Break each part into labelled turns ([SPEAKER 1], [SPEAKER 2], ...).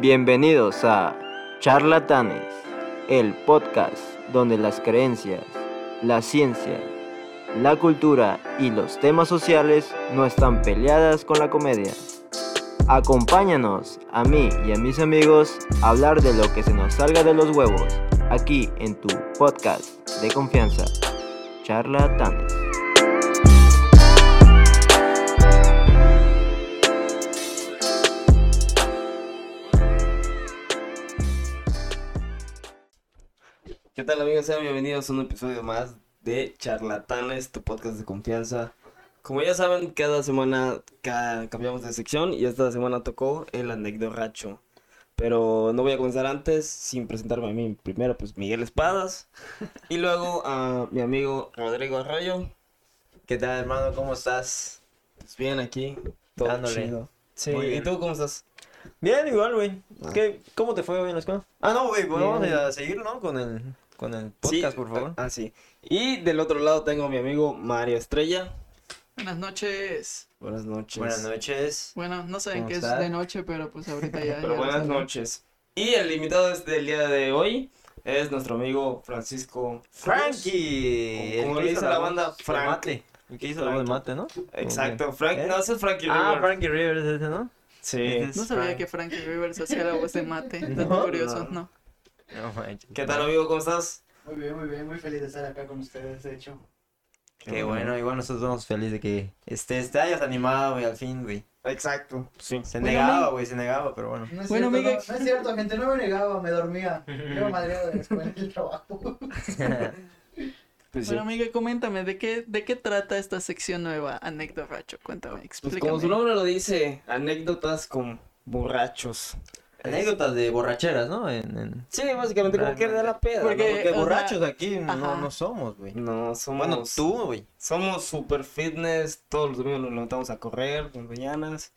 [SPEAKER 1] Bienvenidos a Charlatanes, el podcast donde las creencias, la ciencia, la cultura y los temas sociales no están peleadas con la comedia. Acompáñanos a mí y a mis amigos a hablar de lo que se nos salga de los huevos aquí en tu podcast de confianza, Charlatanes.
[SPEAKER 2] ¿Qué tal amigos? Sean bienvenidos a un episodio más de Charlatanes, tu podcast de confianza. Como ya saben, cada semana ca- cambiamos de sección y esta semana tocó el anecdorracho. Pero no voy a comenzar antes sin presentarme a mí. Primero, pues Miguel Espadas y luego a mi amigo Rodrigo Arroyo.
[SPEAKER 3] ¿Qué tal, hermano? ¿Cómo estás?
[SPEAKER 2] Pues bien aquí, todo
[SPEAKER 3] Dándole.
[SPEAKER 2] chido.
[SPEAKER 3] Sí.
[SPEAKER 2] Muy bien. ¿Y tú cómo estás?
[SPEAKER 3] Bien, igual, güey.
[SPEAKER 2] Ah.
[SPEAKER 3] ¿Qué- ¿Cómo te fue hoy en la escuela? Ah, no, güey, pues
[SPEAKER 2] Bien.
[SPEAKER 3] vamos a seguir, ¿no? Con el, con el podcast,
[SPEAKER 2] Sí,
[SPEAKER 3] por favor.
[SPEAKER 2] Ah, sí. Y del otro lado tengo a mi amigo Mario Estrella.
[SPEAKER 4] Buenas noches.
[SPEAKER 2] Buenas noches.
[SPEAKER 3] pues. Buenas noches.
[SPEAKER 4] Bueno, no saben
[SPEAKER 3] ¿Cómo
[SPEAKER 4] que
[SPEAKER 3] estás?
[SPEAKER 4] es de noche, pero pues ahorita ya.
[SPEAKER 2] Pero
[SPEAKER 4] ya
[SPEAKER 2] buenas
[SPEAKER 4] saben.
[SPEAKER 2] noches. Y el invitado este del día de hoy es nuestro amigo Francisco
[SPEAKER 3] Frankie.
[SPEAKER 2] Como
[SPEAKER 3] el que
[SPEAKER 2] le
[SPEAKER 3] hizo
[SPEAKER 2] hizo la banda,
[SPEAKER 3] voz de
[SPEAKER 2] Frank.
[SPEAKER 3] Mate. El que hizo la voz de mate, ¿no?
[SPEAKER 2] Exacto, Frank. No, ese es Frankie
[SPEAKER 3] Ah,
[SPEAKER 2] Rivers.
[SPEAKER 3] Frankie Rivers ese, ¿no?
[SPEAKER 2] Sí.
[SPEAKER 4] No sabía que Frankie Rivers hacía la voz de mate. Tan
[SPEAKER 3] No,
[SPEAKER 4] curioso,
[SPEAKER 2] no.
[SPEAKER 4] no.
[SPEAKER 3] No manches.
[SPEAKER 2] ¿Qué tal, amigo? ¿Cómo estás?
[SPEAKER 5] Muy bien, muy bien, muy feliz de estar acá con ustedes, de hecho.
[SPEAKER 3] Qué bueno, igual nosotros estamos felices de que este, te hayas animado, güey, al fin, güey.
[SPEAKER 2] Exacto. Sí.
[SPEAKER 3] Se
[SPEAKER 4] Bueno,
[SPEAKER 3] negaba, güey, se negaba, pero bueno.
[SPEAKER 5] No es
[SPEAKER 4] Bueno,
[SPEAKER 5] cierto,
[SPEAKER 4] Miguel.
[SPEAKER 5] no, no es cierto, gente, no me negaba, me dormía. Yo madreado de la escuela y el trabajo.
[SPEAKER 2] Pues sí.
[SPEAKER 4] Bueno, Miguel, coméntame, ¿de qué, ¿de qué trata esta sección nueva? Anecdoracho, cuéntame,
[SPEAKER 2] Pues
[SPEAKER 4] explícame.
[SPEAKER 2] como su nombre lo dice, anécdotas con borrachos.
[SPEAKER 3] Anécdotas de borracheras, ¿no? En, en...
[SPEAKER 2] Sí, básicamente como que de la peda.
[SPEAKER 4] Porque-
[SPEAKER 2] ¿no?
[SPEAKER 3] Porque
[SPEAKER 4] o sea,
[SPEAKER 3] borrachos aquí
[SPEAKER 4] ajá.
[SPEAKER 3] no, no somos, güey.
[SPEAKER 2] No, somos.
[SPEAKER 3] Bueno, tú, güey.
[SPEAKER 2] Somos super fitness. Todos los domingos nos levantamos a correr, las mañanas.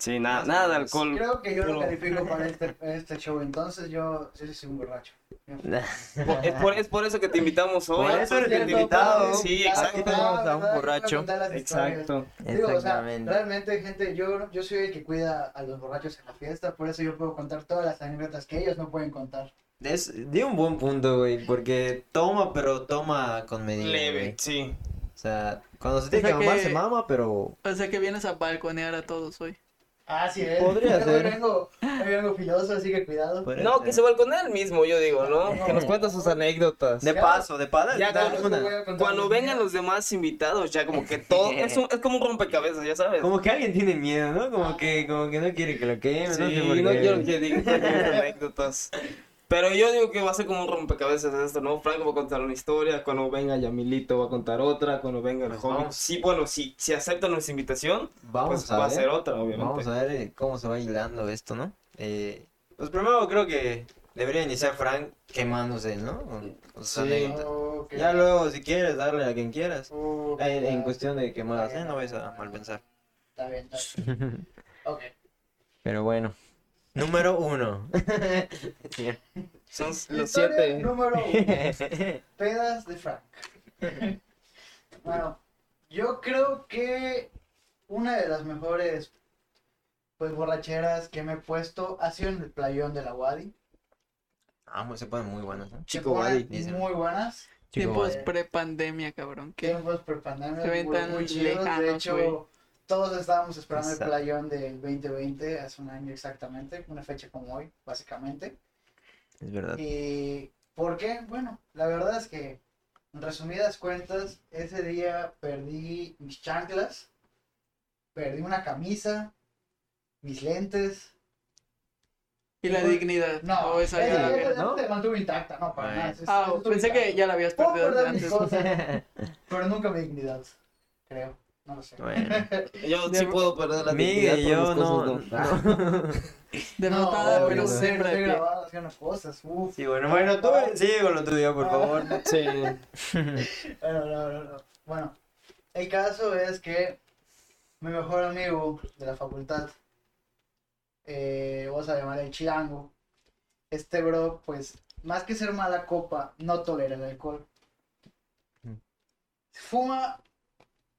[SPEAKER 2] Sí, nada, nada de alcohol.
[SPEAKER 5] Creo que yo
[SPEAKER 2] Pero-
[SPEAKER 5] lo califico para este, este show, entonces yo sí soy un borracho.
[SPEAKER 2] Por- es, por, es por eso que te invitamos hoy.
[SPEAKER 3] Por eso eres
[SPEAKER 2] Porque te
[SPEAKER 3] invitado.
[SPEAKER 2] invitamos. Sí,
[SPEAKER 3] Aquí
[SPEAKER 2] exacto.
[SPEAKER 3] tenemos a un borracho.
[SPEAKER 5] Exacto.
[SPEAKER 2] Exacto.
[SPEAKER 5] Digo, o sea,
[SPEAKER 3] Exactamente.
[SPEAKER 5] realmente, gente, yo, yo soy el que cuida a los borrachos en la fiesta, por eso yo puedo contar todas las anécdotas que ellos no pueden contar.
[SPEAKER 3] Es, di un buen punto, güey, porque toma, pero toma con medida. güey.
[SPEAKER 2] Leve, sí.
[SPEAKER 3] O sea, cuando se tiene
[SPEAKER 4] O sea
[SPEAKER 3] que mamar,
[SPEAKER 4] que-
[SPEAKER 3] se mama, pero.
[SPEAKER 4] O sea que vienes a balconear a todos hoy.
[SPEAKER 5] Ah, sí, es.
[SPEAKER 3] Podría
[SPEAKER 5] Hoy
[SPEAKER 3] ser. Pues,
[SPEAKER 5] vengo, hoy vengo filoso, así que cuidado.
[SPEAKER 2] No, que se va con él mismo, yo digo, ¿no? Que nos cuenta sus anécdotas.
[SPEAKER 3] De paso, de paso.
[SPEAKER 2] Ya,
[SPEAKER 3] da
[SPEAKER 2] cuando-
[SPEAKER 3] una.
[SPEAKER 2] Cuando vengan los demás invitados, ya como que todo. Es, un- es como un rompecabezas, ya sabes.
[SPEAKER 3] Como que alguien tiene miedo, ¿no? Como que, como que no quiere que lo queme,
[SPEAKER 2] Sí,
[SPEAKER 3] no sé por qué.
[SPEAKER 2] no quiero que digan anécdotas. Pero yo digo que va a ser como un rompecabezas esto, ¿no? Franco va a contar una historia, cuando venga Yamilito va a contar otra, cuando venga el
[SPEAKER 3] Pues
[SPEAKER 2] joven.
[SPEAKER 3] vamos.
[SPEAKER 2] Sí, bueno, si, si aceptan nuestra invitación,
[SPEAKER 3] Vamos
[SPEAKER 2] pues
[SPEAKER 3] a
[SPEAKER 2] va a
[SPEAKER 3] ver.
[SPEAKER 2] ser otra, obviamente.
[SPEAKER 3] Vamos a ver eh, cómo se va hilando esto, ¿no? Eh, pues primero creo que debería iniciar Frank quemándose, ¿no? Con, con sus
[SPEAKER 2] Sí.
[SPEAKER 3] anécdotas.
[SPEAKER 5] Ok.
[SPEAKER 3] Ya luego, si quieres, darle a quien quieras.
[SPEAKER 5] Ok,
[SPEAKER 3] En, en
[SPEAKER 5] ya.
[SPEAKER 3] cuestión de quemadas, ¿eh? No vais a mal pensar.
[SPEAKER 5] Está bien, está bien. Ok.
[SPEAKER 3] Pero bueno. Número uno.
[SPEAKER 2] Son los
[SPEAKER 5] Historia
[SPEAKER 2] siete.
[SPEAKER 5] Número uno. Pedas de Frank. bueno, yo creo que una de las mejores pues borracheras que me he puesto ha sido en el playón de la Wadi.
[SPEAKER 3] Ah, pues se ponen muy buenos, ¿no?
[SPEAKER 5] Se
[SPEAKER 2] Chico
[SPEAKER 5] ponen
[SPEAKER 2] Wadi,
[SPEAKER 3] dicen.
[SPEAKER 5] Muy buenas.
[SPEAKER 2] pues.
[SPEAKER 4] Tiempos
[SPEAKER 5] eh.
[SPEAKER 4] pre-pandemia, cabrón. ¿Qué?
[SPEAKER 5] Tiempos prepandemia
[SPEAKER 4] Se ven
[SPEAKER 5] muy,
[SPEAKER 4] tan
[SPEAKER 5] muy chidos. De
[SPEAKER 4] lejanos,
[SPEAKER 5] hecho,
[SPEAKER 4] güey.
[SPEAKER 5] todos estábamos esperando
[SPEAKER 3] Exacto.
[SPEAKER 5] el playón del 2020, hace un año exactamente, una fecha como hoy, básicamente.
[SPEAKER 3] Es verdad.
[SPEAKER 5] ¿Y Eh, por qué? Bueno, la verdad es que, en resumidas cuentas, ese día perdí mis chanclas, perdí una camisa, mis lentes.
[SPEAKER 4] Y la dignidad.
[SPEAKER 5] No,
[SPEAKER 4] O esa ya
[SPEAKER 5] esa-
[SPEAKER 4] la
[SPEAKER 5] esa-
[SPEAKER 4] habías-
[SPEAKER 5] esa
[SPEAKER 3] ¿no?
[SPEAKER 5] se mantuvo intacta, no, para
[SPEAKER 3] Bueno.
[SPEAKER 5] nada. esa- esa
[SPEAKER 4] Ah,
[SPEAKER 5] estuvo
[SPEAKER 4] pensé que
[SPEAKER 5] intacta.
[SPEAKER 4] ya la habías
[SPEAKER 5] Puedo
[SPEAKER 4] perdido
[SPEAKER 5] perder
[SPEAKER 4] desde
[SPEAKER 5] mis
[SPEAKER 4] antes.
[SPEAKER 5] cosas, pero nunca mi dignidad, creo, no lo sé.
[SPEAKER 3] Bueno.
[SPEAKER 2] Yo sí puedo perder la dignidad
[SPEAKER 3] Miguel y
[SPEAKER 2] por
[SPEAKER 3] yo
[SPEAKER 2] mis cosas,
[SPEAKER 3] no. no.
[SPEAKER 4] Derrotada,
[SPEAKER 5] no,
[SPEAKER 4] pero
[SPEAKER 5] no,
[SPEAKER 4] siempre
[SPEAKER 5] estoy
[SPEAKER 4] de pie.
[SPEAKER 5] grabado haciendo cosas, uf.
[SPEAKER 3] Sí, bueno, bueno, tú
[SPEAKER 5] Ah.
[SPEAKER 3] sigue con lo tuyo, por favor.
[SPEAKER 2] Sí.
[SPEAKER 5] Bueno, no, no, no. Bueno, el caso es que mi mejor amigo de la facultad, eh, vamos a llamar el chilango, este bro, pues, más que ser mala copa, no tolera el alcohol.
[SPEAKER 3] Mm.
[SPEAKER 5] Fuma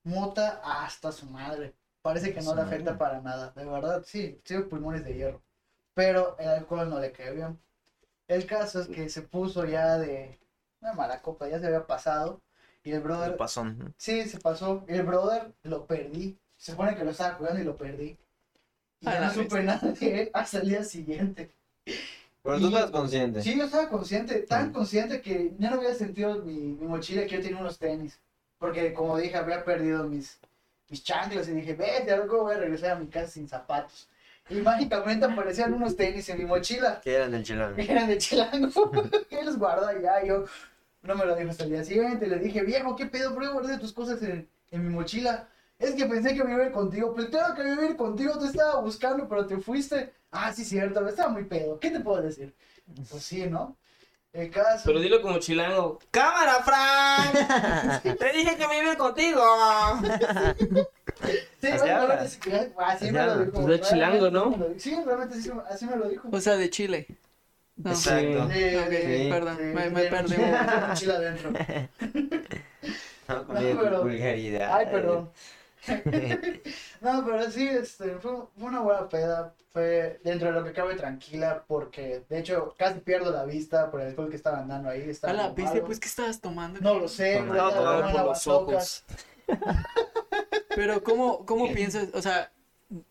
[SPEAKER 5] mota hasta su madre. Parece que
[SPEAKER 3] Su
[SPEAKER 5] no le
[SPEAKER 3] madre.
[SPEAKER 5] afecta para nada. De verdad, sí, tiene pulmones de hierro. pero el alcohol no le cayó bien. El caso es que se puso ya de una mala copa, ya se había pasado. Y el brother,
[SPEAKER 3] El pasón. ¿no?
[SPEAKER 5] sí, se pasó. Y el brother lo perdí. Se supone que lo estaba cuidando y lo perdí. Y
[SPEAKER 4] A
[SPEAKER 5] ya
[SPEAKER 4] la
[SPEAKER 5] no supe nada de él hasta el día siguiente.
[SPEAKER 3] Pero tú
[SPEAKER 5] Y-
[SPEAKER 3] estás consciente.
[SPEAKER 5] Sí, yo estaba consciente, tan
[SPEAKER 3] Mm.
[SPEAKER 5] consciente que ya no había sentido mi, mi mochila que yo tenía unos tenis. Porque como dije, había perdido mis, mis chanclas y dije, vete, algo voy a regresar a mi casa sin zapatos. Y mágicamente aparecieron unos tenis en mi mochila.
[SPEAKER 3] Que eran del chilango.
[SPEAKER 5] Eran de chilango. Yo los guardo allá. Yo no me lo dijo hasta el día siguiente. Le dije, viejo, ¿qué pedo? ¿Por qué guardé tus cosas en, en mi mochila? Es que pensé que me iba a ir contigo. Pero claro que me iba a ir contigo. Te estaba buscando, pero te fuiste. Ah, sí, cierto. Estaba muy pedo. ¿Qué te puedo decir? Pues sí, ¿no? El caso.
[SPEAKER 2] Pero dilo como chilango. ¡Cámara, Frank! Te dije que me iba contigo.
[SPEAKER 3] así
[SPEAKER 5] sí, básicamente
[SPEAKER 3] hablas.
[SPEAKER 5] sí que- ah, así
[SPEAKER 3] Así
[SPEAKER 5] me lo
[SPEAKER 3] hablas.
[SPEAKER 5] dijo.
[SPEAKER 2] Pues de
[SPEAKER 5] Realmente
[SPEAKER 2] chilango, ¿no? Pues
[SPEAKER 5] sí me lo dijo. Sí, realmente sí, así me lo dijo. Eh,
[SPEAKER 4] O sea, de Chile. No.
[SPEAKER 3] Exacto.
[SPEAKER 5] Sí,
[SPEAKER 4] Ok,
[SPEAKER 5] sí,
[SPEAKER 4] perdón,
[SPEAKER 5] sí,
[SPEAKER 4] me,
[SPEAKER 5] sí,
[SPEAKER 4] me
[SPEAKER 5] sí,
[SPEAKER 4] perdí.
[SPEAKER 5] sí, mochila adentro.
[SPEAKER 3] No, comí
[SPEAKER 5] No, pero-
[SPEAKER 3] Ah, vulgaridad.
[SPEAKER 5] Ay, perdón. no, pero sí, este, fue, fue una buena peda. Fue dentro de lo que cabe tranquila, porque de hecho casi pierdo la vista por el alcohol que estaban dando ahí.
[SPEAKER 4] A
[SPEAKER 5] estaba
[SPEAKER 4] la
[SPEAKER 5] tomado.
[SPEAKER 4] viste, pues, ¿qué estabas tomando?
[SPEAKER 5] No lo sé,
[SPEAKER 2] Estaba
[SPEAKER 3] Tomado,
[SPEAKER 5] güey, estaba
[SPEAKER 3] tomado
[SPEAKER 2] tomado
[SPEAKER 5] tomando
[SPEAKER 2] por los
[SPEAKER 5] lavavajocas.
[SPEAKER 2] ojos.
[SPEAKER 4] Pero, ¿cómo, cómo piensas? O sea,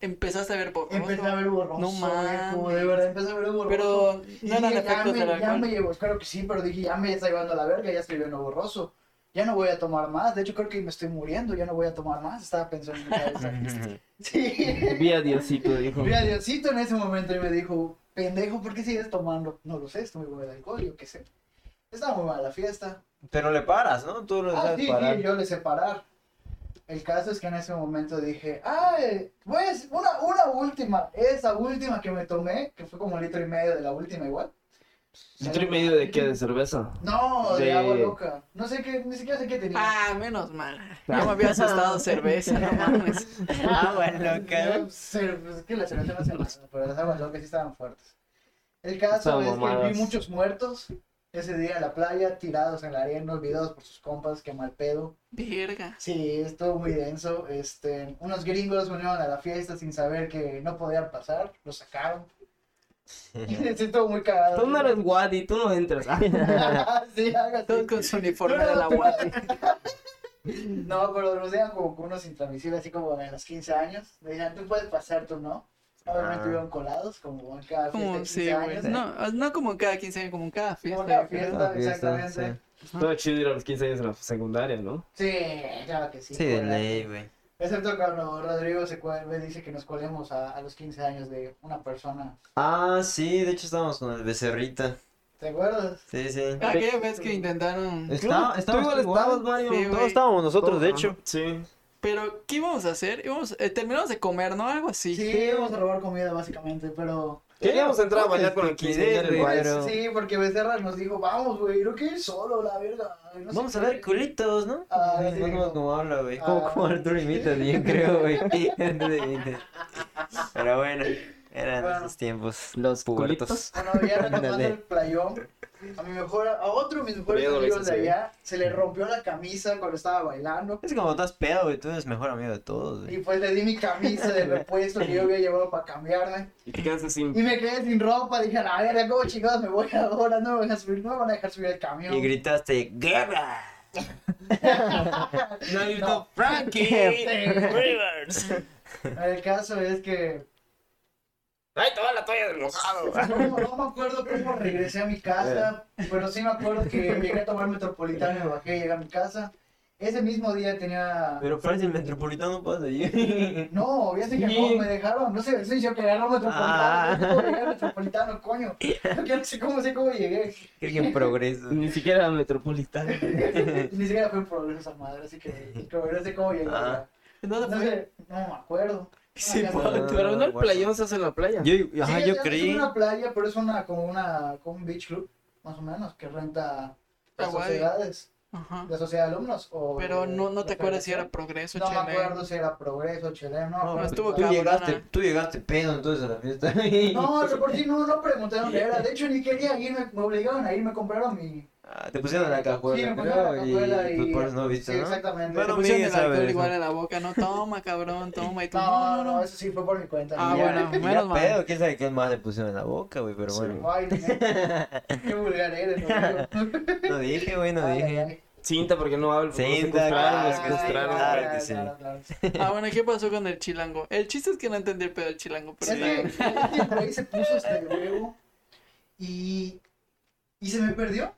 [SPEAKER 4] empezaste a ver por
[SPEAKER 5] Empecé a ver borroso.
[SPEAKER 4] No mames.
[SPEAKER 5] viejo, de verdad, empecé a ver borroso.
[SPEAKER 4] Pero
[SPEAKER 5] Y
[SPEAKER 4] no eran
[SPEAKER 5] dije, ya
[SPEAKER 4] efectos
[SPEAKER 5] me-
[SPEAKER 4] del
[SPEAKER 5] Ya me
[SPEAKER 4] alcohol.
[SPEAKER 5] llevo, claro que sí, pero dije, ya me está llevando a la verga, ya estoy viendo borroso. Ya no voy a tomar más. De hecho, creo que me estoy muriendo, ya no voy a tomar más. Estaba pensando en mi cabeza. sí.
[SPEAKER 2] Vi a Diosito, dijo.
[SPEAKER 5] Vi a Diosito en ese momento y me dijo, pendejo, ¿por qué sigues tomando? No lo sé, estoy muy bueno de alcohol, yo qué sé. Estaba muy mala la fiesta.
[SPEAKER 3] Pero le paras, ¿no? Tú lo
[SPEAKER 5] Ah,
[SPEAKER 3] sabes
[SPEAKER 5] sí,
[SPEAKER 3] parar.
[SPEAKER 5] sí, yo le sé parar. El caso es que en ese momento dije, ay, pues, una, una última, esa última que me tomé, que fue como un litro y medio de la última igual.
[SPEAKER 2] ¿Litro y medio de qué? ¿De cerveza?
[SPEAKER 5] No, de,
[SPEAKER 2] De-
[SPEAKER 5] agua loca. No sé qué, ni siquiera sé qué tenía.
[SPEAKER 4] Ah, menos mal. Ya me había asustado cerveza, no mames.
[SPEAKER 3] Agua
[SPEAKER 5] Yo,
[SPEAKER 3] loca.
[SPEAKER 5] cer- pues, es que la cerveza no se nada, pero las aguas locas sí estaban fuertes. El caso
[SPEAKER 2] Estaban
[SPEAKER 5] es que
[SPEAKER 2] mamadas.
[SPEAKER 5] vi muchos muertos ese día en la playa, tirados en la arena, olvidados por sus compas, que mal pedo.
[SPEAKER 4] Verga.
[SPEAKER 5] Sí, estuvo muy denso. Este, unos gringos vinieron a la fiesta sin saber que no podían pasar, los sacaron. Sí, estuvo muy cagado.
[SPEAKER 2] Tú Pues no eres Wadi, tú no entras.
[SPEAKER 5] sí, algo así.
[SPEAKER 4] Todos con su uniforme de la guate.
[SPEAKER 5] No, pero nos dejan como con unos intramisibles, así como de los 15 años. Le decían, tú puedes pasar, tú no. Obviamente
[SPEAKER 3] Ah.
[SPEAKER 5] estuvieron colados, como en cada fiesta. de
[SPEAKER 4] Como,
[SPEAKER 5] 15
[SPEAKER 4] sí, güey.
[SPEAKER 5] años. eh.
[SPEAKER 4] No, ah, no como en cada 15 años, como en cada
[SPEAKER 5] Como
[SPEAKER 4] fiesta.
[SPEAKER 5] cada
[SPEAKER 4] yo creo.
[SPEAKER 5] fiesta,
[SPEAKER 3] creo.
[SPEAKER 5] exactamente.
[SPEAKER 2] Todo chido ir a los 15 años de la secundaria, ¿no?
[SPEAKER 5] Sí. claro que sí.
[SPEAKER 3] Sí, de
[SPEAKER 5] por la-
[SPEAKER 3] ley, güey.
[SPEAKER 5] Excepto cuando Rodrigo se cue- me dice que nos colemos a, a los 15 años de una persona.
[SPEAKER 3] Ah, sí, de hecho estábamos con el becerrita.
[SPEAKER 5] ¿Te acuerdas?
[SPEAKER 3] Sí, sí.
[SPEAKER 4] Aquella vez que intentaron.
[SPEAKER 3] Está,
[SPEAKER 2] tú
[SPEAKER 3] estábamos
[SPEAKER 2] igual
[SPEAKER 3] igual.
[SPEAKER 2] estabas, Mario.
[SPEAKER 4] Sí,
[SPEAKER 1] Todos
[SPEAKER 4] güey.
[SPEAKER 1] estábamos nosotros, de hecho.
[SPEAKER 2] Sí.
[SPEAKER 4] Pero, ¿qué íbamos a hacer? Íbamos, eh, terminamos de comer, ¿no? Algo así.
[SPEAKER 5] Sí, íbamos a robar comida básicamente, pero... pues,
[SPEAKER 2] Queríamos entrar a
[SPEAKER 3] Creo que
[SPEAKER 2] bailar con el
[SPEAKER 3] te quedé,
[SPEAKER 2] 15 del
[SPEAKER 3] pero-
[SPEAKER 5] Sí, porque Becerra nos dijo, vamos, güey, no quieres solo, la verga. no sé
[SPEAKER 3] Vamos a
[SPEAKER 5] qué".
[SPEAKER 3] ver culitos, ¿no?
[SPEAKER 5] Ah,
[SPEAKER 3] Ay,
[SPEAKER 5] sí.
[SPEAKER 3] no como cómo habla, güey. Como,
[SPEAKER 5] Ah.
[SPEAKER 3] como Arturo imita bien, creo, güey. Arturo imita. Pero bueno, eran
[SPEAKER 5] Bueno.
[SPEAKER 3] esos tiempos.
[SPEAKER 2] Los
[SPEAKER 3] pubertos.
[SPEAKER 5] Bueno, ya retomando
[SPEAKER 3] Ándale.
[SPEAKER 5] el playón, a mi mejor, a otro de mis
[SPEAKER 2] Pero
[SPEAKER 5] mejores
[SPEAKER 2] ya no lo
[SPEAKER 5] amigos
[SPEAKER 2] hice,
[SPEAKER 5] de
[SPEAKER 2] sí.
[SPEAKER 5] allá, se le rompió la camisa cuando estaba bailando.
[SPEAKER 3] Es como estás pedo, güey. Tú eres mejor amigo de todos,
[SPEAKER 5] Y
[SPEAKER 3] güey.
[SPEAKER 5] pues le di mi camisa de repuesto que yo había llevado para cambiarme.
[SPEAKER 2] Y te quedaste sin.
[SPEAKER 5] Y me quedé sin ropa, dije, a la verga, ¿cómo chingados me voy ahora? No me van a subir, no me van a dejar subir el camión.
[SPEAKER 3] Y gritaste, ¡Guerra!
[SPEAKER 2] No, y
[SPEAKER 5] No.
[SPEAKER 2] Frankie Rivers.
[SPEAKER 5] El caso es que pues,
[SPEAKER 2] Ahí te va la toalla del mojado.
[SPEAKER 5] no, no me acuerdo cómo regresé a mi casa, pero sí me acuerdo que llegué a tomar el metropolitano, me bajé, llegué a mi casa. Ese mismo día tenía...
[SPEAKER 3] Pero Francia, el metropolitano pasa allí.
[SPEAKER 5] No, ya sé que
[SPEAKER 2] Sí.
[SPEAKER 5] no me dejaron. No sé, soy yo que agarró
[SPEAKER 3] Ah.
[SPEAKER 5] metropolitano. ¿Cómo llegué al metropolitano, coño? Yo que no sé cómo, sé cómo llegué.
[SPEAKER 3] Creo que en progreso.
[SPEAKER 2] Ni siquiera metropolitano.
[SPEAKER 5] Ni siquiera fue un problema esa madre, así que como no sé cómo llegué.
[SPEAKER 3] Ah.
[SPEAKER 4] ¿Dónde
[SPEAKER 5] No
[SPEAKER 4] fue?
[SPEAKER 5] sé, no me acuerdo.
[SPEAKER 4] Sí,
[SPEAKER 5] Una
[SPEAKER 4] por-
[SPEAKER 5] casa-
[SPEAKER 3] Ah,
[SPEAKER 2] Pero no el
[SPEAKER 3] bueno.
[SPEAKER 2] playón se hace en la playa.
[SPEAKER 3] Yo, ajá,
[SPEAKER 5] Sí,
[SPEAKER 3] yo
[SPEAKER 5] es-
[SPEAKER 3] creí.
[SPEAKER 5] Es una playa, pero es una, como, una, como un beach club, más o menos, que renta las
[SPEAKER 4] Ah, guay.
[SPEAKER 5] sociedades,
[SPEAKER 4] Ajá.
[SPEAKER 5] la sociedad de alumnos. O
[SPEAKER 4] Pero no, no
[SPEAKER 5] la
[SPEAKER 4] te acuerdas si era
[SPEAKER 5] federación.
[SPEAKER 4] progreso, H&M.
[SPEAKER 5] No me
[SPEAKER 4] chale.
[SPEAKER 5] acuerdo si era progreso, chile, no me
[SPEAKER 3] No,
[SPEAKER 5] acuerdo.
[SPEAKER 4] estuvo
[SPEAKER 3] tú,
[SPEAKER 4] cabrona.
[SPEAKER 3] llegaste, tú llegaste pedo entonces a la fiesta.
[SPEAKER 5] No, de por sí no, no pregunté dónde era. De hecho, ni quería irme, me obligaron a ir, me compraron mi,
[SPEAKER 3] Ah, te pusieron en la cajuela,
[SPEAKER 5] Sí, me pusieron
[SPEAKER 3] creo,
[SPEAKER 5] en la cajuela
[SPEAKER 3] y, pues,
[SPEAKER 5] y-
[SPEAKER 3] por eso no viste,
[SPEAKER 5] Sí,
[SPEAKER 3] ¿no?
[SPEAKER 5] exactamente.
[SPEAKER 3] Bueno,
[SPEAKER 5] No,
[SPEAKER 4] Te pusieron
[SPEAKER 3] Miguel
[SPEAKER 4] el
[SPEAKER 3] sabe
[SPEAKER 4] alcohol
[SPEAKER 3] eso.
[SPEAKER 4] igual en la boca, no toma, cabrón, toma. Y tú,
[SPEAKER 5] No, no, no, eso sí fue por mi cuenta.
[SPEAKER 4] Ah,
[SPEAKER 5] Ya.
[SPEAKER 4] bueno,
[SPEAKER 3] Y ya
[SPEAKER 4] menos mal.
[SPEAKER 3] pedo, quién sabe qué más le pusieron en la boca, güey, pero
[SPEAKER 2] Sí.
[SPEAKER 3] bueno.
[SPEAKER 5] Ay, nene, qué vulgar eres, amigo.
[SPEAKER 3] No dije, güey, no
[SPEAKER 5] Ay, ay,
[SPEAKER 3] dije.
[SPEAKER 5] ay.
[SPEAKER 2] Cinta porque no hablo. porque lo
[SPEAKER 3] Cinta,
[SPEAKER 2] secuestraron,
[SPEAKER 3] claro,
[SPEAKER 2] lo secuestraron,
[SPEAKER 3] claro,
[SPEAKER 2] güey.
[SPEAKER 3] que sí.
[SPEAKER 5] claro.
[SPEAKER 4] Ah, bueno, ¿qué pasó con el chilango? El chiste es que no entendí el pedo del chilango, pero
[SPEAKER 5] Es que,
[SPEAKER 4] sí.
[SPEAKER 5] es que por ahí se puso hasta el huevo y, y se me perdió.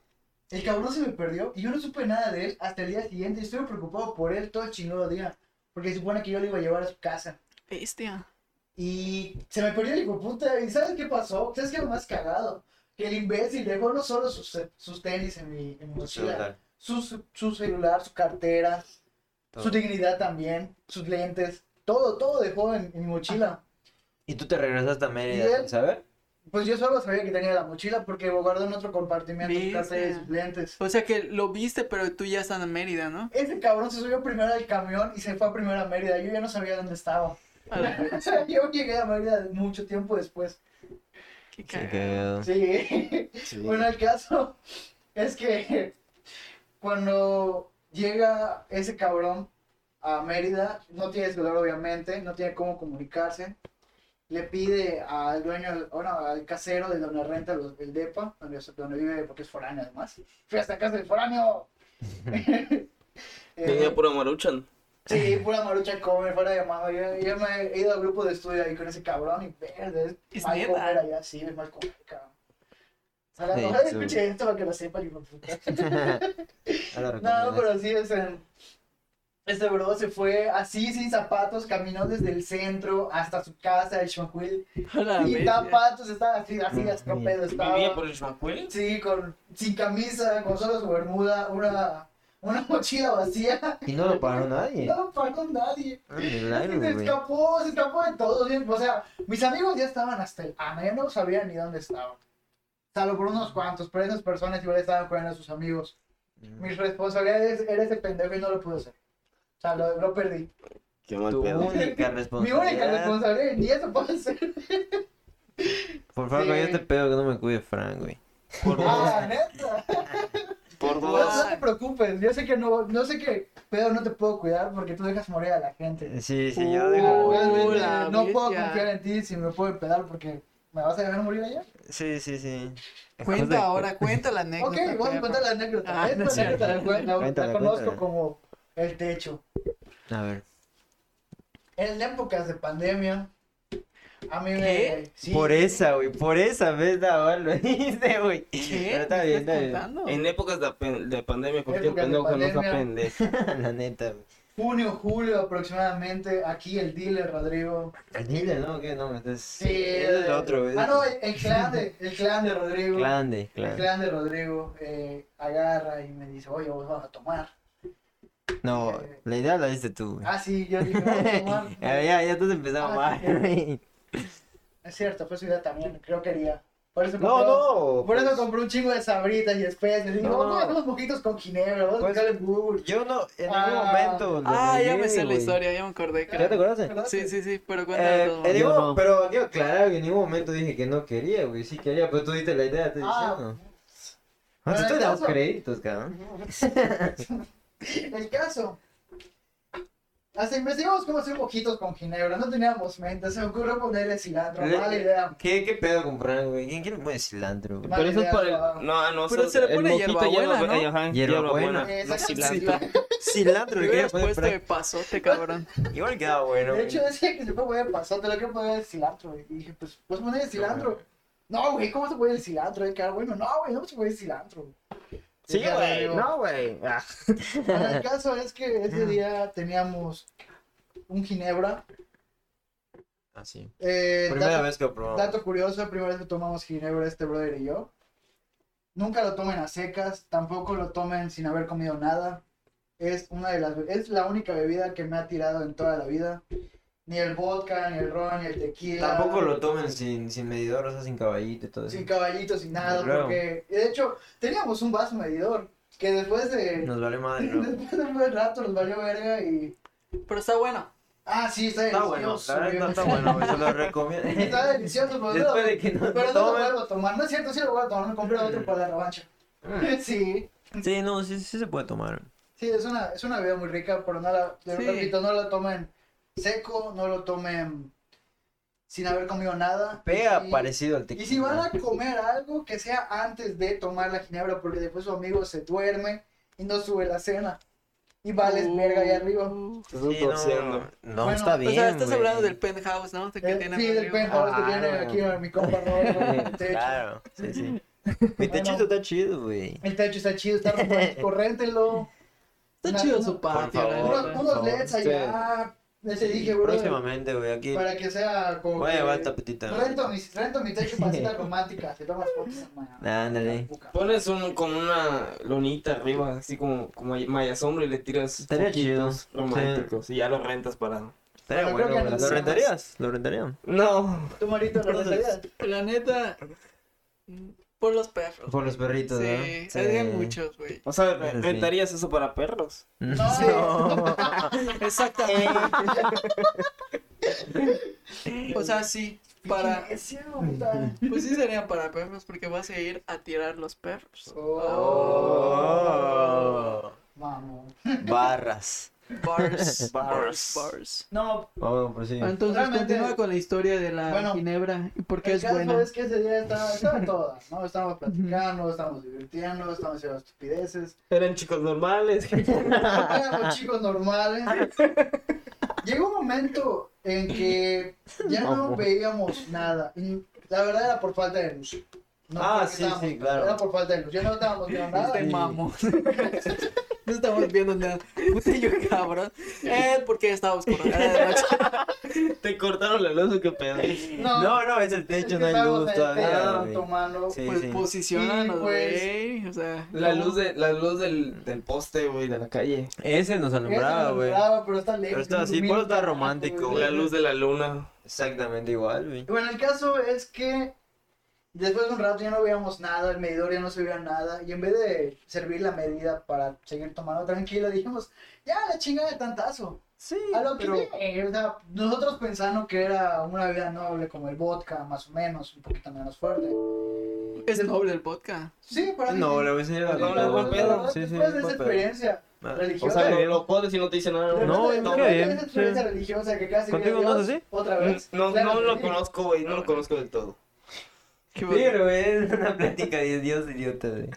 [SPEAKER 5] El cabrón se me perdió y yo no supe nada de él hasta el día siguiente. Estuve preocupado por él todo el chingado día. Porque se supone que yo lo iba a llevar a su casa.
[SPEAKER 4] Bestia.
[SPEAKER 5] Y se me perdió el hijo de puta. ¿Y sabes qué pasó? ¿Sabes qué es lo más cagado? Que el imbécil dejó no solo sus, sus tenis en mi, en mi mochila,
[SPEAKER 3] Celular,
[SPEAKER 5] su, su- su celular, su cartera,
[SPEAKER 3] todo.
[SPEAKER 5] su dignidad también, sus lentes, todo, todo dejó en, en mi mochila.
[SPEAKER 3] Y tú te regresaste a
[SPEAKER 5] Y
[SPEAKER 3] Mérida,
[SPEAKER 5] él-
[SPEAKER 3] ¿sabes?
[SPEAKER 5] Pues yo solo sabía que tenía la mochila porque guardó en otro compartimiento sus
[SPEAKER 4] Bestia.
[SPEAKER 5] carteras y sus lentes.
[SPEAKER 4] O sea que lo viste, pero tú ya estás en Mérida, ¿no?
[SPEAKER 5] Ese cabrón se subió primero al camión y se fue a primero a Mérida. Yo ya no sabía dónde estaba.
[SPEAKER 4] A la-
[SPEAKER 5] yo llegué a Mérida mucho tiempo después.
[SPEAKER 4] Qué
[SPEAKER 3] Sí,
[SPEAKER 4] cagado.
[SPEAKER 3] cagado.
[SPEAKER 5] Ah, Sí.
[SPEAKER 2] Sí.
[SPEAKER 5] Bueno, el caso es que cuando llega ese cabrón a Mérida, no tiene celular obviamente, no tiene cómo comunicarse, le pide al dueño, bueno, al casero de donde renta los- el DEPA, donde, donde vive, porque es foráneo además. Fui hasta casa del foráneo. Eh,
[SPEAKER 2] Tenía pura maruchan.
[SPEAKER 5] Sí, pura marucha come, fuera de mamá. Yo, yo me he ido al grupo de estudio ahí con ese cabrón y verde.
[SPEAKER 4] Es
[SPEAKER 5] mal
[SPEAKER 4] neta.
[SPEAKER 5] comer allá, sí, es mal comer, cabrón. Ojalá,
[SPEAKER 3] Sí,
[SPEAKER 5] ojalá
[SPEAKER 3] sí.
[SPEAKER 5] escuche esto para que lo sepa, hijo de puta.
[SPEAKER 3] Ahora
[SPEAKER 5] No,
[SPEAKER 3] recomiendas.
[SPEAKER 5] pero sí es en... Este bro se fue así sin zapatos, caminó desde el centro hasta su casa, el Shonquil.
[SPEAKER 4] A la
[SPEAKER 5] Sin
[SPEAKER 4] Ah, bestia.
[SPEAKER 5] zapatos, estaba así, así, estropedo estaba.
[SPEAKER 2] ¿Vivía por el Shmacuel?
[SPEAKER 5] Sí, con, sin camisa, con solo su bermuda, una, una mochila vacía.
[SPEAKER 3] Y no lo paró nadie.
[SPEAKER 5] No pagó nadie.
[SPEAKER 3] Ah,
[SPEAKER 5] Es que
[SPEAKER 3] milagro,
[SPEAKER 5] se
[SPEAKER 3] güey.
[SPEAKER 5] escapó, se escapó de todo. ¿sí? O sea, mis amigos ya estaban hasta el ano, ya no sabían ni dónde estaban. Salvo por unos cuantos, pero esas personas igual estaban cuidando a sus amigos. Mi responsabilidad es- era ese pendejo y no lo pude hacer. O sea, lo, lo perdí.
[SPEAKER 2] Qué mal
[SPEAKER 3] Tu
[SPEAKER 2] pedo.
[SPEAKER 3] única
[SPEAKER 5] Mi
[SPEAKER 3] responsabilidad.
[SPEAKER 5] única responsabilidad, ni eso puedo hacer.
[SPEAKER 3] Por favor,
[SPEAKER 5] Sí.
[SPEAKER 3] yo te pedo que no me cuide Frank, güey.
[SPEAKER 2] Por dos.
[SPEAKER 5] Ah, neta.
[SPEAKER 2] Por
[SPEAKER 5] No,
[SPEAKER 2] dos.
[SPEAKER 5] no te preocupes, yo sé que no, no sé que pedo no te puedo cuidar porque tú dejas morir a la gente.
[SPEAKER 3] Sí, sí, yo
[SPEAKER 4] Uh,
[SPEAKER 3] dejo.
[SPEAKER 5] Realmente,
[SPEAKER 4] la
[SPEAKER 5] no puedo
[SPEAKER 4] bestia.
[SPEAKER 5] confiar en ti si me puedo pedar porque me vas a dejar morir allá.
[SPEAKER 3] Sí, sí, sí.
[SPEAKER 4] Cuenta ahora, cuenta la anécdota.
[SPEAKER 5] Ok, voy a
[SPEAKER 4] perro.
[SPEAKER 5] contar la anécdota.
[SPEAKER 4] Ah,
[SPEAKER 5] Esta
[SPEAKER 4] no es
[SPEAKER 5] anécdota la, la- la
[SPEAKER 3] Cuéntala,
[SPEAKER 5] conozco
[SPEAKER 3] cuéntala.
[SPEAKER 5] como el techo.
[SPEAKER 3] A ver.
[SPEAKER 5] En épocas de pandemia, a mí
[SPEAKER 4] ¿Qué?
[SPEAKER 5] me. sí,
[SPEAKER 3] Por e- esa, güey. Por esa vez, Navar, lo hice, güey.
[SPEAKER 4] ¿Qué?
[SPEAKER 3] Pero está
[SPEAKER 4] ¿Me
[SPEAKER 3] bien, está
[SPEAKER 4] estás
[SPEAKER 3] bien.
[SPEAKER 4] contando?
[SPEAKER 2] En épocas de, pen- de pandemia, cualquier
[SPEAKER 5] Épocas de
[SPEAKER 2] pendejo no se
[SPEAKER 5] pandemia.
[SPEAKER 2] aprende.
[SPEAKER 3] La neta, güey.
[SPEAKER 5] Junio, julio aproximadamente, aquí el dealer Rodrigo.
[SPEAKER 3] Dile, ¿no? ¿Qué? No, este es.
[SPEAKER 5] Sí,
[SPEAKER 3] es el otro, güey.
[SPEAKER 5] Ah, no, el, el clan de, el clan de Rodrigo.
[SPEAKER 3] Grande,
[SPEAKER 5] El
[SPEAKER 3] claro.
[SPEAKER 5] clan de Rodrigo eh, agarra y me dice, oye, vos vas a tomar.
[SPEAKER 3] No, la idea la diste tú, güey.
[SPEAKER 5] Ah, sí, yo dije, vamos a tomar.
[SPEAKER 3] ya, ya, ya estás empezando
[SPEAKER 5] Ah, sí,
[SPEAKER 3] mal, güey.
[SPEAKER 5] es cierto, fue su idea también, creo que haría. Por eso
[SPEAKER 3] No,
[SPEAKER 5] compré-
[SPEAKER 3] no.
[SPEAKER 5] Por eso
[SPEAKER 3] pues,
[SPEAKER 5] compré un chingo de sabritas y especias. Digo,
[SPEAKER 3] No,
[SPEAKER 5] vamos a
[SPEAKER 3] no.
[SPEAKER 5] hacer unos mojitos con ginebra, vamos a
[SPEAKER 3] Pues-
[SPEAKER 5] buscar en Google.
[SPEAKER 3] Yo no, en ningún
[SPEAKER 5] Ah.
[SPEAKER 3] momento. lo
[SPEAKER 4] Ah, ya me
[SPEAKER 3] negué,
[SPEAKER 4] sé la
[SPEAKER 3] güey.
[SPEAKER 4] historia, ya me acordé.
[SPEAKER 3] ¿Ya te
[SPEAKER 4] creo.
[SPEAKER 3] acuerdas?
[SPEAKER 5] ¿Verdad?
[SPEAKER 4] Sí, sí, sí, pero cuéntame
[SPEAKER 3] Eh,
[SPEAKER 4] todo.
[SPEAKER 3] en ningún-
[SPEAKER 1] Yo no.
[SPEAKER 3] Pero quiero aclarar que en ningún momento dije que no quería, güey. Sí quería, pero tú diste la idea, estoy
[SPEAKER 5] Ah.
[SPEAKER 3] diciendo. No
[SPEAKER 5] Pero
[SPEAKER 3] te estoy
[SPEAKER 5] en
[SPEAKER 3] dando
[SPEAKER 5] caso-
[SPEAKER 3] créditos, cabrón.
[SPEAKER 5] El caso. Hasta investigamos cómo hacer mojitos con ginebra. No teníamos mente. Se me ocurrió ponerle cilantro.
[SPEAKER 3] Le-
[SPEAKER 5] Mala idea.
[SPEAKER 3] ¿Qué, ¿Qué pedo con Frank, güey? ¿Quién quiere poner cilantro, güey?
[SPEAKER 5] Mala
[SPEAKER 2] Pero eso es
[SPEAKER 5] idea,
[SPEAKER 2] para
[SPEAKER 5] cabrón.
[SPEAKER 2] el. No, ah, no,
[SPEAKER 4] Pero
[SPEAKER 2] eso-
[SPEAKER 4] se le
[SPEAKER 2] el
[SPEAKER 4] pone
[SPEAKER 2] mojito
[SPEAKER 4] hierbabuena,
[SPEAKER 2] lleva-
[SPEAKER 4] ¿no?
[SPEAKER 2] ajá,
[SPEAKER 3] Hierbabuena.
[SPEAKER 2] hierbabuena, no
[SPEAKER 5] Exacto.
[SPEAKER 2] cilantro.
[SPEAKER 4] Te
[SPEAKER 3] Cilantro, le quería
[SPEAKER 4] hubieras
[SPEAKER 3] poner
[SPEAKER 4] puesto de
[SPEAKER 3] Frank.
[SPEAKER 4] pasote, cabrón.
[SPEAKER 3] Igual quedaba bueno,
[SPEAKER 5] De
[SPEAKER 3] güey.
[SPEAKER 5] hecho, decía que se puede poner pasante. Lo que poner el cilantro. Y dije, pues, puedes poner el cilantro. No, güey, ¿cómo se puede el cilantro? Hay que dar bueno. No, güey, no se puede el cilantro.
[SPEAKER 3] Sí,
[SPEAKER 5] Ya
[SPEAKER 3] güey.
[SPEAKER 5] digo,
[SPEAKER 3] No, güey. Ah.
[SPEAKER 5] Bueno, el caso es que ese día teníamos un ginebra.
[SPEAKER 3] Así.
[SPEAKER 5] Eh,
[SPEAKER 3] Ah, Primera
[SPEAKER 5] dato,
[SPEAKER 3] vez que lo probamos.
[SPEAKER 5] dato curioso, primera vez que tomamos ginebra este brother y yo. Nunca lo tomen a secas, tampoco lo tomen sin haber comido nada. Es una de las es la única bebida que me ha tirado en toda la vida. Ni el vodka, ni el ron, ni el tequila.
[SPEAKER 3] Tampoco lo tomen sin, sin medidor, o sea, sin caballito y todo eso.
[SPEAKER 5] sin caballito, sin nada,
[SPEAKER 3] Claro.
[SPEAKER 5] porque de hecho teníamos un vaso medidor que después de
[SPEAKER 3] Nos vale madre, ¿no?
[SPEAKER 5] después de un buen rato nos valió verga y
[SPEAKER 4] Pero está bueno.
[SPEAKER 5] ah sí está,
[SPEAKER 3] Está bueno,
[SPEAKER 5] delicioso,
[SPEAKER 3] la verdad
[SPEAKER 5] güey.
[SPEAKER 3] no está bueno, güey. Se lo recomiendo.
[SPEAKER 5] Está delicioso, pero, no,
[SPEAKER 3] Después de que no
[SPEAKER 5] pero no
[SPEAKER 3] lo
[SPEAKER 5] lo
[SPEAKER 3] tomen.
[SPEAKER 5] vuelvo a tomar. No es cierto, sí lo voy a tomar. Me compré otro para la revancha.
[SPEAKER 3] Mm.
[SPEAKER 5] Sí.
[SPEAKER 3] Sí, no, sí, sí se puede tomar.
[SPEAKER 5] Sí, es una, es una bebida muy rica, pero no la, de
[SPEAKER 4] Sí.
[SPEAKER 5] repito, no la tomen seco, no lo tomen sin haber comido nada.
[SPEAKER 3] Pega
[SPEAKER 5] Y-
[SPEAKER 3] parecido al tequila.
[SPEAKER 5] Y si van a comer algo que sea antes de tomar la ginebra, porque después su amigo se duerme y no sube la cena. Y vales
[SPEAKER 4] Uh.
[SPEAKER 5] verga
[SPEAKER 3] Uh.
[SPEAKER 5] ahí arriba.
[SPEAKER 2] Te
[SPEAKER 3] Sí,
[SPEAKER 2] estás
[SPEAKER 3] no,
[SPEAKER 2] torciendo.
[SPEAKER 3] no,
[SPEAKER 5] Bueno,
[SPEAKER 3] está
[SPEAKER 4] O
[SPEAKER 5] o sea,
[SPEAKER 3] bien.
[SPEAKER 4] sea, estás
[SPEAKER 3] güey.
[SPEAKER 4] hablando del penthouse, ¿no? De que
[SPEAKER 5] Eh,
[SPEAKER 4] tiene
[SPEAKER 5] sí, del
[SPEAKER 4] arriba.
[SPEAKER 5] penthouse que tiene
[SPEAKER 3] Claro.
[SPEAKER 5] aquí mi compa Roberto, el techo.
[SPEAKER 3] Claro, sí, sí. Mi
[SPEAKER 5] Bueno.
[SPEAKER 3] techito está chido, güey.
[SPEAKER 5] El techo está chido, está romántico, réntenlo.
[SPEAKER 4] Está
[SPEAKER 5] Una-
[SPEAKER 4] chido
[SPEAKER 5] una-
[SPEAKER 4] su patio,
[SPEAKER 3] favor.
[SPEAKER 4] la
[SPEAKER 5] Unos,
[SPEAKER 4] neta.
[SPEAKER 5] unos
[SPEAKER 3] no,
[SPEAKER 5] LEDs
[SPEAKER 2] sí.
[SPEAKER 5] allá. Ese dije, bro.
[SPEAKER 3] Próximamente, güey, aquí
[SPEAKER 5] Para que sea como.
[SPEAKER 3] voy a
[SPEAKER 5] que-
[SPEAKER 3] llevar esta petita.
[SPEAKER 5] Rento mi, rento mi techo para cita romántica. Se tomas fotos esa mañana.
[SPEAKER 3] Ándale.
[SPEAKER 5] Puca.
[SPEAKER 2] Pones un, como una lonita arriba, así como, como maya sombra y le tiras
[SPEAKER 3] Estaría
[SPEAKER 2] foquitos
[SPEAKER 3] chido.
[SPEAKER 2] románticos y ya lo rentas para...
[SPEAKER 3] Estaría
[SPEAKER 5] Bueno,
[SPEAKER 3] bueno,
[SPEAKER 5] creo que
[SPEAKER 3] güey. ¿Lo
[SPEAKER 5] analizamos.
[SPEAKER 3] rentarías? ¿Lo rentarían?
[SPEAKER 2] No.
[SPEAKER 5] ¿Tú, Marito, lo rentarías?
[SPEAKER 4] La neta, por los perros.
[SPEAKER 3] Por los perritos,
[SPEAKER 4] Sí,
[SPEAKER 3] ¿verdad?
[SPEAKER 4] hay
[SPEAKER 3] Sí.
[SPEAKER 4] muchos, güey.
[SPEAKER 2] O sea,
[SPEAKER 3] Bueno, sí.
[SPEAKER 2] rentarías eso para perros.
[SPEAKER 3] No.
[SPEAKER 4] Exactamente. o sea, sí, para...
[SPEAKER 5] ¿Qué es eso, puta?
[SPEAKER 4] Pues sí serían para perros porque vas a ir a tirar los perros.
[SPEAKER 5] Oh.
[SPEAKER 3] Oh.
[SPEAKER 5] Vamos.
[SPEAKER 3] Barras.
[SPEAKER 2] Bars.
[SPEAKER 4] Bars, bars, bars.
[SPEAKER 5] No,
[SPEAKER 3] Vamos, pues sí.
[SPEAKER 4] Entonces
[SPEAKER 5] Realmente-
[SPEAKER 4] continúa con la historia de la
[SPEAKER 5] Bueno,
[SPEAKER 4] ginebra y por qué
[SPEAKER 5] el
[SPEAKER 4] es
[SPEAKER 5] caso
[SPEAKER 4] buena.
[SPEAKER 5] es que ese día estaba, estaba toda, ¿no? Estábamos platicando, estábamos divirtiendo, estábamos haciendo estupideces.
[SPEAKER 2] Eran chicos normales.
[SPEAKER 5] Éramos chicos normales. Llegó un momento en que ya no
[SPEAKER 3] Vamos.
[SPEAKER 5] veíamos nada. Y La verdad era por falta de luz. No
[SPEAKER 3] Ah,
[SPEAKER 5] porque
[SPEAKER 3] sí,
[SPEAKER 5] estábamos-
[SPEAKER 3] sí, claro.
[SPEAKER 5] Era por falta de luz. Ya no estábamos viendo nada.
[SPEAKER 4] Te Este, mamo. No estamos viendo nada. Puta, yo cabrón. Eh, porque estaba oscuro. Eh,
[SPEAKER 2] Te cortaron la luz, qué pedo.
[SPEAKER 5] No,
[SPEAKER 3] No, no, es el
[SPEAKER 5] es que
[SPEAKER 3] techo, no hay
[SPEAKER 5] estábamos
[SPEAKER 3] luz
[SPEAKER 5] en el
[SPEAKER 3] todavía,
[SPEAKER 5] techo
[SPEAKER 3] güey.
[SPEAKER 5] tomando.
[SPEAKER 3] Sí,
[SPEAKER 4] pues
[SPEAKER 3] sí.
[SPEAKER 4] posicionanos,
[SPEAKER 5] Y, pues,
[SPEAKER 4] güey. O sea,
[SPEAKER 2] La luz, de, la luz del, del poste, güey, de la calle.
[SPEAKER 3] Ese nos
[SPEAKER 5] Ese
[SPEAKER 3] alumbraba,
[SPEAKER 5] nos
[SPEAKER 3] güey.
[SPEAKER 5] alumbraba, Pero está lejos.
[SPEAKER 3] Pero está
[SPEAKER 5] nos
[SPEAKER 3] así,
[SPEAKER 5] ilumina
[SPEAKER 3] por eso está
[SPEAKER 5] tanto,
[SPEAKER 3] romántico,
[SPEAKER 5] güey.
[SPEAKER 2] La luz de la luna.
[SPEAKER 3] Exactamente igual, güey.
[SPEAKER 5] Bueno, el caso es que después de un rato ya no veíamos nada, el medidor ya no se veía nada, y en vez de servir la medida para seguir tomando tranquilo, dijimos, ya la chingada de tantazo.
[SPEAKER 3] Sí,
[SPEAKER 5] A lo que
[SPEAKER 3] pero...
[SPEAKER 5] viene, o sea, nosotros pensando que era una bebida noble como el vodka, más o menos, un poquito menos fuerte.
[SPEAKER 4] es noble el vodka.
[SPEAKER 5] Sí, para mí.
[SPEAKER 3] No,
[SPEAKER 5] sí.
[SPEAKER 3] le voy a enseñar
[SPEAKER 5] Pero
[SPEAKER 3] a
[SPEAKER 2] No,
[SPEAKER 5] la
[SPEAKER 2] buen
[SPEAKER 5] verdad,
[SPEAKER 2] pedo.
[SPEAKER 5] después de esa experiencia
[SPEAKER 3] Ah.
[SPEAKER 2] O
[SPEAKER 5] religiosa,
[SPEAKER 2] sea, lo, lo jodes y no te dice nada.
[SPEAKER 5] después
[SPEAKER 3] No,
[SPEAKER 5] de-
[SPEAKER 3] yo
[SPEAKER 5] después
[SPEAKER 3] creo
[SPEAKER 5] de
[SPEAKER 3] bien,
[SPEAKER 5] esa experiencia
[SPEAKER 3] sí.
[SPEAKER 5] religiosa que casi vi a
[SPEAKER 3] ¿Contigo no es
[SPEAKER 5] Dios
[SPEAKER 3] así?
[SPEAKER 5] otra vez.
[SPEAKER 2] No,
[SPEAKER 5] Claro
[SPEAKER 2] no
[SPEAKER 5] que
[SPEAKER 2] lo
[SPEAKER 5] sí.
[SPEAKER 2] conozco, güey, no lo conozco del todo.
[SPEAKER 4] Qué bueno.
[SPEAKER 3] Pero es una plática de Dios idiota, güey.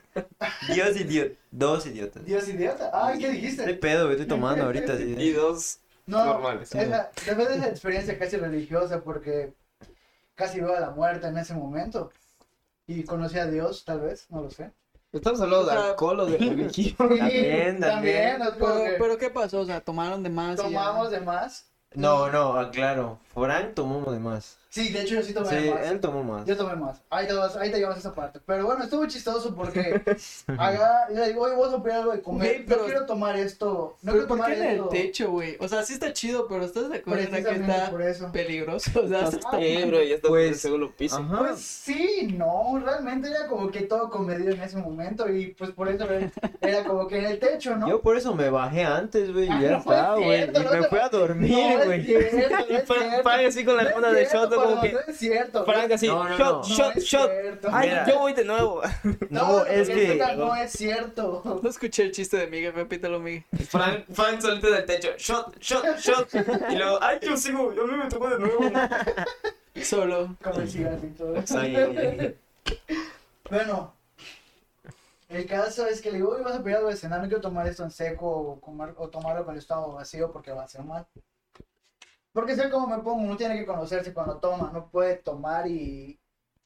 [SPEAKER 3] Dios idiota. Dos idiotas.
[SPEAKER 5] Dios idiota. Ay, ¿qué dijiste?
[SPEAKER 3] ¿Qué pedo, güey? Estoy tomando ahorita, sí.
[SPEAKER 2] Y dos,
[SPEAKER 5] No,
[SPEAKER 2] normales.
[SPEAKER 5] es la- después de esa experiencia casi religiosa, porque casi veo a la muerte en ese momento. Y conocí a Dios, tal vez, no lo sé.
[SPEAKER 2] Estamos hablando
[SPEAKER 4] O sea,
[SPEAKER 2] de alcohol o de religión.
[SPEAKER 5] Y
[SPEAKER 3] También, también.
[SPEAKER 5] es como
[SPEAKER 4] Pero,
[SPEAKER 5] que
[SPEAKER 4] pero ¿qué pasó? O sea, tomaron de más. y ya.
[SPEAKER 5] tomamos de más.
[SPEAKER 3] No, no, aclaro. Frank tomó de más.
[SPEAKER 5] Sí, de hecho yo sí tomé
[SPEAKER 3] Sí,
[SPEAKER 5] de más.
[SPEAKER 3] él tomó más.
[SPEAKER 5] Yo tomé más. Ahí te, vas, ahí te llevas esa parte. Pero bueno, estuvo chistoso porque acá yo le digo, oye, voy a comprar algo de comer.
[SPEAKER 4] Güey, pero-
[SPEAKER 5] No quiero tomar esto.
[SPEAKER 4] Pero
[SPEAKER 5] No quiero
[SPEAKER 4] ¿por
[SPEAKER 5] tomar
[SPEAKER 4] qué en el
[SPEAKER 5] esto.
[SPEAKER 4] techo, güey? O sea, sí está chido, pero ¿estás de acuerdo en que
[SPEAKER 5] Precisamente
[SPEAKER 4] está
[SPEAKER 5] por eso. Ah,
[SPEAKER 4] peligroso? O sea, sí está-
[SPEAKER 2] Eh, bro, ya está
[SPEAKER 3] Pues,
[SPEAKER 2] en el segundo piso.
[SPEAKER 3] Ajá.
[SPEAKER 5] Pues sí, no, realmente era como que todo comedido en ese momento y pues por eso era- era como que en el techo, ¿no?
[SPEAKER 3] Yo por eso me bajé antes, güey.
[SPEAKER 5] Ah,
[SPEAKER 3] ya
[SPEAKER 5] no fue
[SPEAKER 3] está, güey.
[SPEAKER 5] cierto,
[SPEAKER 3] Y
[SPEAKER 5] no
[SPEAKER 3] me
[SPEAKER 5] te-
[SPEAKER 3] fui a dormir,
[SPEAKER 5] no,
[SPEAKER 3] güey.
[SPEAKER 5] es cierto, no
[SPEAKER 2] Y Frank,
[SPEAKER 5] es cierto.
[SPEAKER 2] Frank así con la
[SPEAKER 5] No es
[SPEAKER 2] hermana de
[SPEAKER 5] cierto,
[SPEAKER 2] shot, como
[SPEAKER 5] Pablo,
[SPEAKER 2] que.
[SPEAKER 5] No es cierto.
[SPEAKER 2] Frank así,
[SPEAKER 3] No, no, no.
[SPEAKER 2] shot,
[SPEAKER 5] No
[SPEAKER 2] shot,
[SPEAKER 5] es
[SPEAKER 2] shot.
[SPEAKER 5] cierto.
[SPEAKER 2] Ay,
[SPEAKER 3] Mira.
[SPEAKER 2] yo voy de nuevo.
[SPEAKER 5] Todo
[SPEAKER 3] No,
[SPEAKER 5] lo que
[SPEAKER 3] es que.
[SPEAKER 5] cuentas No es cierto.
[SPEAKER 4] No escuché el chiste de Miguel, repítelo, Miguel.
[SPEAKER 2] Frank, Frank solito del techo, shot, shot, shot. Y luego, ay, yo sigo, yo a mí me tocó de nuevo.
[SPEAKER 4] Solo.
[SPEAKER 5] Como el cigarro y todo.
[SPEAKER 3] Sí.
[SPEAKER 5] Bueno, el caso es que le digo, oye, vas a pedir algo de cenar, no quiero tomar esto en seco o, comer- o tomarlo con el estómago vacío porque va a ser mal. Porque sé cómo me pongo, uno tiene que conocerse cuando toma, no puede tomar y,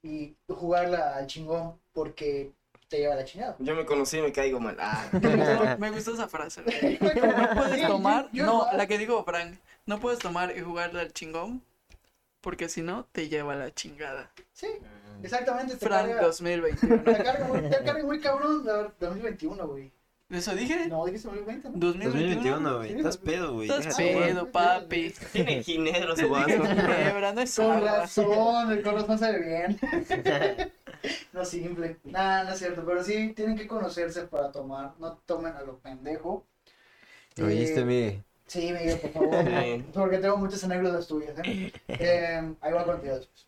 [SPEAKER 5] y jugarla al chingón porque te lleva a la chingada.
[SPEAKER 2] Yo me conocí y me caigo mal. Ah.
[SPEAKER 4] Me gustó, me gustó esa frase. güey. No puedes tomar. No, la que dijo Frank. No puedes tomar y jugarle al chingón. Porque si no, te lleva a la chingada.
[SPEAKER 5] Sí, exactamente. Te
[SPEAKER 4] Frank
[SPEAKER 5] carga,
[SPEAKER 4] 2021.
[SPEAKER 5] te carga muy, te carga muy cabrón la verdad, 2021, güey.
[SPEAKER 4] ¿Eso dije?
[SPEAKER 5] No, dijiste 2020, ¿no?
[SPEAKER 4] 2021.
[SPEAKER 3] 2021, güey. Estás pedo, güey.
[SPEAKER 4] Estás
[SPEAKER 3] Deja de tomar.
[SPEAKER 4] pedo, papi.
[SPEAKER 2] Tiene ginebra su
[SPEAKER 4] Dije
[SPEAKER 2] vaso.
[SPEAKER 4] ginebra, no es
[SPEAKER 5] Con
[SPEAKER 4] agua.
[SPEAKER 5] razón, el corazón se ve bien. no simple. Nada, no es cierto. Pero sí, tienen que conocerse para tomar. No tomen a lo pendejo.
[SPEAKER 3] ¿Oíste,
[SPEAKER 5] Eh,
[SPEAKER 3] Miguel?
[SPEAKER 5] Sí, Miguel, por favor.
[SPEAKER 2] Sí.
[SPEAKER 5] porque tengo muchas anécdotas tuyas. ¿eh? Eh, ahí va contigo después.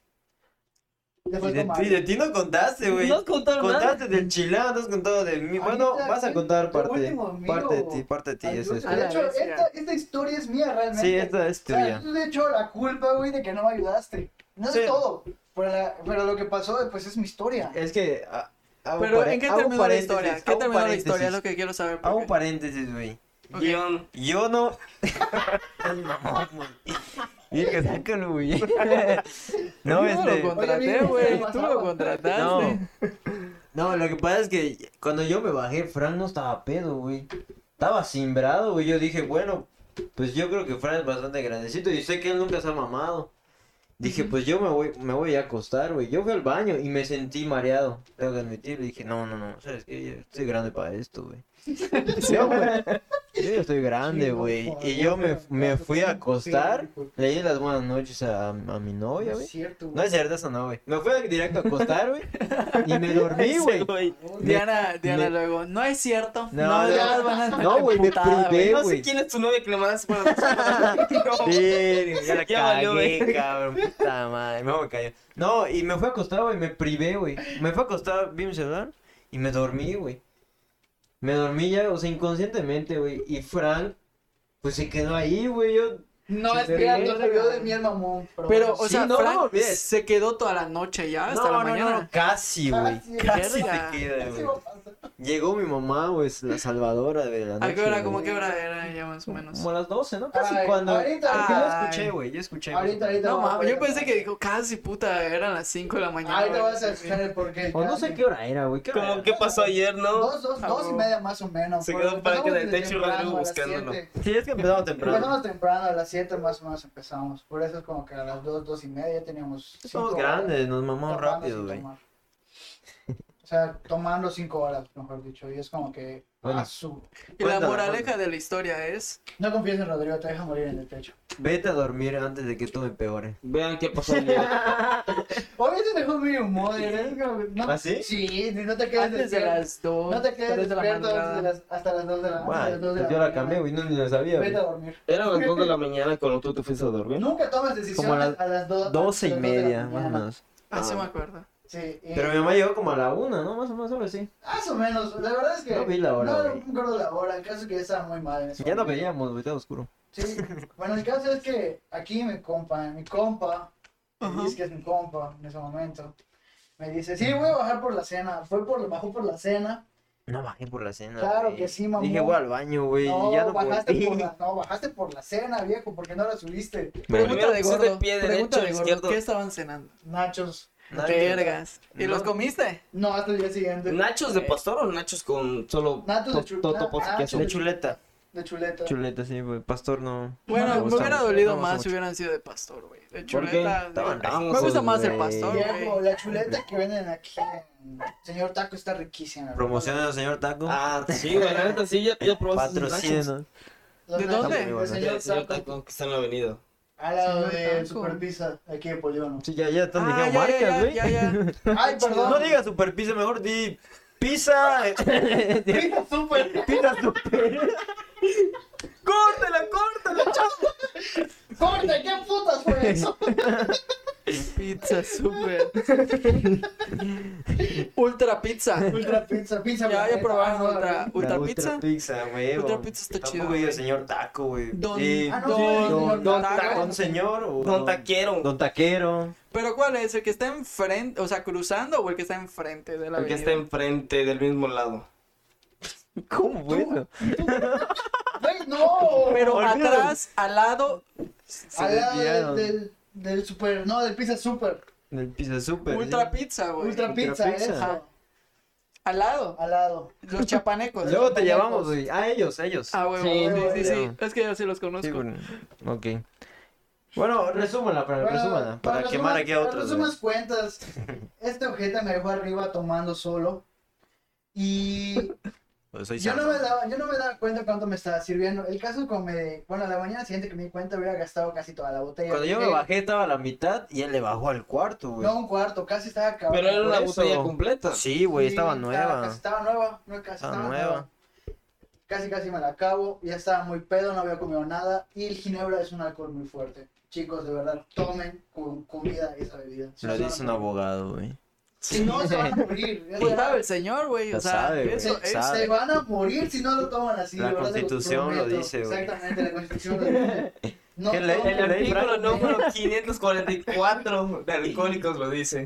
[SPEAKER 5] Te
[SPEAKER 3] Y
[SPEAKER 5] fue
[SPEAKER 3] de,
[SPEAKER 5] como
[SPEAKER 3] ti- de ti no contaste, güey.
[SPEAKER 6] No has contado nada.
[SPEAKER 3] Contaste del chilado, no has contado de mí. Bueno,
[SPEAKER 5] Ahorita,
[SPEAKER 3] vas a
[SPEAKER 5] ¿quién-
[SPEAKER 3] contar
[SPEAKER 5] tu
[SPEAKER 3] parte,
[SPEAKER 5] último amigo?
[SPEAKER 3] parte de ti, parte de ti.
[SPEAKER 5] Ay,
[SPEAKER 3] es
[SPEAKER 5] yo-
[SPEAKER 3] eso.
[SPEAKER 4] A
[SPEAKER 5] De
[SPEAKER 4] la
[SPEAKER 5] hecho,
[SPEAKER 4] vez, ya.
[SPEAKER 5] esta, esta historia es mía realmente.
[SPEAKER 3] Sí, esta es
[SPEAKER 5] O sea,
[SPEAKER 3] tuya.
[SPEAKER 5] tú, de hecho, la culpa, güey, de que no me ayudaste. No
[SPEAKER 3] Sí.
[SPEAKER 5] es todo. Pero, la- pero lo que pasó, pues, es mi historia.
[SPEAKER 3] Es que. ah, hago
[SPEAKER 4] Pero
[SPEAKER 3] pare-
[SPEAKER 4] ¿en qué
[SPEAKER 3] hago
[SPEAKER 4] terminó la
[SPEAKER 3] paréntesis,
[SPEAKER 4] historia? ¿Qué
[SPEAKER 3] hago
[SPEAKER 4] terminó la
[SPEAKER 3] paréntesis,
[SPEAKER 4] historia? Es lo que quiero saber.
[SPEAKER 3] Hago
[SPEAKER 4] porque-
[SPEAKER 3] un paréntesis, güey.
[SPEAKER 4] Ok.
[SPEAKER 2] Guión.
[SPEAKER 3] Yo no. El mamón, güey. Mira que sácalo, güey. No,
[SPEAKER 4] Yo lo
[SPEAKER 3] este.
[SPEAKER 5] Oye,
[SPEAKER 4] contraté,
[SPEAKER 5] bien,
[SPEAKER 4] güey.
[SPEAKER 5] bien,
[SPEAKER 4] Tú lo
[SPEAKER 5] pasado.
[SPEAKER 4] contrataste.
[SPEAKER 3] No. No, lo que pasa es que cuando yo me bajé, Fran no estaba pedo, güey. Estaba cimbrado, güey. Yo dije, bueno, pues yo creo que Fran es bastante grandecito y sé que él nunca se ha mamado. Dije, pues yo me voy, me voy a acostar, güey. Yo fui al baño y me sentí mareado. Tengo que admitirlo. Y dije, no, no, no. ¿Sabes qué? Yo estoy grande para esto, güey. Yo, güey, yo ya estoy grande,
[SPEAKER 5] Sí, no,
[SPEAKER 3] güey.
[SPEAKER 5] por
[SPEAKER 3] Y yo me,
[SPEAKER 5] favor,
[SPEAKER 3] me fui a
[SPEAKER 5] sí,
[SPEAKER 3] acostar.
[SPEAKER 5] disculpa.
[SPEAKER 3] Le di las buenas noches a, a mi novia,
[SPEAKER 5] No es
[SPEAKER 3] güey.
[SPEAKER 5] cierto,
[SPEAKER 3] No es cierto, eso no, güey. Me fui directo a acostar, güey. Y me dormí,
[SPEAKER 6] Ese
[SPEAKER 3] güey.
[SPEAKER 6] güey.
[SPEAKER 4] Diana, Diana
[SPEAKER 3] me-
[SPEAKER 4] luego. No es cierto.
[SPEAKER 3] No,
[SPEAKER 4] No,
[SPEAKER 3] no.
[SPEAKER 4] ya las van a
[SPEAKER 3] No, güey, me
[SPEAKER 4] emputada,
[SPEAKER 3] privé,
[SPEAKER 2] No
[SPEAKER 3] güey.
[SPEAKER 2] sé quién es tu novia que le mandaste para la
[SPEAKER 3] Sí, ya la
[SPEAKER 6] Ya valió,
[SPEAKER 3] cagué,
[SPEAKER 6] güey.
[SPEAKER 3] cabrón. Puta madre, mejor me cayó. No, y me fui acostado, güey, me privé, güey. Me fui acostado, vi mi celular y me dormí, güey. Me dormí ya, o sea, inconscientemente, güey. Y Frank, pues se quedó ahí, güey. Yo,
[SPEAKER 5] No,
[SPEAKER 3] Sí,
[SPEAKER 5] espera,
[SPEAKER 3] sí.
[SPEAKER 5] no se vio de mí el mamón. Pero,
[SPEAKER 4] Pero, o
[SPEAKER 3] Sí,
[SPEAKER 4] sea,
[SPEAKER 3] no,
[SPEAKER 4] Frank
[SPEAKER 3] no, olvides.
[SPEAKER 4] se quedó toda la noche ya, Ah, hasta
[SPEAKER 3] no,
[SPEAKER 4] la
[SPEAKER 3] no,
[SPEAKER 4] mañana.
[SPEAKER 3] no, casi, güey.
[SPEAKER 5] Casi,
[SPEAKER 4] Casi
[SPEAKER 3] Te
[SPEAKER 4] te
[SPEAKER 3] queda,
[SPEAKER 5] casi
[SPEAKER 3] güey.
[SPEAKER 5] va a pasar.
[SPEAKER 3] Llegó mi mamá, güey, la salvadora de la noche.
[SPEAKER 4] ¿A qué hora? ¿Cómo
[SPEAKER 3] güey.
[SPEAKER 4] qué hora era ya más o menos?
[SPEAKER 3] Como a las 12, ¿no? Casi
[SPEAKER 5] Ay,
[SPEAKER 3] cuando.
[SPEAKER 5] ahorita,
[SPEAKER 3] porque yo
[SPEAKER 4] ay.
[SPEAKER 3] escuché, güey, yo escuché. güey.
[SPEAKER 5] Ahorita, ahorita.
[SPEAKER 4] No,
[SPEAKER 5] vamos a
[SPEAKER 4] mames,
[SPEAKER 5] ver.
[SPEAKER 4] yo pensé que dijo casi puta, eran las 5 de la mañana.
[SPEAKER 5] Ahorita
[SPEAKER 4] güey.
[SPEAKER 5] vas a escuchar el porqué.
[SPEAKER 3] O no sé qué hora era, güey. ¿qué hora
[SPEAKER 2] Como
[SPEAKER 3] era?
[SPEAKER 2] qué pasó ayer, ¿no?
[SPEAKER 5] Dos, dos,
[SPEAKER 4] Ah,
[SPEAKER 5] dos y
[SPEAKER 4] no.
[SPEAKER 5] media más o menos.
[SPEAKER 2] Se
[SPEAKER 5] por-
[SPEAKER 2] quedó Frank en el
[SPEAKER 5] empezamos
[SPEAKER 2] techo y Rodrigo
[SPEAKER 5] temprano, a las
[SPEAKER 2] buscándolo.
[SPEAKER 5] siete.
[SPEAKER 3] Sí, es que empezamos temprano.
[SPEAKER 5] Empezamos temprano, a las 7 más o menos empezamos. Por eso es como que a las 2, 2 y media ya teníamos.
[SPEAKER 3] Somos
[SPEAKER 5] cinco horas
[SPEAKER 3] grandes, nos mamamos
[SPEAKER 5] tomando
[SPEAKER 3] rápido,
[SPEAKER 5] sin
[SPEAKER 3] güey.
[SPEAKER 5] tomar. O sea, tomando 5 horas, mejor dicho. Y es como que.
[SPEAKER 3] Bueno.
[SPEAKER 5] a su-
[SPEAKER 4] Y la
[SPEAKER 3] Cuéntala,
[SPEAKER 4] moraleja
[SPEAKER 3] cuéntala.
[SPEAKER 4] de la historia es.
[SPEAKER 5] No confíes en Rodrigo, te deja morir en el techo.
[SPEAKER 3] Vete a dormir antes de que todo empeore.
[SPEAKER 2] Vean qué pasó ayer.
[SPEAKER 5] Obviamente te dejó muy humor. ¿eh? Es como que no-
[SPEAKER 3] ¿Ah, sí?
[SPEAKER 5] Sí, no te quedes
[SPEAKER 4] Antes de
[SPEAKER 5] despierto.
[SPEAKER 4] las 2.
[SPEAKER 5] No te quedes
[SPEAKER 4] de la
[SPEAKER 5] despierto antes de
[SPEAKER 4] madrugada.
[SPEAKER 5] las- hasta las 2 de la antes de
[SPEAKER 3] Guay,
[SPEAKER 5] las dos de
[SPEAKER 3] pues yo la
[SPEAKER 5] mañana.
[SPEAKER 3] cambié, güey, no ni la sabía,
[SPEAKER 5] Vete a
[SPEAKER 3] güey.
[SPEAKER 5] dormir.
[SPEAKER 2] Era las 2 de la mañana cuando tú te fuiste a dormir.
[SPEAKER 5] Nunca tomas decisiones
[SPEAKER 3] Pues, Como a las
[SPEAKER 5] a las 2.
[SPEAKER 3] Doce y media, más o menos.
[SPEAKER 4] Ah, sí me acuerdo.
[SPEAKER 5] Sí, y-
[SPEAKER 3] Pero mi mamá llegó como a la una, ¿no? Más o menos, algo así.
[SPEAKER 5] Más o menos, la verdad es que.
[SPEAKER 3] No vi la hora,
[SPEAKER 5] No,
[SPEAKER 3] güey.
[SPEAKER 5] no me acuerdo la hora, el caso es que ya estaba muy mal en eso.
[SPEAKER 3] Ya no veíamos, güey, estaba oscuro.
[SPEAKER 5] Sí, bueno, el caso es que aquí mi compa, mi compa, que
[SPEAKER 4] Ajá.
[SPEAKER 5] dice que es mi compa en ese momento, me dice: Sí, voy a bajar por la cena. Fue por, bajó por la cena.
[SPEAKER 3] No bajé por la cena.
[SPEAKER 5] Claro
[SPEAKER 3] güey.
[SPEAKER 5] que sí, mamón.
[SPEAKER 3] Dije, voy al baño, güey,
[SPEAKER 5] No,
[SPEAKER 3] y ya no
[SPEAKER 5] bajaste por
[SPEAKER 3] volví.
[SPEAKER 5] la, no, bajaste por la cena, viejo, porque no la subiste.
[SPEAKER 4] Pregunta de
[SPEAKER 2] Primero pusiste
[SPEAKER 4] gordo.
[SPEAKER 2] pie derecho,
[SPEAKER 4] Pregunta de
[SPEAKER 2] izquierdo.
[SPEAKER 4] gordo. ¿Qué estaban cenando?
[SPEAKER 5] Nachos.
[SPEAKER 4] Vergas. ¿Y
[SPEAKER 3] No.
[SPEAKER 4] los comiste?
[SPEAKER 5] No, hasta el día siguiente.
[SPEAKER 2] ¿Nachos de pastor o nachos con solo
[SPEAKER 5] Nachos de
[SPEAKER 2] to-
[SPEAKER 5] chul-
[SPEAKER 2] totopos
[SPEAKER 5] na-
[SPEAKER 2] y queso?
[SPEAKER 3] De chuleta.
[SPEAKER 5] De Ah, chuleta.
[SPEAKER 3] Chuleta, sí, güey. Pastor no.
[SPEAKER 4] Bueno,
[SPEAKER 3] no
[SPEAKER 4] me,
[SPEAKER 3] gusta
[SPEAKER 4] hubiera
[SPEAKER 3] mucho,
[SPEAKER 4] dolido
[SPEAKER 3] no me gusta
[SPEAKER 4] más si
[SPEAKER 3] mucho.
[SPEAKER 4] hubieran sido de pastor, güey. De
[SPEAKER 2] ¿Por qué?
[SPEAKER 4] chuleta.
[SPEAKER 3] Estaban
[SPEAKER 4] digo,
[SPEAKER 3] ricos,
[SPEAKER 4] me gusta más el
[SPEAKER 3] güey.
[SPEAKER 4] pastor,
[SPEAKER 5] Viejo,
[SPEAKER 4] güey.
[SPEAKER 5] la chuleta que venden aquí en Señor Taco está riquísima.
[SPEAKER 3] Promociones al señor Taco.
[SPEAKER 2] Ah, sí, güey, la neta sí, ya, ya probaste esos nachos.
[SPEAKER 3] Patrocina.
[SPEAKER 5] Los
[SPEAKER 4] ¿De
[SPEAKER 5] nachos
[SPEAKER 4] dónde?
[SPEAKER 5] del
[SPEAKER 3] Está muy
[SPEAKER 2] Ya,
[SPEAKER 5] Señor
[SPEAKER 2] señor
[SPEAKER 5] Taco.
[SPEAKER 2] Taco, que está en la avenida.
[SPEAKER 5] Al lado
[SPEAKER 4] Señor Taco.
[SPEAKER 5] de Superpizza, aquí de Polígono.
[SPEAKER 3] Sí, ya, ya están
[SPEAKER 4] Ah,
[SPEAKER 3] diciendo
[SPEAKER 4] ya, ya,
[SPEAKER 3] marcas,
[SPEAKER 4] ya,
[SPEAKER 3] güey.
[SPEAKER 4] ya, ya.
[SPEAKER 5] Ay, perdón.
[SPEAKER 3] No digas super pizza, mejor di pizza. eh,
[SPEAKER 5] Pizza Super.
[SPEAKER 3] pizza super.
[SPEAKER 2] ¡Córtela, córtela, chavo!
[SPEAKER 5] Corte, ¿qué putas fue eso?
[SPEAKER 4] Pizza super. ultra pizza.
[SPEAKER 5] Ultra pizza, pizza.
[SPEAKER 4] Ya, ya
[SPEAKER 5] blanqueta.
[SPEAKER 4] probaron
[SPEAKER 5] Ah, no,
[SPEAKER 4] ultra,
[SPEAKER 5] no,
[SPEAKER 4] ultra
[SPEAKER 3] La
[SPEAKER 4] pizza.
[SPEAKER 3] Ultra pizza, güey.
[SPEAKER 4] Ultra pizza está
[SPEAKER 3] Tampoco
[SPEAKER 4] chido,
[SPEAKER 3] diga
[SPEAKER 4] güey.
[SPEAKER 3] señor taco, güey.
[SPEAKER 4] Don-
[SPEAKER 3] Sí.
[SPEAKER 5] Ah, no,
[SPEAKER 3] don,
[SPEAKER 5] sí,
[SPEAKER 4] don-
[SPEAKER 5] don
[SPEAKER 4] taco.
[SPEAKER 5] taco.
[SPEAKER 3] don señor o
[SPEAKER 2] Don taquero.
[SPEAKER 3] Don taquero.
[SPEAKER 4] Pero ¿cuál es? ¿El que está enfrente, o sea, cruzando o el que está enfrente de la
[SPEAKER 2] El que
[SPEAKER 4] avenida?
[SPEAKER 2] está enfrente del mismo lado.
[SPEAKER 3] ¿Cómo bueno?
[SPEAKER 5] Güey, no.
[SPEAKER 4] Pero
[SPEAKER 3] Olvídalo.
[SPEAKER 4] atrás, al lado,
[SPEAKER 3] Se
[SPEAKER 5] Al lado
[SPEAKER 3] desviaron
[SPEAKER 5] del, del, del Super. No, del Pizza Super.
[SPEAKER 3] del pizza super.
[SPEAKER 4] ultra
[SPEAKER 3] sí.
[SPEAKER 4] pizza, güey.
[SPEAKER 5] Ultra
[SPEAKER 3] Ultra
[SPEAKER 5] pizza,
[SPEAKER 3] pizza.
[SPEAKER 5] eso.
[SPEAKER 4] Al lado,
[SPEAKER 5] Al lado.
[SPEAKER 4] los chapanecos.
[SPEAKER 3] Luego te llamamos, güey. A ellos, a ellos.
[SPEAKER 4] Ah, güey,
[SPEAKER 5] Sí,
[SPEAKER 4] sí, sí,
[SPEAKER 5] güey.
[SPEAKER 4] sí, Es que yo sí los conozco.
[SPEAKER 3] Sí, bueno. Ok. Bueno, resúmala, para,
[SPEAKER 5] Bueno,
[SPEAKER 3] resúmala. Para,
[SPEAKER 5] resumas-
[SPEAKER 3] quemar aquí a
[SPEAKER 5] para
[SPEAKER 3] otros. güey.
[SPEAKER 5] resumas cuentas, este objeto me dejó arriba tomando solo. Y
[SPEAKER 3] Pues soy
[SPEAKER 5] yo
[SPEAKER 3] sano.
[SPEAKER 5] no, me daba, yo no me daba cuenta cuánto me estaba sirviendo. El caso es como me... Bueno, a la mañana siguiente que me di cuenta hubiera gastado casi toda la botella.
[SPEAKER 3] Cuando yo me
[SPEAKER 5] Eh,
[SPEAKER 3] bajé estaba a la mitad y él le bajó al cuarto, güey.
[SPEAKER 5] No, un cuarto, casi estaba acabado.
[SPEAKER 2] Pero era
[SPEAKER 3] por
[SPEAKER 2] una
[SPEAKER 3] eso.
[SPEAKER 2] botella completa.
[SPEAKER 3] Sí, güey, estaba
[SPEAKER 5] Casi
[SPEAKER 3] nueva.
[SPEAKER 5] estaba nueva, no, casi
[SPEAKER 3] Estaba
[SPEAKER 5] estaba nueva.
[SPEAKER 3] nueva.
[SPEAKER 5] Casi, casi me la acabo. Ya estaba muy pedo, no había comido nada. Y el ginebra es un alcohol muy fuerte. chicos, de verdad, tomen con, con vida esa bebida. Si
[SPEAKER 3] Lo
[SPEAKER 5] no, se
[SPEAKER 3] dice un
[SPEAKER 5] van a-
[SPEAKER 3] abogado, güey.
[SPEAKER 5] Si no, se van a morir. ya
[SPEAKER 4] Pues
[SPEAKER 5] está.
[SPEAKER 4] sabe el señor, güey. O
[SPEAKER 3] Ya
[SPEAKER 4] sea,
[SPEAKER 3] sabe, güey,
[SPEAKER 4] eso es.
[SPEAKER 3] sabe.
[SPEAKER 5] Se van a morir si no lo toman así.
[SPEAKER 3] La
[SPEAKER 5] de verdad, se los
[SPEAKER 3] Constitución lo
[SPEAKER 5] prometo.
[SPEAKER 3] dice, güey.
[SPEAKER 5] Exactamente, la constitución lo dice. No,
[SPEAKER 3] ¿Qué ley?
[SPEAKER 5] tomen-
[SPEAKER 2] El artículo
[SPEAKER 3] Frank.
[SPEAKER 2] número 544 de alcohólicos lo dice.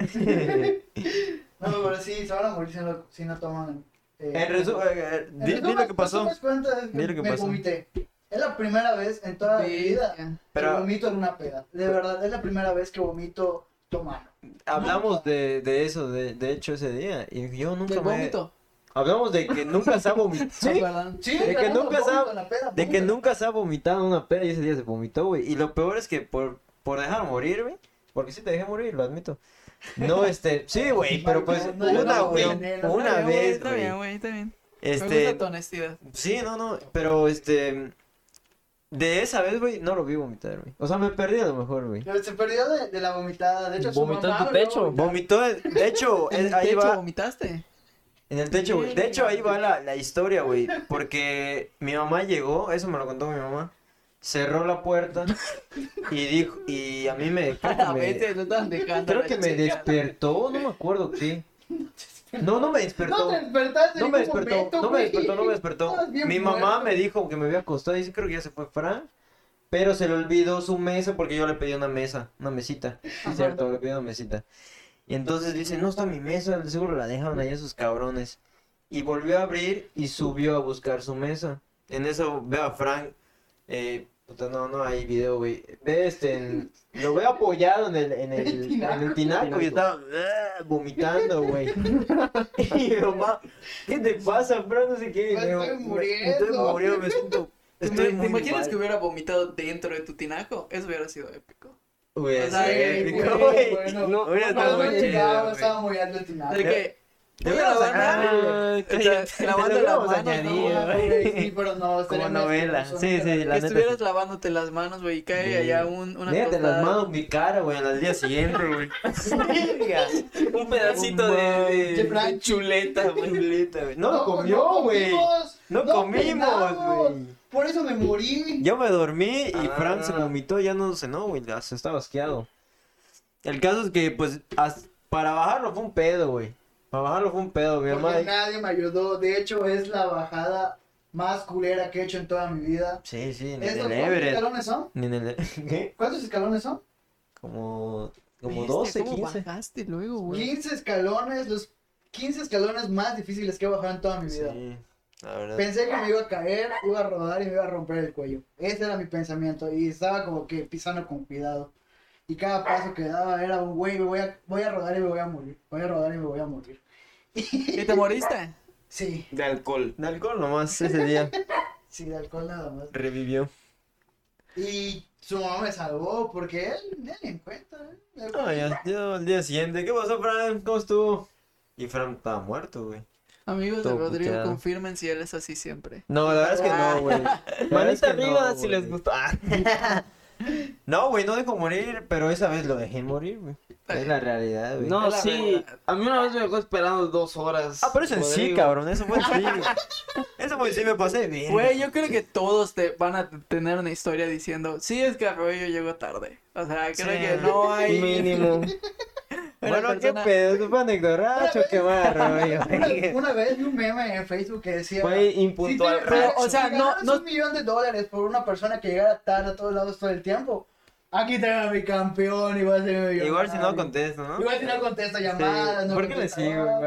[SPEAKER 5] no, pero sí, se van a morir si no, si no toman. eh,
[SPEAKER 3] En resumen, eh,
[SPEAKER 5] en
[SPEAKER 3] di, di
[SPEAKER 5] resumen,
[SPEAKER 3] lo que pasó.
[SPEAKER 5] resumen cuenta es que
[SPEAKER 3] Di lo que
[SPEAKER 5] me
[SPEAKER 3] pasó.
[SPEAKER 5] vomité. Es la primera vez en toda mi vida que
[SPEAKER 3] Pero-
[SPEAKER 5] vomito en una peda. De verdad, es la primera vez que vomito tomando.
[SPEAKER 3] Hablamos de, de eso, de, de hecho, ese día. Y yo nunca
[SPEAKER 4] Del
[SPEAKER 3] me...
[SPEAKER 4] vómito.
[SPEAKER 3] Hablamos de que nunca se ha
[SPEAKER 4] ¿Se
[SPEAKER 3] vomitado.
[SPEAKER 4] acuerdan?
[SPEAKER 5] Sí,
[SPEAKER 3] De
[SPEAKER 5] la
[SPEAKER 3] que
[SPEAKER 5] neta,
[SPEAKER 3] nunca
[SPEAKER 5] vomito
[SPEAKER 3] sabe-
[SPEAKER 5] en la peda,
[SPEAKER 3] De que
[SPEAKER 5] vomito.
[SPEAKER 3] nunca se ha vomitado en una peda y ese día se vomitó, güey. Y lo peor es que por, por dejar morir, güey. Porque sí te dejé morir, lo admito. No, este... Sí, güey, pero pues
[SPEAKER 5] No, no,
[SPEAKER 3] una,
[SPEAKER 5] no,
[SPEAKER 3] güey.
[SPEAKER 5] güey, no,
[SPEAKER 3] Una
[SPEAKER 4] Está bien, güey,
[SPEAKER 3] vez,
[SPEAKER 4] Está bien,
[SPEAKER 3] güey.
[SPEAKER 4] güey, está bien. Me
[SPEAKER 3] Este...
[SPEAKER 4] gusta tu honestidad.
[SPEAKER 3] Sí, no, no, pero este... De esa vez, güey, no lo vi vomitar, güey. O sea, me perdí a lo mejor, güey.
[SPEAKER 5] Se perdió de, de la vomitada. De hecho, su
[SPEAKER 6] Vomitó en
[SPEAKER 5] mamá
[SPEAKER 6] tu
[SPEAKER 5] me
[SPEAKER 6] techo.
[SPEAKER 5] vomitó.
[SPEAKER 3] Vomitó, eh, de hecho,
[SPEAKER 4] En
[SPEAKER 3] es-
[SPEAKER 4] el
[SPEAKER 3] ahí
[SPEAKER 4] techo
[SPEAKER 3] va,
[SPEAKER 4] vomitaste.
[SPEAKER 3] en el techo, güey. De hecho, ahí va la, la historia, güey. Porque mi mamá llegó, eso me lo contó mi mamá, cerró la puerta y dijo, y a mí me... Creo que
[SPEAKER 4] A
[SPEAKER 3] me,
[SPEAKER 4] veces no estás dejando.
[SPEAKER 3] creo
[SPEAKER 4] la
[SPEAKER 3] que me
[SPEAKER 4] chingada.
[SPEAKER 3] despertó, no me acuerdo qué. No, no me
[SPEAKER 5] No
[SPEAKER 3] despertó.
[SPEAKER 5] te despertaste.
[SPEAKER 3] No
[SPEAKER 5] en
[SPEAKER 3] me
[SPEAKER 5] ningún
[SPEAKER 3] despertó,
[SPEAKER 5] momento,
[SPEAKER 3] no me
[SPEAKER 5] güey.
[SPEAKER 3] despertó, no me despertó.
[SPEAKER 5] Estabas bien
[SPEAKER 3] Mi mamá
[SPEAKER 5] muerto.
[SPEAKER 3] me dijo que me había acostado y dice, creo que ya se fue Fran. Pero se le olvidó su mesa porque yo le pedí una mesa, una mesita. Sí,
[SPEAKER 4] Ajá.
[SPEAKER 3] cierto, le pedí una mesita. Y entonces dice, no está mi mesa, seguro la dejaron allá esos cabrones. Y volvió a abrir y subió a buscar su mesa. En eso veo a Frank, eh, puta, no, no hay video, güey. Ve este, en- lo veo apoyado en el, en el,
[SPEAKER 5] El
[SPEAKER 3] en
[SPEAKER 5] tinaco.
[SPEAKER 3] el tinaco y estaba ah, vomitando, güey. Y mi mamá, ¿qué te pasa, Fran? No sé qué.
[SPEAKER 5] Me
[SPEAKER 3] Digo,
[SPEAKER 5] estoy
[SPEAKER 3] me-
[SPEAKER 5] muriendo.
[SPEAKER 3] Me estoy muriendo, me siento.
[SPEAKER 4] ¿Te
[SPEAKER 3] Estoy
[SPEAKER 4] ima-
[SPEAKER 3] muy
[SPEAKER 4] ¿Te imaginas
[SPEAKER 3] mal.
[SPEAKER 4] que hubiera vomitado dentro de tu tinaco? Eso hubiera sido épico.
[SPEAKER 3] Güey,
[SPEAKER 4] o sea,
[SPEAKER 3] sí,
[SPEAKER 4] güey,
[SPEAKER 3] épico,
[SPEAKER 5] güey,
[SPEAKER 3] güey.
[SPEAKER 5] bueno.
[SPEAKER 3] No, hubiera
[SPEAKER 5] No,
[SPEAKER 3] estado
[SPEAKER 5] no,
[SPEAKER 3] muy
[SPEAKER 5] no,
[SPEAKER 3] chido,
[SPEAKER 5] llegaba,
[SPEAKER 3] güey.
[SPEAKER 5] estaba muy alto el
[SPEAKER 3] Ah,
[SPEAKER 5] tinaco.
[SPEAKER 4] De que.
[SPEAKER 3] Te
[SPEAKER 4] voy a
[SPEAKER 3] hubieras
[SPEAKER 4] lavar
[SPEAKER 3] agarrado,
[SPEAKER 4] O sea,
[SPEAKER 3] cállate.
[SPEAKER 4] lavando
[SPEAKER 3] Te lo
[SPEAKER 4] las
[SPEAKER 3] hubiéramos
[SPEAKER 4] manos, ¿no?
[SPEAKER 3] añadido, güey.
[SPEAKER 5] Sí, pero no, este, estaría más
[SPEAKER 3] novela,
[SPEAKER 5] asqueroso,
[SPEAKER 3] sí,
[SPEAKER 5] neta,
[SPEAKER 3] sí,
[SPEAKER 5] güey.
[SPEAKER 3] eh, la-
[SPEAKER 4] Que
[SPEAKER 3] neta
[SPEAKER 4] estuvieras lavándote las manos, güey, y cae allá un, una
[SPEAKER 3] Mírate
[SPEAKER 4] tostada.
[SPEAKER 3] las manos, mi cara, güey, al día siguiente, güey.
[SPEAKER 2] Un pedacito de, de-
[SPEAKER 5] Qué frank.
[SPEAKER 2] de chuleta, güey.
[SPEAKER 3] Chuleta, güey. No lo comió,
[SPEAKER 5] no
[SPEAKER 3] güey.
[SPEAKER 5] comimos,
[SPEAKER 3] No comimos,
[SPEAKER 5] cenamos.
[SPEAKER 3] güey.
[SPEAKER 5] Por eso me morí.
[SPEAKER 3] Yo me dormí y
[SPEAKER 2] Ah.
[SPEAKER 3] Fran se vomitó, ya no cenó, güey, ya se estaba asqueado. El caso es que, pues, as- para bajarlo fue un pedo, güey. Para bajarlo fue un pedo, mi mamá.
[SPEAKER 5] Porque nadie me ayudó. De hecho, es la bajada más culera que he hecho en toda mi vida.
[SPEAKER 3] Sí, sí, ni en
[SPEAKER 5] ¿Es
[SPEAKER 3] el
[SPEAKER 5] los- ¿Cuántos
[SPEAKER 3] Everett.
[SPEAKER 5] escalones son?
[SPEAKER 3] Ni en el... e-, ¿Qué?
[SPEAKER 5] ¿Cuántos escalones son?
[SPEAKER 3] Como, como 12,
[SPEAKER 4] Bestia, ¿cómo
[SPEAKER 3] 15.
[SPEAKER 4] bajaste luego, güey?
[SPEAKER 5] 15 escalones, los 15 escalones más difíciles que he bajado en toda mi vida.
[SPEAKER 3] Sí, la verdad.
[SPEAKER 5] Pensé que me iba a caer, iba a rodar y me iba a romper el cuello. Ese era mi pensamiento y estaba como que pisando con cuidado. Y cada paso que daba era un güey, me voy a, voy a rodar y me voy a morir. Voy a rodar y me voy a morir.
[SPEAKER 4] ¿Y te moriste?
[SPEAKER 5] Sí,
[SPEAKER 2] De alcohol.
[SPEAKER 3] De alcohol nomás ese día
[SPEAKER 5] sí, de alcohol nada más.
[SPEAKER 3] revivió.
[SPEAKER 5] Y su mamá me salvó porque él, él ni en cuenta. ¿eh? Él-
[SPEAKER 3] No, ya, ya al día siguiente. ¿Qué pasó, Fran? ¿Cómo estuvo? Y Fran estaba muerto, güey.
[SPEAKER 4] Amigos de
[SPEAKER 3] Todo
[SPEAKER 4] Rodrigo,
[SPEAKER 3] puteado.
[SPEAKER 4] confirmen si él es así siempre.
[SPEAKER 3] No, la verdad es que no, güey. La verdad es
[SPEAKER 6] Manita
[SPEAKER 3] que no,
[SPEAKER 6] arriba si
[SPEAKER 3] güey.
[SPEAKER 6] les gustó. Ah,
[SPEAKER 3] No, güey, no dejó morir, pero esa vez lo dejé morir, güey. Es la realidad, güey.
[SPEAKER 6] No,
[SPEAKER 4] Es la
[SPEAKER 6] sí.
[SPEAKER 4] verdad.
[SPEAKER 6] A mí una vez me dejó esperando dos horas.
[SPEAKER 3] Ah, pero eso en sí,
[SPEAKER 6] Rodrigo.
[SPEAKER 3] cabrón. Eso fue en sí, güey. Eso fue en sí, me pasé bien.
[SPEAKER 4] Güey, yo creo que todos te van a tener una historia diciendo, sí, es que Arroyo llegó tarde. O sea, creo
[SPEAKER 3] Sí.
[SPEAKER 4] que no hay...
[SPEAKER 6] Mínimo.
[SPEAKER 4] una
[SPEAKER 3] Bueno,
[SPEAKER 4] persona-
[SPEAKER 3] qué pedo, eso fue anecdoracho, qué barro,
[SPEAKER 5] Una,
[SPEAKER 3] güey.
[SPEAKER 5] ¿eh? una vez vi un meme en Facebook que decía...
[SPEAKER 6] Fue
[SPEAKER 5] Si te,
[SPEAKER 6] impuntual.
[SPEAKER 4] Pero,
[SPEAKER 5] o sea, no,
[SPEAKER 4] no-
[SPEAKER 5] un millón de dólares por una persona que llegara tarde a todos lados todo el tiempo. Aquí traigo a mi campeón, igual si no
[SPEAKER 3] Igual si no contesto, ¿no?
[SPEAKER 5] Igual si no contesta
[SPEAKER 3] Sí.
[SPEAKER 5] llamadas, no
[SPEAKER 3] ¿Por qué le
[SPEAKER 5] contesta-
[SPEAKER 3] sigo,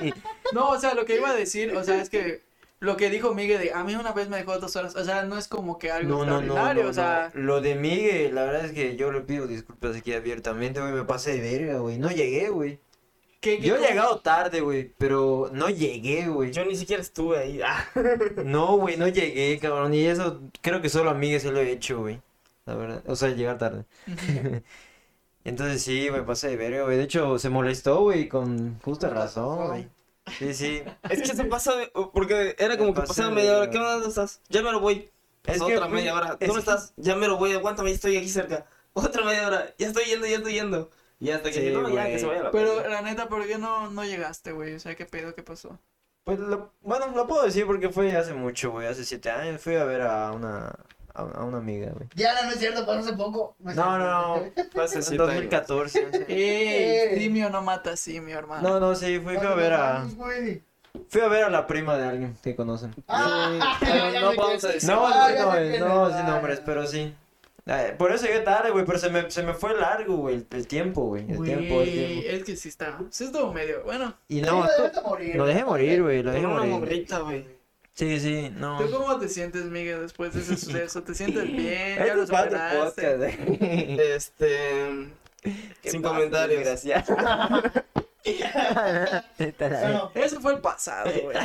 [SPEAKER 3] güey?
[SPEAKER 4] No, o sea, lo que iba a decir, o sea, es que lo que dijo Miguel de, a mí una vez me dejó dos horas, o sea, no es como que algo
[SPEAKER 3] No, no, no,
[SPEAKER 4] extraordinario,
[SPEAKER 3] no,
[SPEAKER 4] o sea...
[SPEAKER 3] no. Lo de Miguel, la verdad es que yo le pido disculpas aquí abiertamente, güey. Me pasé de verga, güey. No llegué, güey.
[SPEAKER 4] ¿qué- qué
[SPEAKER 3] Yo he
[SPEAKER 4] cosa?
[SPEAKER 3] llegado tarde, güey, pero no llegué, güey.
[SPEAKER 2] Yo ni siquiera estuve ahí. Ah.
[SPEAKER 3] No, güey, no llegué, cabrón. Y eso creo que solo a Miguel se lo he hecho, güey. La verdad. O sea, llegar tarde. Entonces sí, me pasé de verga, güey. De hecho, se molestó, güey, con justa razón, güey. Sí, sí.
[SPEAKER 2] Es que se pasa de- porque era como que
[SPEAKER 3] Pasa
[SPEAKER 2] pasaba
[SPEAKER 3] de-
[SPEAKER 2] media hora. ¿Qué onda? ¿Dónde estás? Ya me lo voy.
[SPEAKER 3] Es
[SPEAKER 2] Es
[SPEAKER 3] que,
[SPEAKER 2] otra
[SPEAKER 3] güey,
[SPEAKER 2] media hora.
[SPEAKER 3] es
[SPEAKER 2] ¿Dónde
[SPEAKER 3] que-
[SPEAKER 2] estás? Ya me lo voy. Aguántame, ya estoy aquí cerca. Otra media hora. Ya estoy yendo, ya estoy yendo. Y hasta que
[SPEAKER 3] Sí,
[SPEAKER 2] dije, no, ya
[SPEAKER 3] güey.
[SPEAKER 2] que se vaya la
[SPEAKER 4] Pero
[SPEAKER 2] verga.
[SPEAKER 4] la neta, ¿por qué no, no llegaste, güey? O sea, ¿qué pedo? ¿Qué pasó?
[SPEAKER 3] Pues lo, bueno, lo puedo decir porque fue hace mucho, güey, hace siete años. Fui a ver a una, a, a una amiga, güey.
[SPEAKER 5] Diana, no es cierto, pasó hace poco. es
[SPEAKER 3] No,
[SPEAKER 5] cierto.
[SPEAKER 3] no, no.
[SPEAKER 2] Fue hace siete años.
[SPEAKER 3] 2014.
[SPEAKER 4] Ey, Eh, simio no mata simio, hermano.
[SPEAKER 3] Eh. No, no, sí, fui, fui a ver a.
[SPEAKER 5] Güey.
[SPEAKER 3] Fui a ver a la prima de alguien que conocen.
[SPEAKER 5] Ah,
[SPEAKER 2] Sí,
[SPEAKER 5] ya, ya
[SPEAKER 2] no
[SPEAKER 5] me
[SPEAKER 2] vamos
[SPEAKER 5] quedé.
[SPEAKER 2] a decir.
[SPEAKER 3] No,
[SPEAKER 5] Ah,
[SPEAKER 3] sí,
[SPEAKER 5] ya
[SPEAKER 3] no,
[SPEAKER 5] sé
[SPEAKER 3] eh,
[SPEAKER 5] quién
[SPEAKER 3] no,
[SPEAKER 5] es,
[SPEAKER 3] sin
[SPEAKER 5] ah,
[SPEAKER 3] nombres,
[SPEAKER 5] ya.
[SPEAKER 3] pero sí. Eh, Por eso llegué tarde, güey, pero se me, se me fue largo, güey, el, el tiempo, güey. El
[SPEAKER 4] Güey,
[SPEAKER 3] tiempo, el tiempo.
[SPEAKER 4] es que sí está. Sí estuvo medio. Bueno,
[SPEAKER 3] Y
[SPEAKER 5] Sí, lo
[SPEAKER 3] no,
[SPEAKER 5] dejaste morir.
[SPEAKER 3] lo dejé morir, güey, lo
[SPEAKER 2] Con
[SPEAKER 3] dejé
[SPEAKER 2] una
[SPEAKER 3] morir.
[SPEAKER 2] morrita, güey.
[SPEAKER 3] Sí, sí, no.
[SPEAKER 4] ¿tú cómo te sientes, Miguel, después de ese suceso? ¿Te sientes bien? ¿Ya
[SPEAKER 3] Este
[SPEAKER 4] lo
[SPEAKER 3] es parte del
[SPEAKER 4] superaste?
[SPEAKER 3] podcast, eh.
[SPEAKER 2] Este.
[SPEAKER 3] Qué
[SPEAKER 2] Sin
[SPEAKER 3] fácil,
[SPEAKER 2] comentarios.
[SPEAKER 3] Gracias. Neta, la-
[SPEAKER 5] Bueno,
[SPEAKER 4] Eso fue el pasado, güey.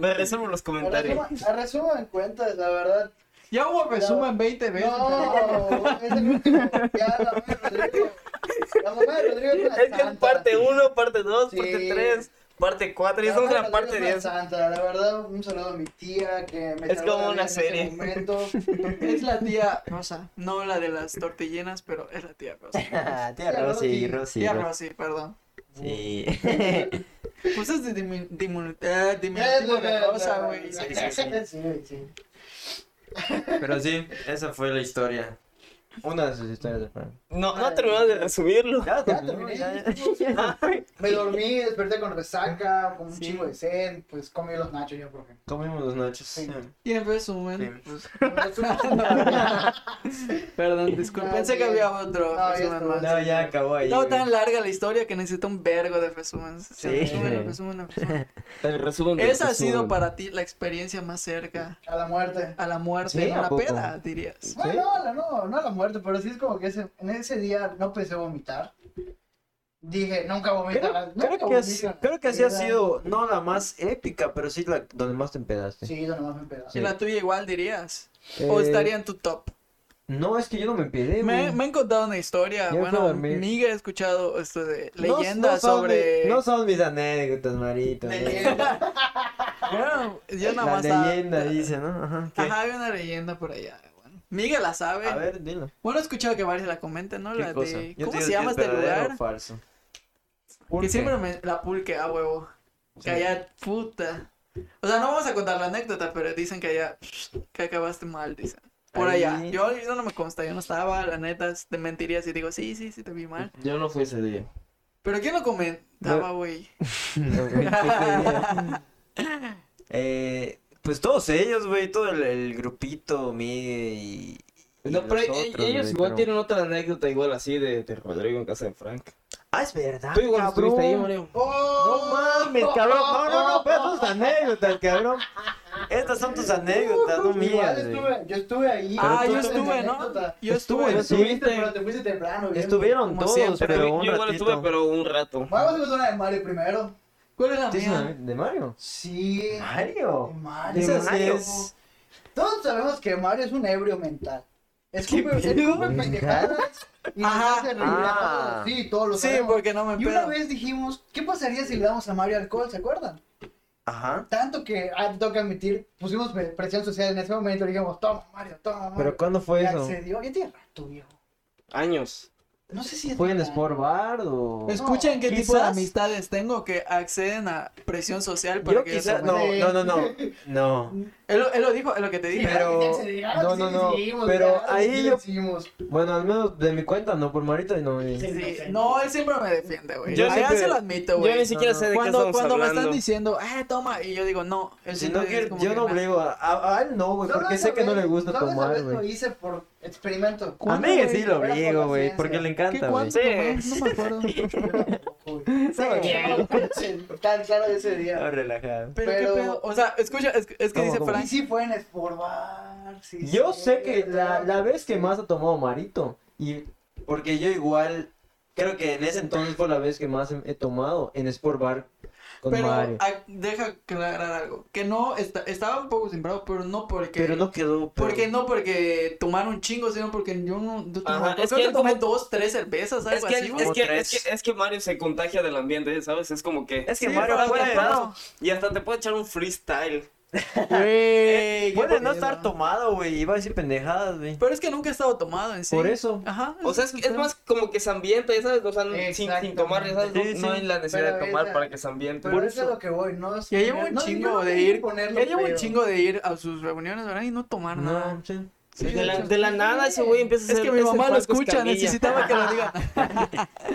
[SPEAKER 2] Me reservo los
[SPEAKER 5] a
[SPEAKER 2] comentarios.
[SPEAKER 5] resumen- a resumen cuentas, la verdad.
[SPEAKER 4] Ya hubo resumen 20 veces.
[SPEAKER 5] No, es el último. Ya, la mamá de Rodrigo. La mamá de Rodrigo es una
[SPEAKER 2] Es que es
[SPEAKER 5] santa.
[SPEAKER 2] parte 1, parte 2,
[SPEAKER 5] Sí.
[SPEAKER 2] parte 3, parte 4 y
[SPEAKER 5] La
[SPEAKER 2] estamos en la
[SPEAKER 5] mamá de
[SPEAKER 2] parte
[SPEAKER 5] Rodrigo es
[SPEAKER 2] 10.
[SPEAKER 5] una santa, la verdad, un saludo a mi tía que me
[SPEAKER 2] Es
[SPEAKER 5] salvó
[SPEAKER 2] como una
[SPEAKER 5] la vida en ese
[SPEAKER 2] serie.
[SPEAKER 5] momento.
[SPEAKER 4] Es la tía Rosa. No la de las tortillinas, pero es la tía Rosa.
[SPEAKER 3] Ah, Tía
[SPEAKER 5] Tía
[SPEAKER 3] Rosy,
[SPEAKER 5] Rosy.
[SPEAKER 3] Rosy.
[SPEAKER 4] tía
[SPEAKER 3] Ro-
[SPEAKER 4] Rosy, perdón.
[SPEAKER 3] Sí.
[SPEAKER 4] Pues es de dimin- dimin- eh,
[SPEAKER 5] Es
[SPEAKER 4] diminutivo
[SPEAKER 5] lo que-
[SPEAKER 4] de Rosa, güey.
[SPEAKER 5] Sí,
[SPEAKER 2] sí, sí.
[SPEAKER 5] sí, sí.
[SPEAKER 3] Pero sí, esa fue la historia. Una de sus historias de Frank.
[SPEAKER 2] No, no terminamos de resumirlo.
[SPEAKER 3] Ya,
[SPEAKER 5] Ah, terminé. Me dormí, desperté con resaca, con un
[SPEAKER 2] Sí.
[SPEAKER 5] chingo de sed, pues comí los nachos yo porque.
[SPEAKER 3] Comimos los nachos.
[SPEAKER 5] Sí.
[SPEAKER 4] Y en resumen,
[SPEAKER 2] Sí.
[SPEAKER 4] pues,
[SPEAKER 5] No,
[SPEAKER 4] perdón, disculpen,
[SPEAKER 5] No,
[SPEAKER 4] pensé que
[SPEAKER 5] sí.
[SPEAKER 4] había otro
[SPEAKER 5] No, ya
[SPEAKER 4] resumen
[SPEAKER 5] estuvo.
[SPEAKER 4] más.
[SPEAKER 3] No, ya acabó ahí.
[SPEAKER 4] Estaba
[SPEAKER 3] güey.
[SPEAKER 4] tan larga la historia que necesito un vergo de resúmenes.
[SPEAKER 3] Sí.
[SPEAKER 4] Resumen, resumen, resumen.
[SPEAKER 2] El resumen del
[SPEAKER 4] Esa ha sido
[SPEAKER 2] resumen.
[SPEAKER 4] para ti la experiencia más cerca
[SPEAKER 5] A la muerte.
[SPEAKER 4] a la muerte
[SPEAKER 3] Sí,
[SPEAKER 4] en
[SPEAKER 3] ¿a
[SPEAKER 4] una
[SPEAKER 3] poco?
[SPEAKER 4] peda, dirías.
[SPEAKER 5] Bueno, no, no, no a la muerte, pero sí es como que ese, en ese día no pensé vomitar. Dije, nunca
[SPEAKER 3] Creo,
[SPEAKER 5] vomitar.
[SPEAKER 3] creo
[SPEAKER 5] nunca
[SPEAKER 3] que,
[SPEAKER 5] vomito
[SPEAKER 3] has-
[SPEAKER 5] en la
[SPEAKER 3] creo que sí ha
[SPEAKER 5] vida.
[SPEAKER 3] sido, no la más épica, pero sí la donde más te empedaste.
[SPEAKER 5] Sí, yo nomás me empedaba.
[SPEAKER 4] Y la tuya igual dirías.
[SPEAKER 3] Eh,
[SPEAKER 4] O estaría en tu top.
[SPEAKER 3] No, es que yo no me empedé,
[SPEAKER 4] Me,
[SPEAKER 3] güey.
[SPEAKER 4] me han contado una historia.
[SPEAKER 3] Ya me fui a
[SPEAKER 4] bueno,
[SPEAKER 3] dormir.
[SPEAKER 4] Miguel ha escuchado esto de
[SPEAKER 3] No- no
[SPEAKER 4] leyendas
[SPEAKER 3] son
[SPEAKER 4] sobre.
[SPEAKER 3] mi- no son mis anécdotas, Marito. güey.
[SPEAKER 4] Bueno, yo nada
[SPEAKER 3] La
[SPEAKER 4] más. estaba-
[SPEAKER 3] leyenda dice, ¿no? Ajá. ¿qué?
[SPEAKER 4] Ajá, hay una leyenda por allá. Bueno, Miguel la sabe.
[SPEAKER 3] A ver, dilo.
[SPEAKER 4] Bueno, he escuchado que varios la comentan, ¿no?
[SPEAKER 3] ¿Qué
[SPEAKER 4] La
[SPEAKER 3] cosa?
[SPEAKER 4] de.
[SPEAKER 3] Yo te
[SPEAKER 4] ¿Cómo
[SPEAKER 3] digo
[SPEAKER 4] se
[SPEAKER 3] si
[SPEAKER 4] llama
[SPEAKER 3] es
[SPEAKER 4] este
[SPEAKER 3] verdadero o
[SPEAKER 4] lugar?
[SPEAKER 3] falso.
[SPEAKER 4] Que siempre me. La pulque, ah, huevo. Que allá, puta. O sea, no vamos a contar la anécdota, pero dicen que allá. Que acabaste mal, dicen. Por
[SPEAKER 3] Ahí.
[SPEAKER 4] allá. Yo, yo no me consta, yo no estaba, la neta, te mentiría si digo, sí, sí, sí, te vi mal.
[SPEAKER 2] Yo no fui ese día.
[SPEAKER 4] Pero ¿quién lo comentaba, güey?
[SPEAKER 3] No, güey, qué idea. eh, pues todos ellos, güey, todo el, el grupito, Migue y. y
[SPEAKER 2] No, pero
[SPEAKER 3] los
[SPEAKER 2] e-
[SPEAKER 3] otros,
[SPEAKER 2] ellos
[SPEAKER 3] güey,
[SPEAKER 2] igual
[SPEAKER 3] pero-
[SPEAKER 2] tienen otra anécdota igual así de, de Rodrigo en casa de Frank.
[SPEAKER 3] Ah, es verdad.
[SPEAKER 2] Tú igual
[SPEAKER 3] cabrón.
[SPEAKER 2] estuviste ahí, Mario.
[SPEAKER 3] No mames, cabrón. No, no, no, pero tus anécdotas, cabrón. Estas son tus anécdotas, no mías.
[SPEAKER 5] Igual
[SPEAKER 3] güey.
[SPEAKER 5] estuve, yo estuve ahí.
[SPEAKER 4] Ah,
[SPEAKER 5] Pero
[SPEAKER 4] yo
[SPEAKER 5] tú-
[SPEAKER 4] estuve, ¿no?
[SPEAKER 5] anécdota.
[SPEAKER 4] Yo
[SPEAKER 3] Estuvo,
[SPEAKER 4] estuve.
[SPEAKER 5] Pero
[SPEAKER 3] yo
[SPEAKER 4] ¿no?
[SPEAKER 3] estuve.
[SPEAKER 5] subiste, pero te fuiste temprano. bien.
[SPEAKER 3] Estuvieron
[SPEAKER 4] Como
[SPEAKER 3] todos,
[SPEAKER 4] siempre,
[SPEAKER 3] pero
[SPEAKER 2] yo
[SPEAKER 3] un
[SPEAKER 2] igual
[SPEAKER 3] ratito.
[SPEAKER 2] estuve, pero un rato.
[SPEAKER 5] Vamos a contar la de Mario primero.
[SPEAKER 4] ¿Cuál es la
[SPEAKER 3] ¿Sí es una
[SPEAKER 4] mía?
[SPEAKER 3] de Mario?
[SPEAKER 5] Sí.
[SPEAKER 3] Mario.
[SPEAKER 5] Mario.
[SPEAKER 3] Esa sí
[SPEAKER 5] Mario.
[SPEAKER 3] es.
[SPEAKER 5] Todos sabemos que Mario es un ebrio mental. Es que
[SPEAKER 2] ¿Qué
[SPEAKER 5] escupe pendejadas y nos
[SPEAKER 4] Ajá.
[SPEAKER 5] hace reír a
[SPEAKER 3] Ah.
[SPEAKER 5] todos. Sí, todos lo
[SPEAKER 4] Sí,
[SPEAKER 5] sabemos.
[SPEAKER 4] porque no me
[SPEAKER 5] Y una
[SPEAKER 4] empedo.
[SPEAKER 5] vez dijimos, ¿qué pasaría si le damos a Mario alcohol? ¿Se acuerdan?
[SPEAKER 3] Ajá.
[SPEAKER 5] Tanto que, ah, tengo que admitir, pusimos pre- presión social en ese momento. Le dijimos, toma Mario, toma Mario.
[SPEAKER 3] ¿Pero cuándo fue
[SPEAKER 5] y
[SPEAKER 3] eso?
[SPEAKER 5] accedió. Ya tiene rato, viejo.
[SPEAKER 2] Años.
[SPEAKER 5] No sé si... es
[SPEAKER 3] ¿Fue en
[SPEAKER 5] verdad.
[SPEAKER 3] Sport Bar o.?
[SPEAKER 4] Escuchen qué tipo de
[SPEAKER 3] Quizás-
[SPEAKER 4] amistades tengo que acceden a presión social para
[SPEAKER 3] Yo
[SPEAKER 4] que
[SPEAKER 3] quizás.
[SPEAKER 4] se-
[SPEAKER 3] No, no, no, no. No.
[SPEAKER 4] Él, lo- él lo dijo, es lo que te dije.
[SPEAKER 3] Pero-
[SPEAKER 5] Ya se dijeron,
[SPEAKER 3] no,
[SPEAKER 5] sí,
[SPEAKER 3] no, no,
[SPEAKER 5] sí, hicimos,
[SPEAKER 3] pero
[SPEAKER 5] ya, sí,
[SPEAKER 3] ahí
[SPEAKER 5] sí,
[SPEAKER 3] yo-
[SPEAKER 5] hicimos.
[SPEAKER 3] Bueno, al menos de mi cuenta, no, por Marito y no. y-
[SPEAKER 5] Sí.
[SPEAKER 4] Sí, No, él siempre me defiende, güey.
[SPEAKER 2] Yo
[SPEAKER 4] Allá
[SPEAKER 2] siempre-
[SPEAKER 4] se lo admito,
[SPEAKER 2] Yo
[SPEAKER 4] güey.
[SPEAKER 2] ni siquiera
[SPEAKER 3] no.
[SPEAKER 2] sé de qué
[SPEAKER 4] Cuando,
[SPEAKER 2] estamos
[SPEAKER 4] cuando me
[SPEAKER 2] hablando.
[SPEAKER 4] están diciendo, eh, toma, y yo digo, no. Él
[SPEAKER 3] Si
[SPEAKER 4] siempre
[SPEAKER 3] no,
[SPEAKER 4] dice
[SPEAKER 3] que,
[SPEAKER 4] como
[SPEAKER 3] yo no
[SPEAKER 4] "Nah".
[SPEAKER 3] obligo a, a, a él no, güey,
[SPEAKER 5] Solo
[SPEAKER 3] porque
[SPEAKER 5] esa
[SPEAKER 3] sé que no
[SPEAKER 5] vez-
[SPEAKER 3] le gusta
[SPEAKER 5] solo esa
[SPEAKER 3] tomar,
[SPEAKER 5] vez lo
[SPEAKER 3] güey.
[SPEAKER 5] hice por experimento.
[SPEAKER 3] A
[SPEAKER 4] ¿Cuándo,
[SPEAKER 3] mí que
[SPEAKER 4] güey?
[SPEAKER 3] sí lo
[SPEAKER 5] Era por
[SPEAKER 3] obligo, güey,
[SPEAKER 5] paciencia.
[SPEAKER 3] porque le
[SPEAKER 4] "Ah, ¿Qué
[SPEAKER 3] encanta, güey.
[SPEAKER 4] cuánto
[SPEAKER 2] Sí.
[SPEAKER 4] tomé? No me acuerdo.
[SPEAKER 5] Tan claro de ese día.
[SPEAKER 3] Estaba relajado.
[SPEAKER 4] Pero,
[SPEAKER 5] Pero-
[SPEAKER 4] qué pedo. O sea, escucha, es, es que
[SPEAKER 3] ¿Cómo,
[SPEAKER 4] dice
[SPEAKER 3] cómo?
[SPEAKER 5] Y
[SPEAKER 4] Frank.
[SPEAKER 5] sí fue en Sportbar. sí,
[SPEAKER 3] Yo
[SPEAKER 5] sí,
[SPEAKER 3] sé que la,
[SPEAKER 5] ¿verdad?
[SPEAKER 3] la vez que más ha tomado Marito, y porque yo igual, creo que en ese entonces fue la vez que más he tomado en Sport Bar con
[SPEAKER 4] Pero
[SPEAKER 3] Mario.
[SPEAKER 4] ah, deja aclarar algo. Que no, esta- estaba un poco sembrado, pero no porque.
[SPEAKER 3] Pero no quedó. pero-
[SPEAKER 4] Porque no porque tomaron un chingo, sino porque yo no. yo tomaba-
[SPEAKER 2] Ajá, es
[SPEAKER 4] creo
[SPEAKER 2] que
[SPEAKER 4] que
[SPEAKER 2] él
[SPEAKER 4] tomé
[SPEAKER 2] como-
[SPEAKER 4] dos, tres cervezas,
[SPEAKER 2] Es
[SPEAKER 4] algo
[SPEAKER 2] que,
[SPEAKER 4] así,
[SPEAKER 2] es,
[SPEAKER 4] güey.
[SPEAKER 2] que,
[SPEAKER 3] tres.
[SPEAKER 2] es que- es que Mario se contagia del ambiente, ¿sabes? Es como que...
[SPEAKER 3] Es que
[SPEAKER 4] Sí,
[SPEAKER 3] Mario
[SPEAKER 4] pero
[SPEAKER 3] puede,
[SPEAKER 4] qué
[SPEAKER 3] no,
[SPEAKER 4] pedo.
[SPEAKER 2] Y hasta te puede echar un freestyle.
[SPEAKER 3] puede
[SPEAKER 4] Güey, qué
[SPEAKER 3] no
[SPEAKER 4] pedo.
[SPEAKER 3] estar tomado, güey, iba a decir pendejadas, güey.
[SPEAKER 4] Pero es que nunca he estado tomado en sí.
[SPEAKER 3] Por eso.
[SPEAKER 4] Ajá.
[SPEAKER 2] O sea, es, que- es más como que se ambienta, ya sabes, o sea, sin- sin,
[SPEAKER 5] Exactamente.
[SPEAKER 2] tomar, ya sabes, no,
[SPEAKER 3] Sí, sí.
[SPEAKER 2] no hay la necesidad
[SPEAKER 5] Pero
[SPEAKER 2] de tomar
[SPEAKER 5] esa-
[SPEAKER 2] para que se ambiente.
[SPEAKER 5] Pero eso es a lo que voy, no es-
[SPEAKER 4] Ya llevo un
[SPEAKER 5] no- no
[SPEAKER 4] chingo
[SPEAKER 5] hay
[SPEAKER 4] de
[SPEAKER 5] que
[SPEAKER 4] ir.
[SPEAKER 5] ponerlo
[SPEAKER 4] Ya llevo un
[SPEAKER 5] feo.
[SPEAKER 4] chingo de ir a sus reuniones, ¿verdad? Y no tomar nada.
[SPEAKER 3] No, sí.
[SPEAKER 4] Sí,
[SPEAKER 2] de,
[SPEAKER 4] de
[SPEAKER 2] la,
[SPEAKER 4] hecho.
[SPEAKER 2] de la nada ese güey empieza a
[SPEAKER 4] Es
[SPEAKER 2] hacer
[SPEAKER 4] que mi
[SPEAKER 2] este
[SPEAKER 4] mamá lo
[SPEAKER 2] Franco
[SPEAKER 4] escucha,
[SPEAKER 2] Escamilla.
[SPEAKER 4] necesitaba que lo diga.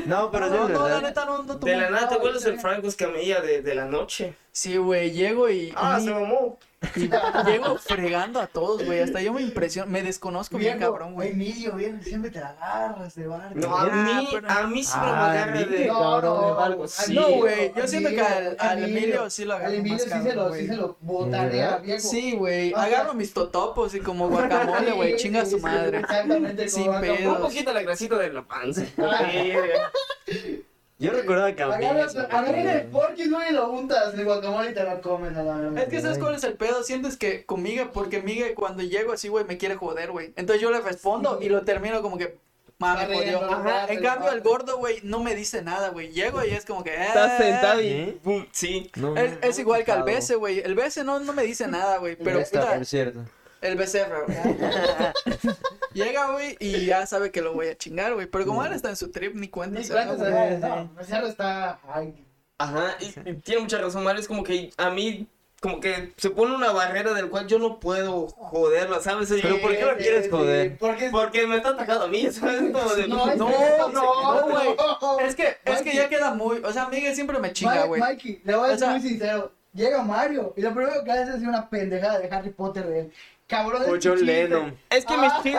[SPEAKER 3] No, pero
[SPEAKER 4] no,
[SPEAKER 3] no,
[SPEAKER 4] no, la
[SPEAKER 3] verdad.
[SPEAKER 4] neta, no, no
[SPEAKER 2] De la nada te
[SPEAKER 5] No,
[SPEAKER 2] vuelves
[SPEAKER 5] sí.
[SPEAKER 2] el Franco Escamilla de, de la noche.
[SPEAKER 4] Sí, güey, llego y,
[SPEAKER 2] Ah,
[SPEAKER 4] y-
[SPEAKER 2] se mamó.
[SPEAKER 4] y llego fregando a todos, güey. Hasta yo me impresiono, me desconozco bien,
[SPEAKER 5] Viejo,
[SPEAKER 4] cabrón, güey.
[SPEAKER 5] Emilio, viejo, siempre te la agarras de barco.
[SPEAKER 2] No, a
[SPEAKER 4] Ah,
[SPEAKER 2] mí,
[SPEAKER 4] pero-
[SPEAKER 2] a mí se me
[SPEAKER 3] Ah,
[SPEAKER 2] agarra
[SPEAKER 3] Enrique.
[SPEAKER 2] de...
[SPEAKER 5] No, no,
[SPEAKER 2] algo
[SPEAKER 5] al-
[SPEAKER 2] así.
[SPEAKER 4] No, güey, yo siento que
[SPEAKER 5] Emilio,
[SPEAKER 4] al, al Emilio sí lo agarro
[SPEAKER 5] Al Emilio
[SPEAKER 4] más
[SPEAKER 5] sí se
[SPEAKER 4] cabrón,
[SPEAKER 5] lo, sí
[SPEAKER 4] güey.
[SPEAKER 5] se lo botanea, viejo.
[SPEAKER 4] Sí, güey,
[SPEAKER 5] O sea-
[SPEAKER 4] agarro mis totopos y como guacamole, güey,
[SPEAKER 5] Sí,
[SPEAKER 4] chinga
[SPEAKER 5] sí,
[SPEAKER 4] su
[SPEAKER 5] sí,
[SPEAKER 4] madre.
[SPEAKER 5] Exactamente,
[SPEAKER 4] Sin
[SPEAKER 5] como acá.
[SPEAKER 4] pedo.
[SPEAKER 2] Un poquito la grasita de la panza.
[SPEAKER 3] Yo recordaba que a mí
[SPEAKER 5] Agarras-
[SPEAKER 3] eso-
[SPEAKER 5] Agarras el porky, no y lo untas de guacamole y te lo comes a la verga.
[SPEAKER 4] Es que ¿sabes cuál es el pedo? Sientes que con Migue, porque Migue cuando llego así, güey, me quiere joder, güey. Entonces yo le respondo y lo termino como que, mami,
[SPEAKER 5] Está
[SPEAKER 4] jodió.
[SPEAKER 5] riendo, lo
[SPEAKER 4] Ajá.
[SPEAKER 5] mata,
[SPEAKER 4] En
[SPEAKER 5] lo
[SPEAKER 4] cambio, el
[SPEAKER 5] mata.
[SPEAKER 4] gordo, güey, no me dice nada, güey. Llego y es como que...
[SPEAKER 6] Estás
[SPEAKER 4] "Eh".
[SPEAKER 6] sentado y.
[SPEAKER 3] ¿Eh?
[SPEAKER 6] ¡Pum! Sí.
[SPEAKER 3] No,
[SPEAKER 4] Es,
[SPEAKER 3] no,
[SPEAKER 4] es
[SPEAKER 3] no,
[SPEAKER 4] igual que al
[SPEAKER 3] picado.
[SPEAKER 4] BC, güey. El BC no, no me dice nada, güey. Pero
[SPEAKER 3] Ya está,
[SPEAKER 4] puta,
[SPEAKER 3] por cierto.
[SPEAKER 4] el BCR, güey. Llega, güey, y ya sabe que lo voy a chingar, güey. Pero como él está en su trip, ni cuenta.
[SPEAKER 5] Ni
[SPEAKER 4] se da,
[SPEAKER 5] cuántas
[SPEAKER 4] güey.
[SPEAKER 5] edades, no, Marcelo está. ay,
[SPEAKER 2] Ajá, y, y tiene mucha razón, Mario. Es como que a mí, como que se pone una barrera del cual yo no puedo joderla, ¿sabes? Y yo,
[SPEAKER 3] Pero ¿por qué lo
[SPEAKER 5] sí,
[SPEAKER 3] quieres
[SPEAKER 5] sí,
[SPEAKER 3] joder?
[SPEAKER 5] Porque
[SPEAKER 2] Porque me está atacando a mí, ¿sabes? Como de-
[SPEAKER 5] No, es-
[SPEAKER 4] No,
[SPEAKER 5] no,
[SPEAKER 4] no, güey.
[SPEAKER 5] no.
[SPEAKER 4] Es que, es que
[SPEAKER 5] Mikey.
[SPEAKER 4] ya queda muy. O sea, Miguel siempre me chinga,
[SPEAKER 5] Mike-
[SPEAKER 4] güey.
[SPEAKER 5] Mikey, le voy
[SPEAKER 4] O
[SPEAKER 5] a decir
[SPEAKER 4] sea-
[SPEAKER 5] muy sincero. Llega Mario y lo primero que hace es una pendejada de Harry Potter de él. Cabrón. es
[SPEAKER 6] O
[SPEAKER 5] tu
[SPEAKER 6] John
[SPEAKER 5] chiste. Ah.
[SPEAKER 6] Lennon.
[SPEAKER 2] Es que, mis chi-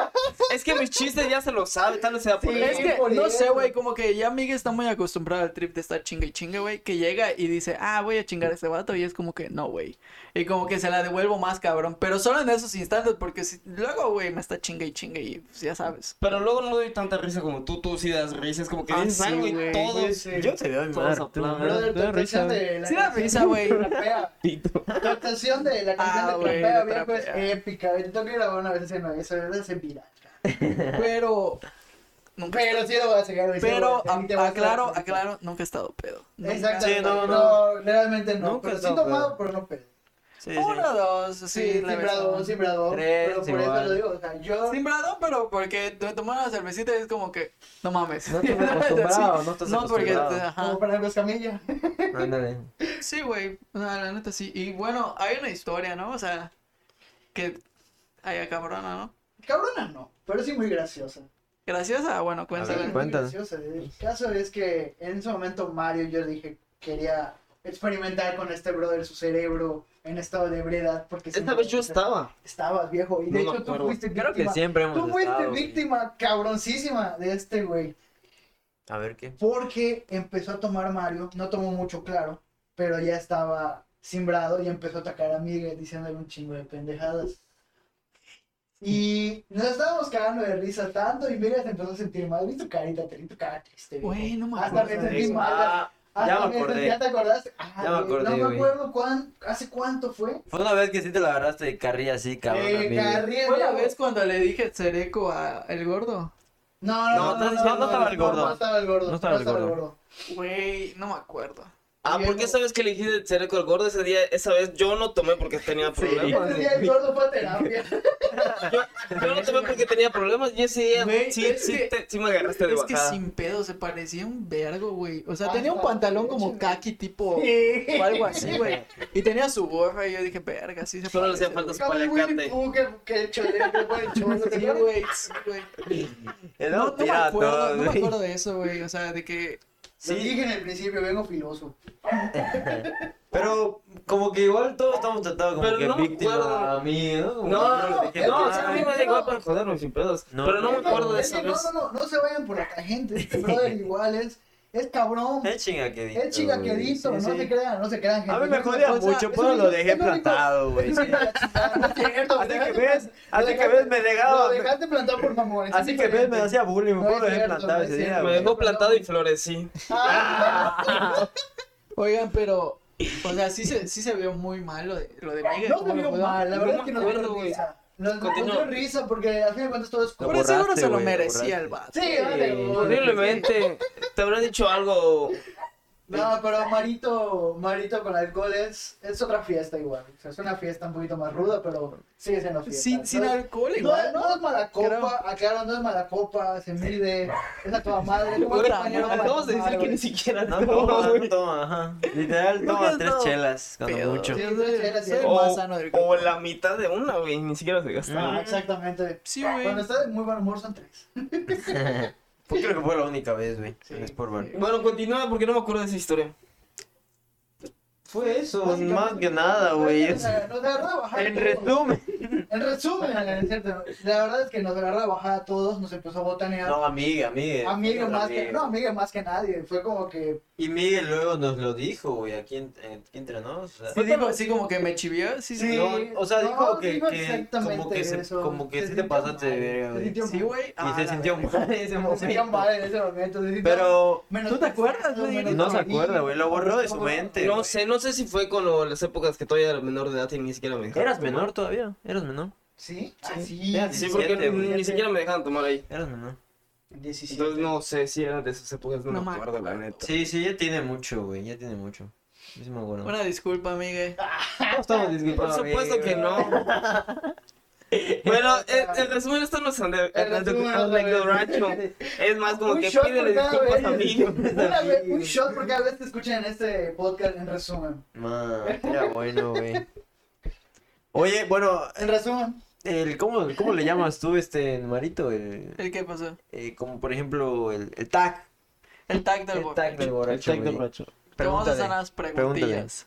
[SPEAKER 2] es que mis chistes ya se lo sabe, tal vez sea por
[SPEAKER 5] Sí.
[SPEAKER 2] eso.
[SPEAKER 4] Es que,
[SPEAKER 5] por
[SPEAKER 4] no
[SPEAKER 5] eso.
[SPEAKER 4] sé, güey, como que ya Miguel está muy acostumbrado al trip de estar chinga y chinga, güey, que llega y dice, ah, voy a chingar a este vato, y es como que, no, güey. Y como que se la devuelvo más, cabrón, pero solo en esos instantes, porque si, luego, güey, me está chinga y chinga y pues, ya sabes.
[SPEAKER 2] Pero luego no doy tanta risa como tú, tú sí das risa, es como que
[SPEAKER 4] Ah,
[SPEAKER 2] dices
[SPEAKER 4] sí,
[SPEAKER 2] algo y
[SPEAKER 4] güey.
[SPEAKER 2] todos...
[SPEAKER 5] Sí, sí.
[SPEAKER 3] Yo te doy
[SPEAKER 2] Todos
[SPEAKER 3] más.
[SPEAKER 2] aplauden.
[SPEAKER 5] Brother, tu actuación de la
[SPEAKER 4] Sí da
[SPEAKER 5] canción
[SPEAKER 4] risa, Ah, güey.
[SPEAKER 5] de Trapea. Tu actuación de la canción
[SPEAKER 4] Ah,
[SPEAKER 5] de
[SPEAKER 4] güey,
[SPEAKER 5] Trapea,
[SPEAKER 4] de
[SPEAKER 5] viejo, es
[SPEAKER 4] Trapea.
[SPEAKER 5] épica. güey. Te tengo que grabar una vez haciendo eso, ¿verdad? Se pira.
[SPEAKER 4] Pero, nunca,
[SPEAKER 5] Pero sí lo voy a sacar, güey. sí lo
[SPEAKER 4] pero,
[SPEAKER 5] voy a- sí te
[SPEAKER 4] a-
[SPEAKER 5] voy a
[SPEAKER 4] aclaro,
[SPEAKER 5] sacar.
[SPEAKER 4] aclaro, nunca he estado pedo. Nunca.
[SPEAKER 5] Exacto.
[SPEAKER 3] Sí, no,
[SPEAKER 5] no,
[SPEAKER 3] no.
[SPEAKER 5] realmente no.
[SPEAKER 3] Nunca
[SPEAKER 5] pero
[SPEAKER 3] he
[SPEAKER 5] sí
[SPEAKER 3] estado
[SPEAKER 5] tomado,
[SPEAKER 3] pedo.
[SPEAKER 5] pero no pedo.
[SPEAKER 3] Sí,
[SPEAKER 4] Uno, dos, sí,
[SPEAKER 5] Sí,
[SPEAKER 4] la
[SPEAKER 5] simbrado,
[SPEAKER 4] verdad.
[SPEAKER 5] simbrado.
[SPEAKER 3] Tres,
[SPEAKER 5] Pero por
[SPEAKER 3] igual.
[SPEAKER 5] eso lo digo, o sea, yo...
[SPEAKER 4] Simbrado, pero porque te tomas una cervecita y es como que, no mames.
[SPEAKER 3] No estás acostumbrado, no estás
[SPEAKER 4] No, porque,
[SPEAKER 3] acostumbrado.
[SPEAKER 4] ajá.
[SPEAKER 5] Como para Escamilla.
[SPEAKER 3] Ándale.
[SPEAKER 4] Sí, güey. O sea, la neta sí. Y bueno, hay una historia, ¿no? O sea, que. Ay, cabrona, ¿no?
[SPEAKER 5] Cabrona no, pero sí muy graciosa.
[SPEAKER 4] Graciosa, bueno,
[SPEAKER 3] A ver,
[SPEAKER 4] cuéntala.
[SPEAKER 5] Muy
[SPEAKER 3] cuéntala.
[SPEAKER 5] graciosa. El caso es que en ese momento Mario yo dije quería experimentar con este brother su cerebro en estado de ebriedad porque
[SPEAKER 2] Esta
[SPEAKER 5] siempre-
[SPEAKER 2] vez yo estaba.
[SPEAKER 5] estabas viejo y de
[SPEAKER 2] No me
[SPEAKER 5] hecho tú
[SPEAKER 2] acuerdo.
[SPEAKER 5] fuiste víctima.
[SPEAKER 3] Creo que este siempre hemos
[SPEAKER 5] Tú fuiste
[SPEAKER 3] estado, güey.
[SPEAKER 5] víctima cabroncísima de este güey
[SPEAKER 3] A ver qué.
[SPEAKER 5] porque empezó a tomar Mario, no tomó mucho claro, pero ya estaba simbrado y empezó a atacar a Miguel diciéndole un chingo de pendejadas. Y nos estábamos cagando de risa tanto y Miguel se empezó a sentir mal. Vi tu carita, te vi tu cara triste. viejo.
[SPEAKER 4] Güey, no me
[SPEAKER 5] Hasta me
[SPEAKER 4] acuerdo de
[SPEAKER 5] sentí
[SPEAKER 4] eso.
[SPEAKER 5] mal.
[SPEAKER 3] Ah,
[SPEAKER 5] Hasta
[SPEAKER 3] ya me
[SPEAKER 5] sentí-
[SPEAKER 3] acordé.
[SPEAKER 5] ¿Ya te acordaste? Ah,
[SPEAKER 3] Ya me
[SPEAKER 5] güey,
[SPEAKER 3] acordé,
[SPEAKER 5] No me
[SPEAKER 3] güey.
[SPEAKER 5] acuerdo cuán, hace cuánto fue.
[SPEAKER 3] Fue una vez que sí te la agarraste de carrilla así, cabrón.
[SPEAKER 5] Eh,
[SPEAKER 3] amigo.
[SPEAKER 5] Carriel,
[SPEAKER 4] Fue la
[SPEAKER 5] viejo.
[SPEAKER 4] vez cuando le dije Cereco a el gordo.
[SPEAKER 5] No,
[SPEAKER 3] No,
[SPEAKER 5] no, no,
[SPEAKER 3] estás diciendo, no estaba el gordo.
[SPEAKER 5] No estaba el gordo.
[SPEAKER 3] No estaba el gordo.
[SPEAKER 4] Güey, no me acuerdo.
[SPEAKER 2] Ah,
[SPEAKER 5] Bien,
[SPEAKER 2] porque
[SPEAKER 5] no.
[SPEAKER 2] esa vez que le dije de Cereco al gordo, ese día, esa vez yo no tomé porque tenía
[SPEAKER 5] Y
[SPEAKER 2] problemas.
[SPEAKER 5] ese día el gordo fue a terapia.
[SPEAKER 2] Yo no tomé porque tenía problemas y ese día
[SPEAKER 4] Güey,
[SPEAKER 2] sí,
[SPEAKER 4] es
[SPEAKER 2] sí,
[SPEAKER 4] que-
[SPEAKER 2] te- sí me agarraste de
[SPEAKER 4] Es que
[SPEAKER 2] bajada.
[SPEAKER 4] sin pedo, se parecía un vergo, güey. O sea,
[SPEAKER 5] Ah,
[SPEAKER 4] tenía un
[SPEAKER 5] está
[SPEAKER 4] pantalón
[SPEAKER 5] bien,
[SPEAKER 4] como
[SPEAKER 5] chido.
[SPEAKER 4] kaki tipo.
[SPEAKER 5] Sí.
[SPEAKER 4] O algo así, güey. Y tenea su gorra y yo dije, verga, sí se
[SPEAKER 2] Solo le hacía
[SPEAKER 4] parece,
[SPEAKER 2] falta su
[SPEAKER 5] Como el
[SPEAKER 2] palacate.
[SPEAKER 5] Winnie Pooh que- que chole- que pone
[SPEAKER 4] güey.
[SPEAKER 5] chorizo,
[SPEAKER 4] Sí,
[SPEAKER 5] ¿no?
[SPEAKER 4] güey, sí, güey.
[SPEAKER 3] El
[SPEAKER 4] No,
[SPEAKER 3] otro
[SPEAKER 4] no me
[SPEAKER 3] tiraba
[SPEAKER 4] acuerdo,
[SPEAKER 3] todo,
[SPEAKER 4] no me
[SPEAKER 3] güey.
[SPEAKER 4] acuerdo de eso, güey. O sea, de que
[SPEAKER 5] Sí. dije en el principio, vengo filoso.
[SPEAKER 3] Pero como que igual todos estamos tratados como
[SPEAKER 2] Pero
[SPEAKER 3] que
[SPEAKER 2] no me acuerdo.
[SPEAKER 3] víctima a mí, ¿no? Como
[SPEAKER 2] No,
[SPEAKER 3] que
[SPEAKER 2] no,
[SPEAKER 3] dije,
[SPEAKER 5] es
[SPEAKER 2] no,
[SPEAKER 3] "Ah,
[SPEAKER 2] o sea, a mí me da igual para joderme sin pedos.
[SPEAKER 3] No.
[SPEAKER 2] pero no me
[SPEAKER 5] Es que-
[SPEAKER 2] acuerdo de
[SPEAKER 5] es que
[SPEAKER 2] esa vez.
[SPEAKER 5] No, no, no, no se vayan por la tangente. Este brother igual es, es cabrón.
[SPEAKER 3] Es chingaquedito.
[SPEAKER 5] Es chigaquedito.
[SPEAKER 3] güey". Eh, Sí,
[SPEAKER 5] no
[SPEAKER 3] sí.
[SPEAKER 5] se crean, no se crean.
[SPEAKER 3] A mí
[SPEAKER 5] gente.
[SPEAKER 3] me jodía
[SPEAKER 4] O sea,
[SPEAKER 3] mucho,
[SPEAKER 5] es
[SPEAKER 3] pero
[SPEAKER 5] un-
[SPEAKER 3] lo dejé
[SPEAKER 5] es un-
[SPEAKER 3] plantado,
[SPEAKER 5] Es
[SPEAKER 3] güey.
[SPEAKER 5] una chingada, no es cierto,
[SPEAKER 3] Así
[SPEAKER 5] dejaste-
[SPEAKER 3] que ves, así
[SPEAKER 5] lo
[SPEAKER 3] que ves, me
[SPEAKER 5] dejaste-
[SPEAKER 3] dejaba-
[SPEAKER 5] Lo dejaste plantado por mamón. es
[SPEAKER 3] Así que ves, me
[SPEAKER 5] diferente.
[SPEAKER 3] hacía bullying,
[SPEAKER 5] No
[SPEAKER 3] me
[SPEAKER 5] es
[SPEAKER 3] lo dejé
[SPEAKER 5] cierto,
[SPEAKER 3] plantado
[SPEAKER 5] no es
[SPEAKER 3] ese día,
[SPEAKER 5] cierto.
[SPEAKER 2] Me
[SPEAKER 3] güey.
[SPEAKER 2] dejó plantado y florecí.
[SPEAKER 5] Ah,
[SPEAKER 4] Oigan, pero, o sea, sí se, sí se vio muy mal lo de, lo de Miguel.
[SPEAKER 5] no
[SPEAKER 4] ¿cómo lo
[SPEAKER 5] se vio
[SPEAKER 4] puedo-
[SPEAKER 5] mal, la
[SPEAKER 2] No
[SPEAKER 5] verdad
[SPEAKER 2] me
[SPEAKER 5] es que nos
[SPEAKER 2] acuerdo,
[SPEAKER 5] dio
[SPEAKER 2] güey.
[SPEAKER 5] risa. Nos nos
[SPEAKER 2] Continúa.
[SPEAKER 5] dio risa porque al fin de cuentas todo es
[SPEAKER 3] Lo
[SPEAKER 4] Pero seguro
[SPEAKER 3] borraste,
[SPEAKER 4] se lo
[SPEAKER 3] güey, lo
[SPEAKER 4] merecía el
[SPEAKER 3] borraste.
[SPEAKER 4] vato.
[SPEAKER 5] Sí,
[SPEAKER 3] Sí,
[SPEAKER 5] vale, güey.
[SPEAKER 2] Posiblemente te habrá dicho algo
[SPEAKER 5] No, pero Marito, Marito con alcohol es, es otra fiesta igual. O sea, es una fiesta un poquito más ruda, pero sigue siendo fiesta.
[SPEAKER 4] Sin, sin
[SPEAKER 5] Entonces,
[SPEAKER 4] alcohol
[SPEAKER 5] no,
[SPEAKER 4] igual.
[SPEAKER 5] no es mala
[SPEAKER 4] Creo-
[SPEAKER 5] copa, aclaro, no es mala copa, se mide, es a toda madre. como
[SPEAKER 4] Puta madre,
[SPEAKER 5] compañero para
[SPEAKER 6] Acabamos de
[SPEAKER 5] tomar,
[SPEAKER 6] decir que
[SPEAKER 5] güey.
[SPEAKER 6] ni siquiera
[SPEAKER 3] No,
[SPEAKER 6] no,
[SPEAKER 3] toma,
[SPEAKER 6] güey.
[SPEAKER 3] no toma, ajá. Literal,
[SPEAKER 4] Creo que
[SPEAKER 3] toma
[SPEAKER 4] es
[SPEAKER 3] tres
[SPEAKER 4] todo
[SPEAKER 3] chelas, cuando
[SPEAKER 4] pedo.
[SPEAKER 3] mucho.
[SPEAKER 4] Sí,
[SPEAKER 5] Sí,
[SPEAKER 4] yo soy-
[SPEAKER 5] sí, sí.
[SPEAKER 4] soy el
[SPEAKER 5] O-
[SPEAKER 4] más sano del grupo.
[SPEAKER 2] O la mitad de una, güey, ni siquiera se
[SPEAKER 3] Mm.
[SPEAKER 2] gasta.
[SPEAKER 5] Ah, exactamente.
[SPEAKER 4] Sí, güey.
[SPEAKER 5] Cuando está de muy buen humor son tres.
[SPEAKER 3] Pues creo que fue la única vez, güey.
[SPEAKER 5] Sí.
[SPEAKER 3] Es por bueno.
[SPEAKER 2] Mm. Bueno, continúa porque no me acuerdo de esa historia.
[SPEAKER 3] Fue eso,
[SPEAKER 5] Básicamente,
[SPEAKER 3] más que nada, güey.
[SPEAKER 5] Nos agarraba a bajar
[SPEAKER 3] En
[SPEAKER 5] a todos.
[SPEAKER 3] resumen.
[SPEAKER 5] En resumen, Alan, es cierto. La verdad es que nos agarraba a bajar a todos, nos empezó a botanear.
[SPEAKER 3] No, amiga, amiga.
[SPEAKER 5] Amigo
[SPEAKER 3] Otra
[SPEAKER 5] más que,
[SPEAKER 3] amiga.
[SPEAKER 5] no, amigo más que nadie. Fue como que
[SPEAKER 3] Y Miguel luego nos lo dijo, güey, aquí, en- eh, aquí entre nos. o sea,
[SPEAKER 4] Sí, digo así como que me chivió. Sí, sí.
[SPEAKER 5] Sí.
[SPEAKER 3] no, o sea,
[SPEAKER 5] no,
[SPEAKER 3] dijo que,
[SPEAKER 5] dijo
[SPEAKER 3] que como que, se,
[SPEAKER 5] exactamente
[SPEAKER 3] como que sí te
[SPEAKER 5] eso. Se sintió
[SPEAKER 3] pasaste de
[SPEAKER 5] mal,
[SPEAKER 3] verga,
[SPEAKER 5] se
[SPEAKER 3] güey.
[SPEAKER 5] sintió
[SPEAKER 4] Sí, güey.
[SPEAKER 3] Y
[SPEAKER 4] Ah,
[SPEAKER 3] se
[SPEAKER 4] la
[SPEAKER 3] sintió
[SPEAKER 4] verga.
[SPEAKER 3] mal en ese
[SPEAKER 5] se sintió
[SPEAKER 3] momento.
[SPEAKER 5] mal en ese momento. se sintió
[SPEAKER 3] Pero
[SPEAKER 5] menos
[SPEAKER 4] ¿Tú te acuerdas,
[SPEAKER 5] menos
[SPEAKER 4] güey?
[SPEAKER 3] no se
[SPEAKER 5] feliz,
[SPEAKER 3] acuerda, güey, lo borró de su
[SPEAKER 5] menos-
[SPEAKER 3] mente.
[SPEAKER 2] No
[SPEAKER 3] güey.
[SPEAKER 2] sé, no sé si fue con lo- las épocas que todavía era menor de edad y ni siquiera me dejaban.
[SPEAKER 3] Eras menor todavía, eras menor.
[SPEAKER 5] Sí,
[SPEAKER 3] Sí.
[SPEAKER 5] Ah, sí.
[SPEAKER 3] Era
[SPEAKER 2] Sí, porque
[SPEAKER 3] 17,
[SPEAKER 2] ni,
[SPEAKER 3] güey.
[SPEAKER 2] ni siquiera me dejaban tomar ahí.
[SPEAKER 3] Eras menor.
[SPEAKER 5] 17.
[SPEAKER 2] Entonces no sé si era de esas épocas, no,
[SPEAKER 4] No
[SPEAKER 2] me
[SPEAKER 4] me
[SPEAKER 2] acuerdo, la neta.
[SPEAKER 3] Sí, sí, ya tiene mucho, güey, ya tiene mucho. Yo Sí, me acuerdo.
[SPEAKER 4] Ah, Una disculpa, amigue.
[SPEAKER 3] No estamos
[SPEAKER 2] Por
[SPEAKER 3] disculpando,
[SPEAKER 2] supuesto
[SPEAKER 3] amigo.
[SPEAKER 2] que no. bueno, en, en resumen, esto no es ande-
[SPEAKER 5] En resumen,
[SPEAKER 2] ande-
[SPEAKER 5] otra vez.
[SPEAKER 2] rancho. Es más como
[SPEAKER 5] Un
[SPEAKER 2] que
[SPEAKER 5] shot
[SPEAKER 2] pídele
[SPEAKER 5] por cada
[SPEAKER 2] disculpas
[SPEAKER 5] vez.
[SPEAKER 2] a mí.
[SPEAKER 5] Una vez- un shot por cada vez que escuchen en este podcast en resumen.
[SPEAKER 3] Ma, era bueno, güey. Oye, bueno,
[SPEAKER 5] En resumen,
[SPEAKER 3] el, ¿cómo, ¿cómo le llamas tú, este, Marito? El,
[SPEAKER 4] ¿El qué pasó?
[SPEAKER 3] eh, como por ejemplo, el, el tag.
[SPEAKER 4] El tag del
[SPEAKER 3] El
[SPEAKER 4] borracho.
[SPEAKER 3] tag del borracho. güey.
[SPEAKER 4] Te vamos a
[SPEAKER 3] Pregúntale.
[SPEAKER 4] hacer unas preguntillas.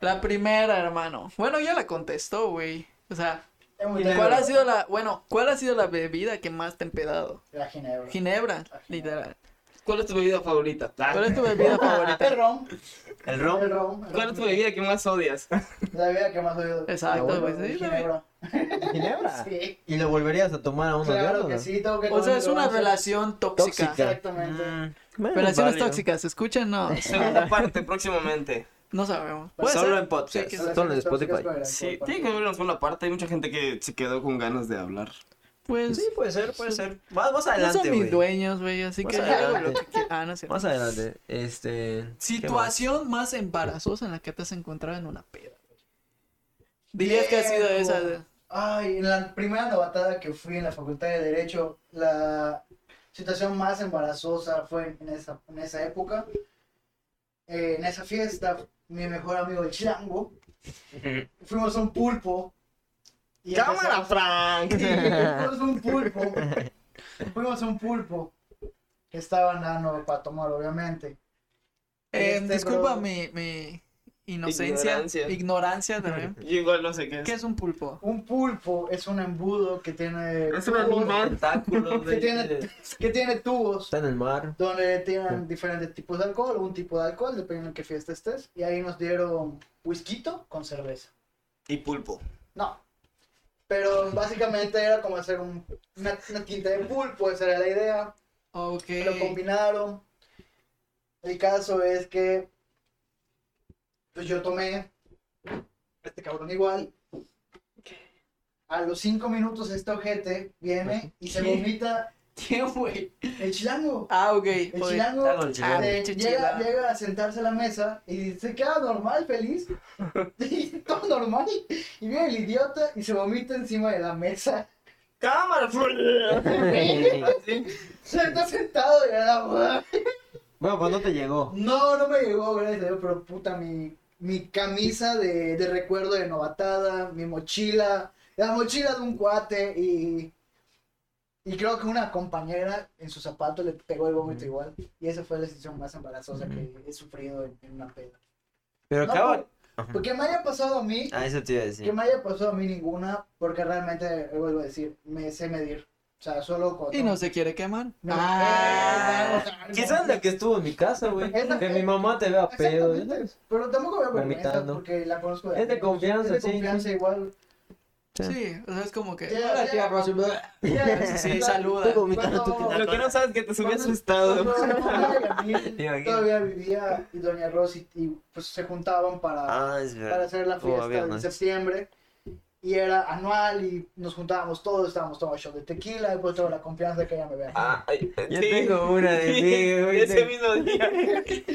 [SPEAKER 4] La primera, hermano. Bueno, ya la contestó, güey. O sea,
[SPEAKER 5] es muy
[SPEAKER 4] ¿cuál ha sido la, bueno, cuál ha sido la bebida que más te ha empedado?
[SPEAKER 5] La ginebra.
[SPEAKER 4] Ginebra,
[SPEAKER 5] La ginebra.
[SPEAKER 4] literal.
[SPEAKER 2] ¿Cuál es tu bebida favorita?
[SPEAKER 4] ¿Cuál es tu bebida
[SPEAKER 5] El
[SPEAKER 4] favorita?
[SPEAKER 5] ron.
[SPEAKER 3] El
[SPEAKER 5] El
[SPEAKER 3] ron.
[SPEAKER 5] ron. el
[SPEAKER 2] ¿Cuál es
[SPEAKER 5] ron.
[SPEAKER 2] tu bebida que más odias?
[SPEAKER 5] La bebida que más oído.
[SPEAKER 4] Exacto, güey, sí, la
[SPEAKER 5] Ginebra.
[SPEAKER 3] ¿Ginebra?
[SPEAKER 5] Sí.
[SPEAKER 3] ¿Y lo volverías a tomar a unos
[SPEAKER 5] Claro
[SPEAKER 3] grados?
[SPEAKER 5] que sí, tengo que
[SPEAKER 4] O sea, es una
[SPEAKER 5] comer mi
[SPEAKER 4] relación tóxica.
[SPEAKER 3] Tóxica.
[SPEAKER 5] Exactamente.
[SPEAKER 2] Ah,
[SPEAKER 3] Mm.
[SPEAKER 4] Relaciones tóxicas, ¿escuchan? No,
[SPEAKER 2] Segunda parte, próximamente.
[SPEAKER 4] no sabemos. Puede
[SPEAKER 3] Solo
[SPEAKER 4] ser.
[SPEAKER 3] en podcast.
[SPEAKER 4] Sí,
[SPEAKER 5] Relaciones
[SPEAKER 3] solo en
[SPEAKER 5] tóxicas
[SPEAKER 3] Spotify.
[SPEAKER 5] con el
[SPEAKER 2] Sí,
[SPEAKER 5] alcohol,
[SPEAKER 2] tiene que haber una segunda parte. Hay mucha gente que se quedó con ganas de hablar.
[SPEAKER 4] Pues,
[SPEAKER 3] Sí, puede ser, puede ser. Más, más
[SPEAKER 4] no son
[SPEAKER 3] adelante,
[SPEAKER 4] mis
[SPEAKER 3] güey.
[SPEAKER 4] dueños, güey, así
[SPEAKER 3] Más
[SPEAKER 4] que yo hago lo
[SPEAKER 3] adelante.
[SPEAKER 4] que quiera. Ah, no sé.
[SPEAKER 3] Más adelante. Este. ¿qué
[SPEAKER 4] Situación más embarazosa en la que te has encontrado en una peda. Dirías que ha sido
[SPEAKER 5] Viejo.
[SPEAKER 4] esa. de- eh,
[SPEAKER 5] Ay, en la primera novatada que fui en la Facultad de Derecho, la situación más embarazosa fue en esa, en esa época. Eh, en esa fiesta, mi mejor amigo el Chilango, fuimos a un pulpo. y
[SPEAKER 2] ¡Cámara,
[SPEAKER 5] empezamos-
[SPEAKER 2] Frank!
[SPEAKER 5] Sí, fuimos a un pulpo. Fuimos a un pulpo. Que estaba nano para tomar, obviamente.
[SPEAKER 4] Eh,
[SPEAKER 5] Este,
[SPEAKER 4] disculpa
[SPEAKER 5] bro.
[SPEAKER 4] mi, mi inocencia, ignorancia,
[SPEAKER 2] Ignorancia.
[SPEAKER 4] también.
[SPEAKER 2] Yo igual no sé qué es.
[SPEAKER 4] ¿Qué es un pulpo?
[SPEAKER 5] Un pulpo es un embudo que tiene.
[SPEAKER 2] Es un
[SPEAKER 5] tubos-
[SPEAKER 2] animal.
[SPEAKER 3] Tentáculos,
[SPEAKER 5] Que tiene,
[SPEAKER 3] Está
[SPEAKER 5] que tiene tubos.
[SPEAKER 3] en el mar.
[SPEAKER 5] donde tienen diferentes tipos de alcohol, un tipo de alcohol, dependiendo en qué fiesta estés. Y ahí nos dieron whisky con cerveza.
[SPEAKER 2] Y pulpo.
[SPEAKER 5] No. Pero básicamente era como hacer un- una, una tinta de pulpo, esa era la idea.
[SPEAKER 4] Ok.
[SPEAKER 5] Lo combinaron. El caso es que pues yo tomé este cabrón igual. A los cinco minutos este ojete
[SPEAKER 2] Pues,
[SPEAKER 5] viene y se
[SPEAKER 4] ¿Qué?
[SPEAKER 5] vomita
[SPEAKER 4] ¿Quién, güey?
[SPEAKER 5] el chilango.
[SPEAKER 4] Ah, ok.
[SPEAKER 5] El
[SPEAKER 4] Oye,
[SPEAKER 5] chilango
[SPEAKER 3] Está con el chilango.
[SPEAKER 5] eh,
[SPEAKER 4] pinche
[SPEAKER 5] llega,
[SPEAKER 4] chilango.
[SPEAKER 5] llega a sentarse a la mesa y se queda normal, feliz. Y todo normal. Y viene el idiota y se vomita encima de la mesa.
[SPEAKER 2] ¡Cámara, Frank! Así.
[SPEAKER 5] Se está sentado y era.
[SPEAKER 3] Bueno, pues no te llegó.
[SPEAKER 5] No, no me llegó, gracias a Dios, pero puta, mi, mi camisa de, de recuerdo de novatada, mi mochila, la mochila de un cuate y. Y creo que una compañera en su zapato le pegó el vómito igual. Y esa fue la decisión más embarazosa que he sufrido en, en una peda.
[SPEAKER 3] Pero
[SPEAKER 5] No,
[SPEAKER 3] acaba.
[SPEAKER 5] por- porque me haya pasado a mí,
[SPEAKER 3] Ah, eso te iba a decir.
[SPEAKER 5] que me haya pasado a mí ninguna, porque realmente, eh, vuelvo a decir, me sé medir. O sea, solo con...
[SPEAKER 4] Y no se quiere quemar.
[SPEAKER 5] No. Eh,
[SPEAKER 4] Ah.
[SPEAKER 3] Quizás la que estuvo en mi casa, güey.
[SPEAKER 5] Es la-
[SPEAKER 3] Que mi mamá te vea pedo.
[SPEAKER 5] Exactamente, Pero tampoco me avergüenza
[SPEAKER 3] Vomitando.
[SPEAKER 5] porque la conozco
[SPEAKER 3] Es de
[SPEAKER 5] años.
[SPEAKER 3] confianza,
[SPEAKER 5] Es de
[SPEAKER 3] sí,
[SPEAKER 5] confianza igual.
[SPEAKER 4] Sí, o sea, es como que.
[SPEAKER 5] Ya,
[SPEAKER 4] Hola,
[SPEAKER 5] ya.
[SPEAKER 4] tía Rosy.
[SPEAKER 5] Ya,
[SPEAKER 4] Sí,
[SPEAKER 5] cuando-
[SPEAKER 4] saluda.
[SPEAKER 5] cuando-
[SPEAKER 2] Lo que no sabes es que te subí
[SPEAKER 5] cuando-
[SPEAKER 2] asustado.
[SPEAKER 5] cuando mi familia y a mí
[SPEAKER 3] imagino.
[SPEAKER 5] Todavía vivía y Doña Rosy y pues se juntaban para,
[SPEAKER 3] Ah, es
[SPEAKER 5] para
[SPEAKER 3] verdad.
[SPEAKER 4] Oh,
[SPEAKER 5] hacer la
[SPEAKER 3] Todavía
[SPEAKER 5] fiesta
[SPEAKER 3] no.
[SPEAKER 5] en septiembre. Y era anual y nos juntábamos todos, estábamos tomando show de tequila y pues toda la confianza que ella me vea.
[SPEAKER 2] Ah, ay,
[SPEAKER 3] Yo
[SPEAKER 2] sí.
[SPEAKER 3] tengo una de mí, güey.
[SPEAKER 2] Ese mismo día.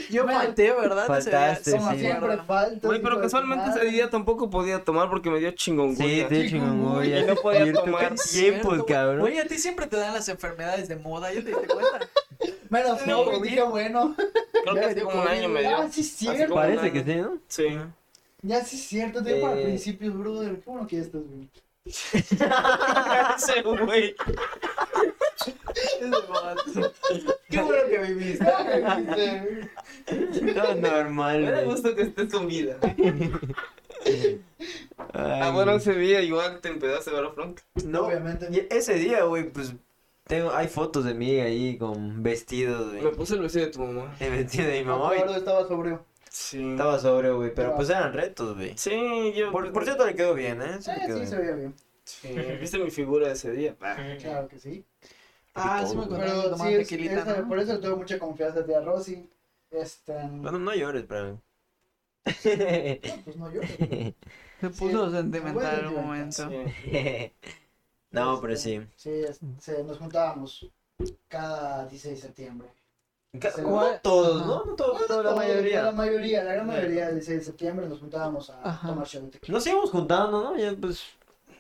[SPEAKER 4] Yo falté, ¿verdad? Ese día,
[SPEAKER 3] Faltaste,
[SPEAKER 4] sí me
[SPEAKER 3] sí.
[SPEAKER 5] Siempre
[SPEAKER 4] acuerdo.
[SPEAKER 5] falta.
[SPEAKER 2] Güey, pero casualmente ese día tampoco podía tomar porque me dio
[SPEAKER 3] Sí,
[SPEAKER 2] chingongulla.
[SPEAKER 3] te chingongoya.
[SPEAKER 2] Y no podía
[SPEAKER 3] Oye, tú qué
[SPEAKER 2] tomar.
[SPEAKER 3] Tiempos,
[SPEAKER 4] Cierto,
[SPEAKER 3] cabrón.
[SPEAKER 4] Güey, a ti siempre te dan las enfermedades de moda, ¿ya te diste cuenta?
[SPEAKER 5] Menos
[SPEAKER 2] No,
[SPEAKER 5] no,
[SPEAKER 2] güey.
[SPEAKER 5] dije bueno.
[SPEAKER 2] Creo que hace como un año me
[SPEAKER 5] Ya
[SPEAKER 2] dio.
[SPEAKER 5] sí es
[SPEAKER 2] Así
[SPEAKER 5] cierto.
[SPEAKER 2] como-
[SPEAKER 3] Parece que sí, ¿no?
[SPEAKER 2] Sí.
[SPEAKER 5] Ya sí es cierto. Te digo para
[SPEAKER 2] Eh.
[SPEAKER 5] principios, brother. ¿Cómo no quieres estos, güey?
[SPEAKER 2] Ese güey.
[SPEAKER 4] Qué bueno que viviste.
[SPEAKER 3] Todo
[SPEAKER 2] Me da
[SPEAKER 3] normal, güey.
[SPEAKER 2] gusto que estés con vida. Ah,
[SPEAKER 3] Ay,
[SPEAKER 2] bueno,
[SPEAKER 3] güey.
[SPEAKER 2] ese día igual te empedaste, ¿verdad, Frank?
[SPEAKER 3] No,
[SPEAKER 5] Obviamente.
[SPEAKER 3] y ese día, güey, pues tengo, hay fotos de mí ahí con vestidos,
[SPEAKER 2] Me
[SPEAKER 3] güey.
[SPEAKER 2] puse el vestido de tu mamá.
[SPEAKER 3] El vestido de mi
[SPEAKER 5] No,
[SPEAKER 3] mamá,
[SPEAKER 5] gordo,
[SPEAKER 3] güey.
[SPEAKER 5] estaba sobrio.
[SPEAKER 2] Sí.
[SPEAKER 3] Estaba sobre, güey, pero pues eran retos, güey.
[SPEAKER 2] Sí, yo. pues,
[SPEAKER 3] Por, por cierto, le quedó bien, ¿eh?
[SPEAKER 5] Sí,
[SPEAKER 3] Sí, le quedó
[SPEAKER 5] sí, se
[SPEAKER 3] bien.
[SPEAKER 5] veía bien.
[SPEAKER 2] Sí, viste mi figura ese día. pa.
[SPEAKER 5] Claro que sí.
[SPEAKER 4] Ah, sí me contaron que
[SPEAKER 5] Pero sí,
[SPEAKER 4] tomaban
[SPEAKER 5] es-
[SPEAKER 4] tequilita,
[SPEAKER 5] esa-
[SPEAKER 4] ¿no?
[SPEAKER 5] por eso le tuve mucha confianza a tía Rosy. Este,
[SPEAKER 3] Bueno, no llores, pero...
[SPEAKER 5] pues no yo.
[SPEAKER 4] Se puso
[SPEAKER 5] Sí,
[SPEAKER 4] sentimental en
[SPEAKER 5] bueno,
[SPEAKER 4] un
[SPEAKER 5] yo-
[SPEAKER 4] momento.
[SPEAKER 3] no, pero sí.
[SPEAKER 5] Sí, es- se- nos juntábamos cada 16 de septiembre.
[SPEAKER 3] Ca-
[SPEAKER 5] Sí.
[SPEAKER 3] No todos,
[SPEAKER 4] Ajá.
[SPEAKER 3] ¿no? No todos, pero
[SPEAKER 5] Todos,
[SPEAKER 3] la mayoría.
[SPEAKER 5] La mayoría, la gran mayoría del 16 de septiembre nos juntábamos a
[SPEAKER 4] Ajá.
[SPEAKER 5] tomar show de tequila.
[SPEAKER 3] Nos íbamos juntando, ¿no? Ya, pues...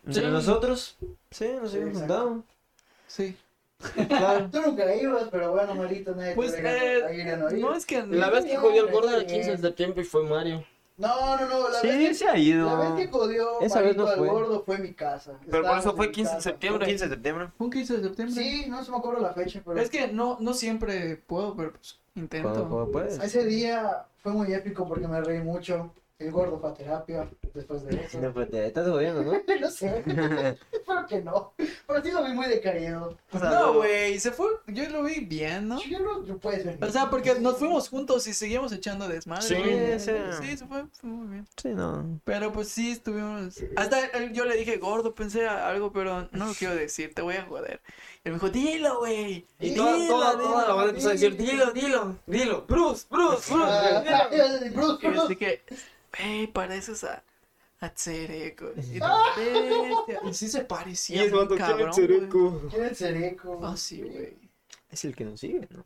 [SPEAKER 3] Entre
[SPEAKER 4] Sí.
[SPEAKER 3] nosotros, sí, nos
[SPEAKER 5] Sí,
[SPEAKER 3] íbamos
[SPEAKER 5] exacto.
[SPEAKER 3] juntando.
[SPEAKER 4] Sí.
[SPEAKER 3] Claro.
[SPEAKER 5] Tú nunca ibas, pero bueno, Marito, nadie
[SPEAKER 2] Pues,
[SPEAKER 5] te deja
[SPEAKER 2] eh,
[SPEAKER 5] ahí ya no
[SPEAKER 4] No
[SPEAKER 5] ir.
[SPEAKER 4] es que.
[SPEAKER 2] La vez que jodió el gordo era el 15 de septiembre y fue Mario.
[SPEAKER 5] No, no, no, la
[SPEAKER 3] Sí,
[SPEAKER 5] vez
[SPEAKER 3] se ha
[SPEAKER 5] que,
[SPEAKER 3] ido.
[SPEAKER 5] la vez que jodió
[SPEAKER 3] Esa vez
[SPEAKER 5] Marito
[SPEAKER 3] no
[SPEAKER 5] al
[SPEAKER 3] fue.
[SPEAKER 5] gordo fue en mi casa.
[SPEAKER 2] Pero por eso
[SPEAKER 5] Estábamos
[SPEAKER 2] fue
[SPEAKER 5] en mi
[SPEAKER 2] 15 de
[SPEAKER 5] casa.
[SPEAKER 2] septiembre.
[SPEAKER 3] 15 de septiembre.
[SPEAKER 4] ¿Fue un 15 de septiembre?
[SPEAKER 5] Sí, no se me acuerdo la fecha, pero
[SPEAKER 4] Es que no, no siempre puedo, pero pues intento.
[SPEAKER 3] Cuando- cuando puedes.
[SPEAKER 5] ese día fue muy épico porque me reí mucho. El gordo fue a terapia después de eso.
[SPEAKER 3] No, pues te estás jodiendo, ¿no?
[SPEAKER 5] no sé, espero que no. Pero sí lo vi muy decaído.
[SPEAKER 4] No, güey, se fue. Yo lo vi bien, ¿no?
[SPEAKER 5] Yo no, yo puedes venir.
[SPEAKER 4] O sea, porque nos fuimos juntos y seguimos echando desmadre.
[SPEAKER 2] Sí,
[SPEAKER 4] güey.
[SPEAKER 3] sí.
[SPEAKER 4] Sí, se fue, fue muy bien.
[SPEAKER 3] Sí, no.
[SPEAKER 4] Pero pues sí, estuvimos. Hasta él- yo le dije gordo, pensé a- algo, pero no lo quiero decir, te voy a joder. Y él me dijo, dilo, güey.
[SPEAKER 2] Y toda, toda, toda la banda empezó a decir: Dilo, dilo, dilo. Bruce, Bruce, Bruce.
[SPEAKER 5] Ah,
[SPEAKER 2] dilo".
[SPEAKER 5] Bruce, Bruce,
[SPEAKER 4] Y yo así
[SPEAKER 5] Bruce.
[SPEAKER 4] que, hey, pareces a. A Tsereco. Y, yo, "Bestia". Y sí se
[SPEAKER 2] Y
[SPEAKER 4] parecía.
[SPEAKER 2] es
[SPEAKER 4] muy
[SPEAKER 2] cuando tiene
[SPEAKER 4] cabrón,
[SPEAKER 2] el
[SPEAKER 4] güey.
[SPEAKER 2] cereco.
[SPEAKER 5] ¿Quién es el Cereco?
[SPEAKER 4] Ah, sí, güey.
[SPEAKER 3] Es el que nos sigue, ¿no?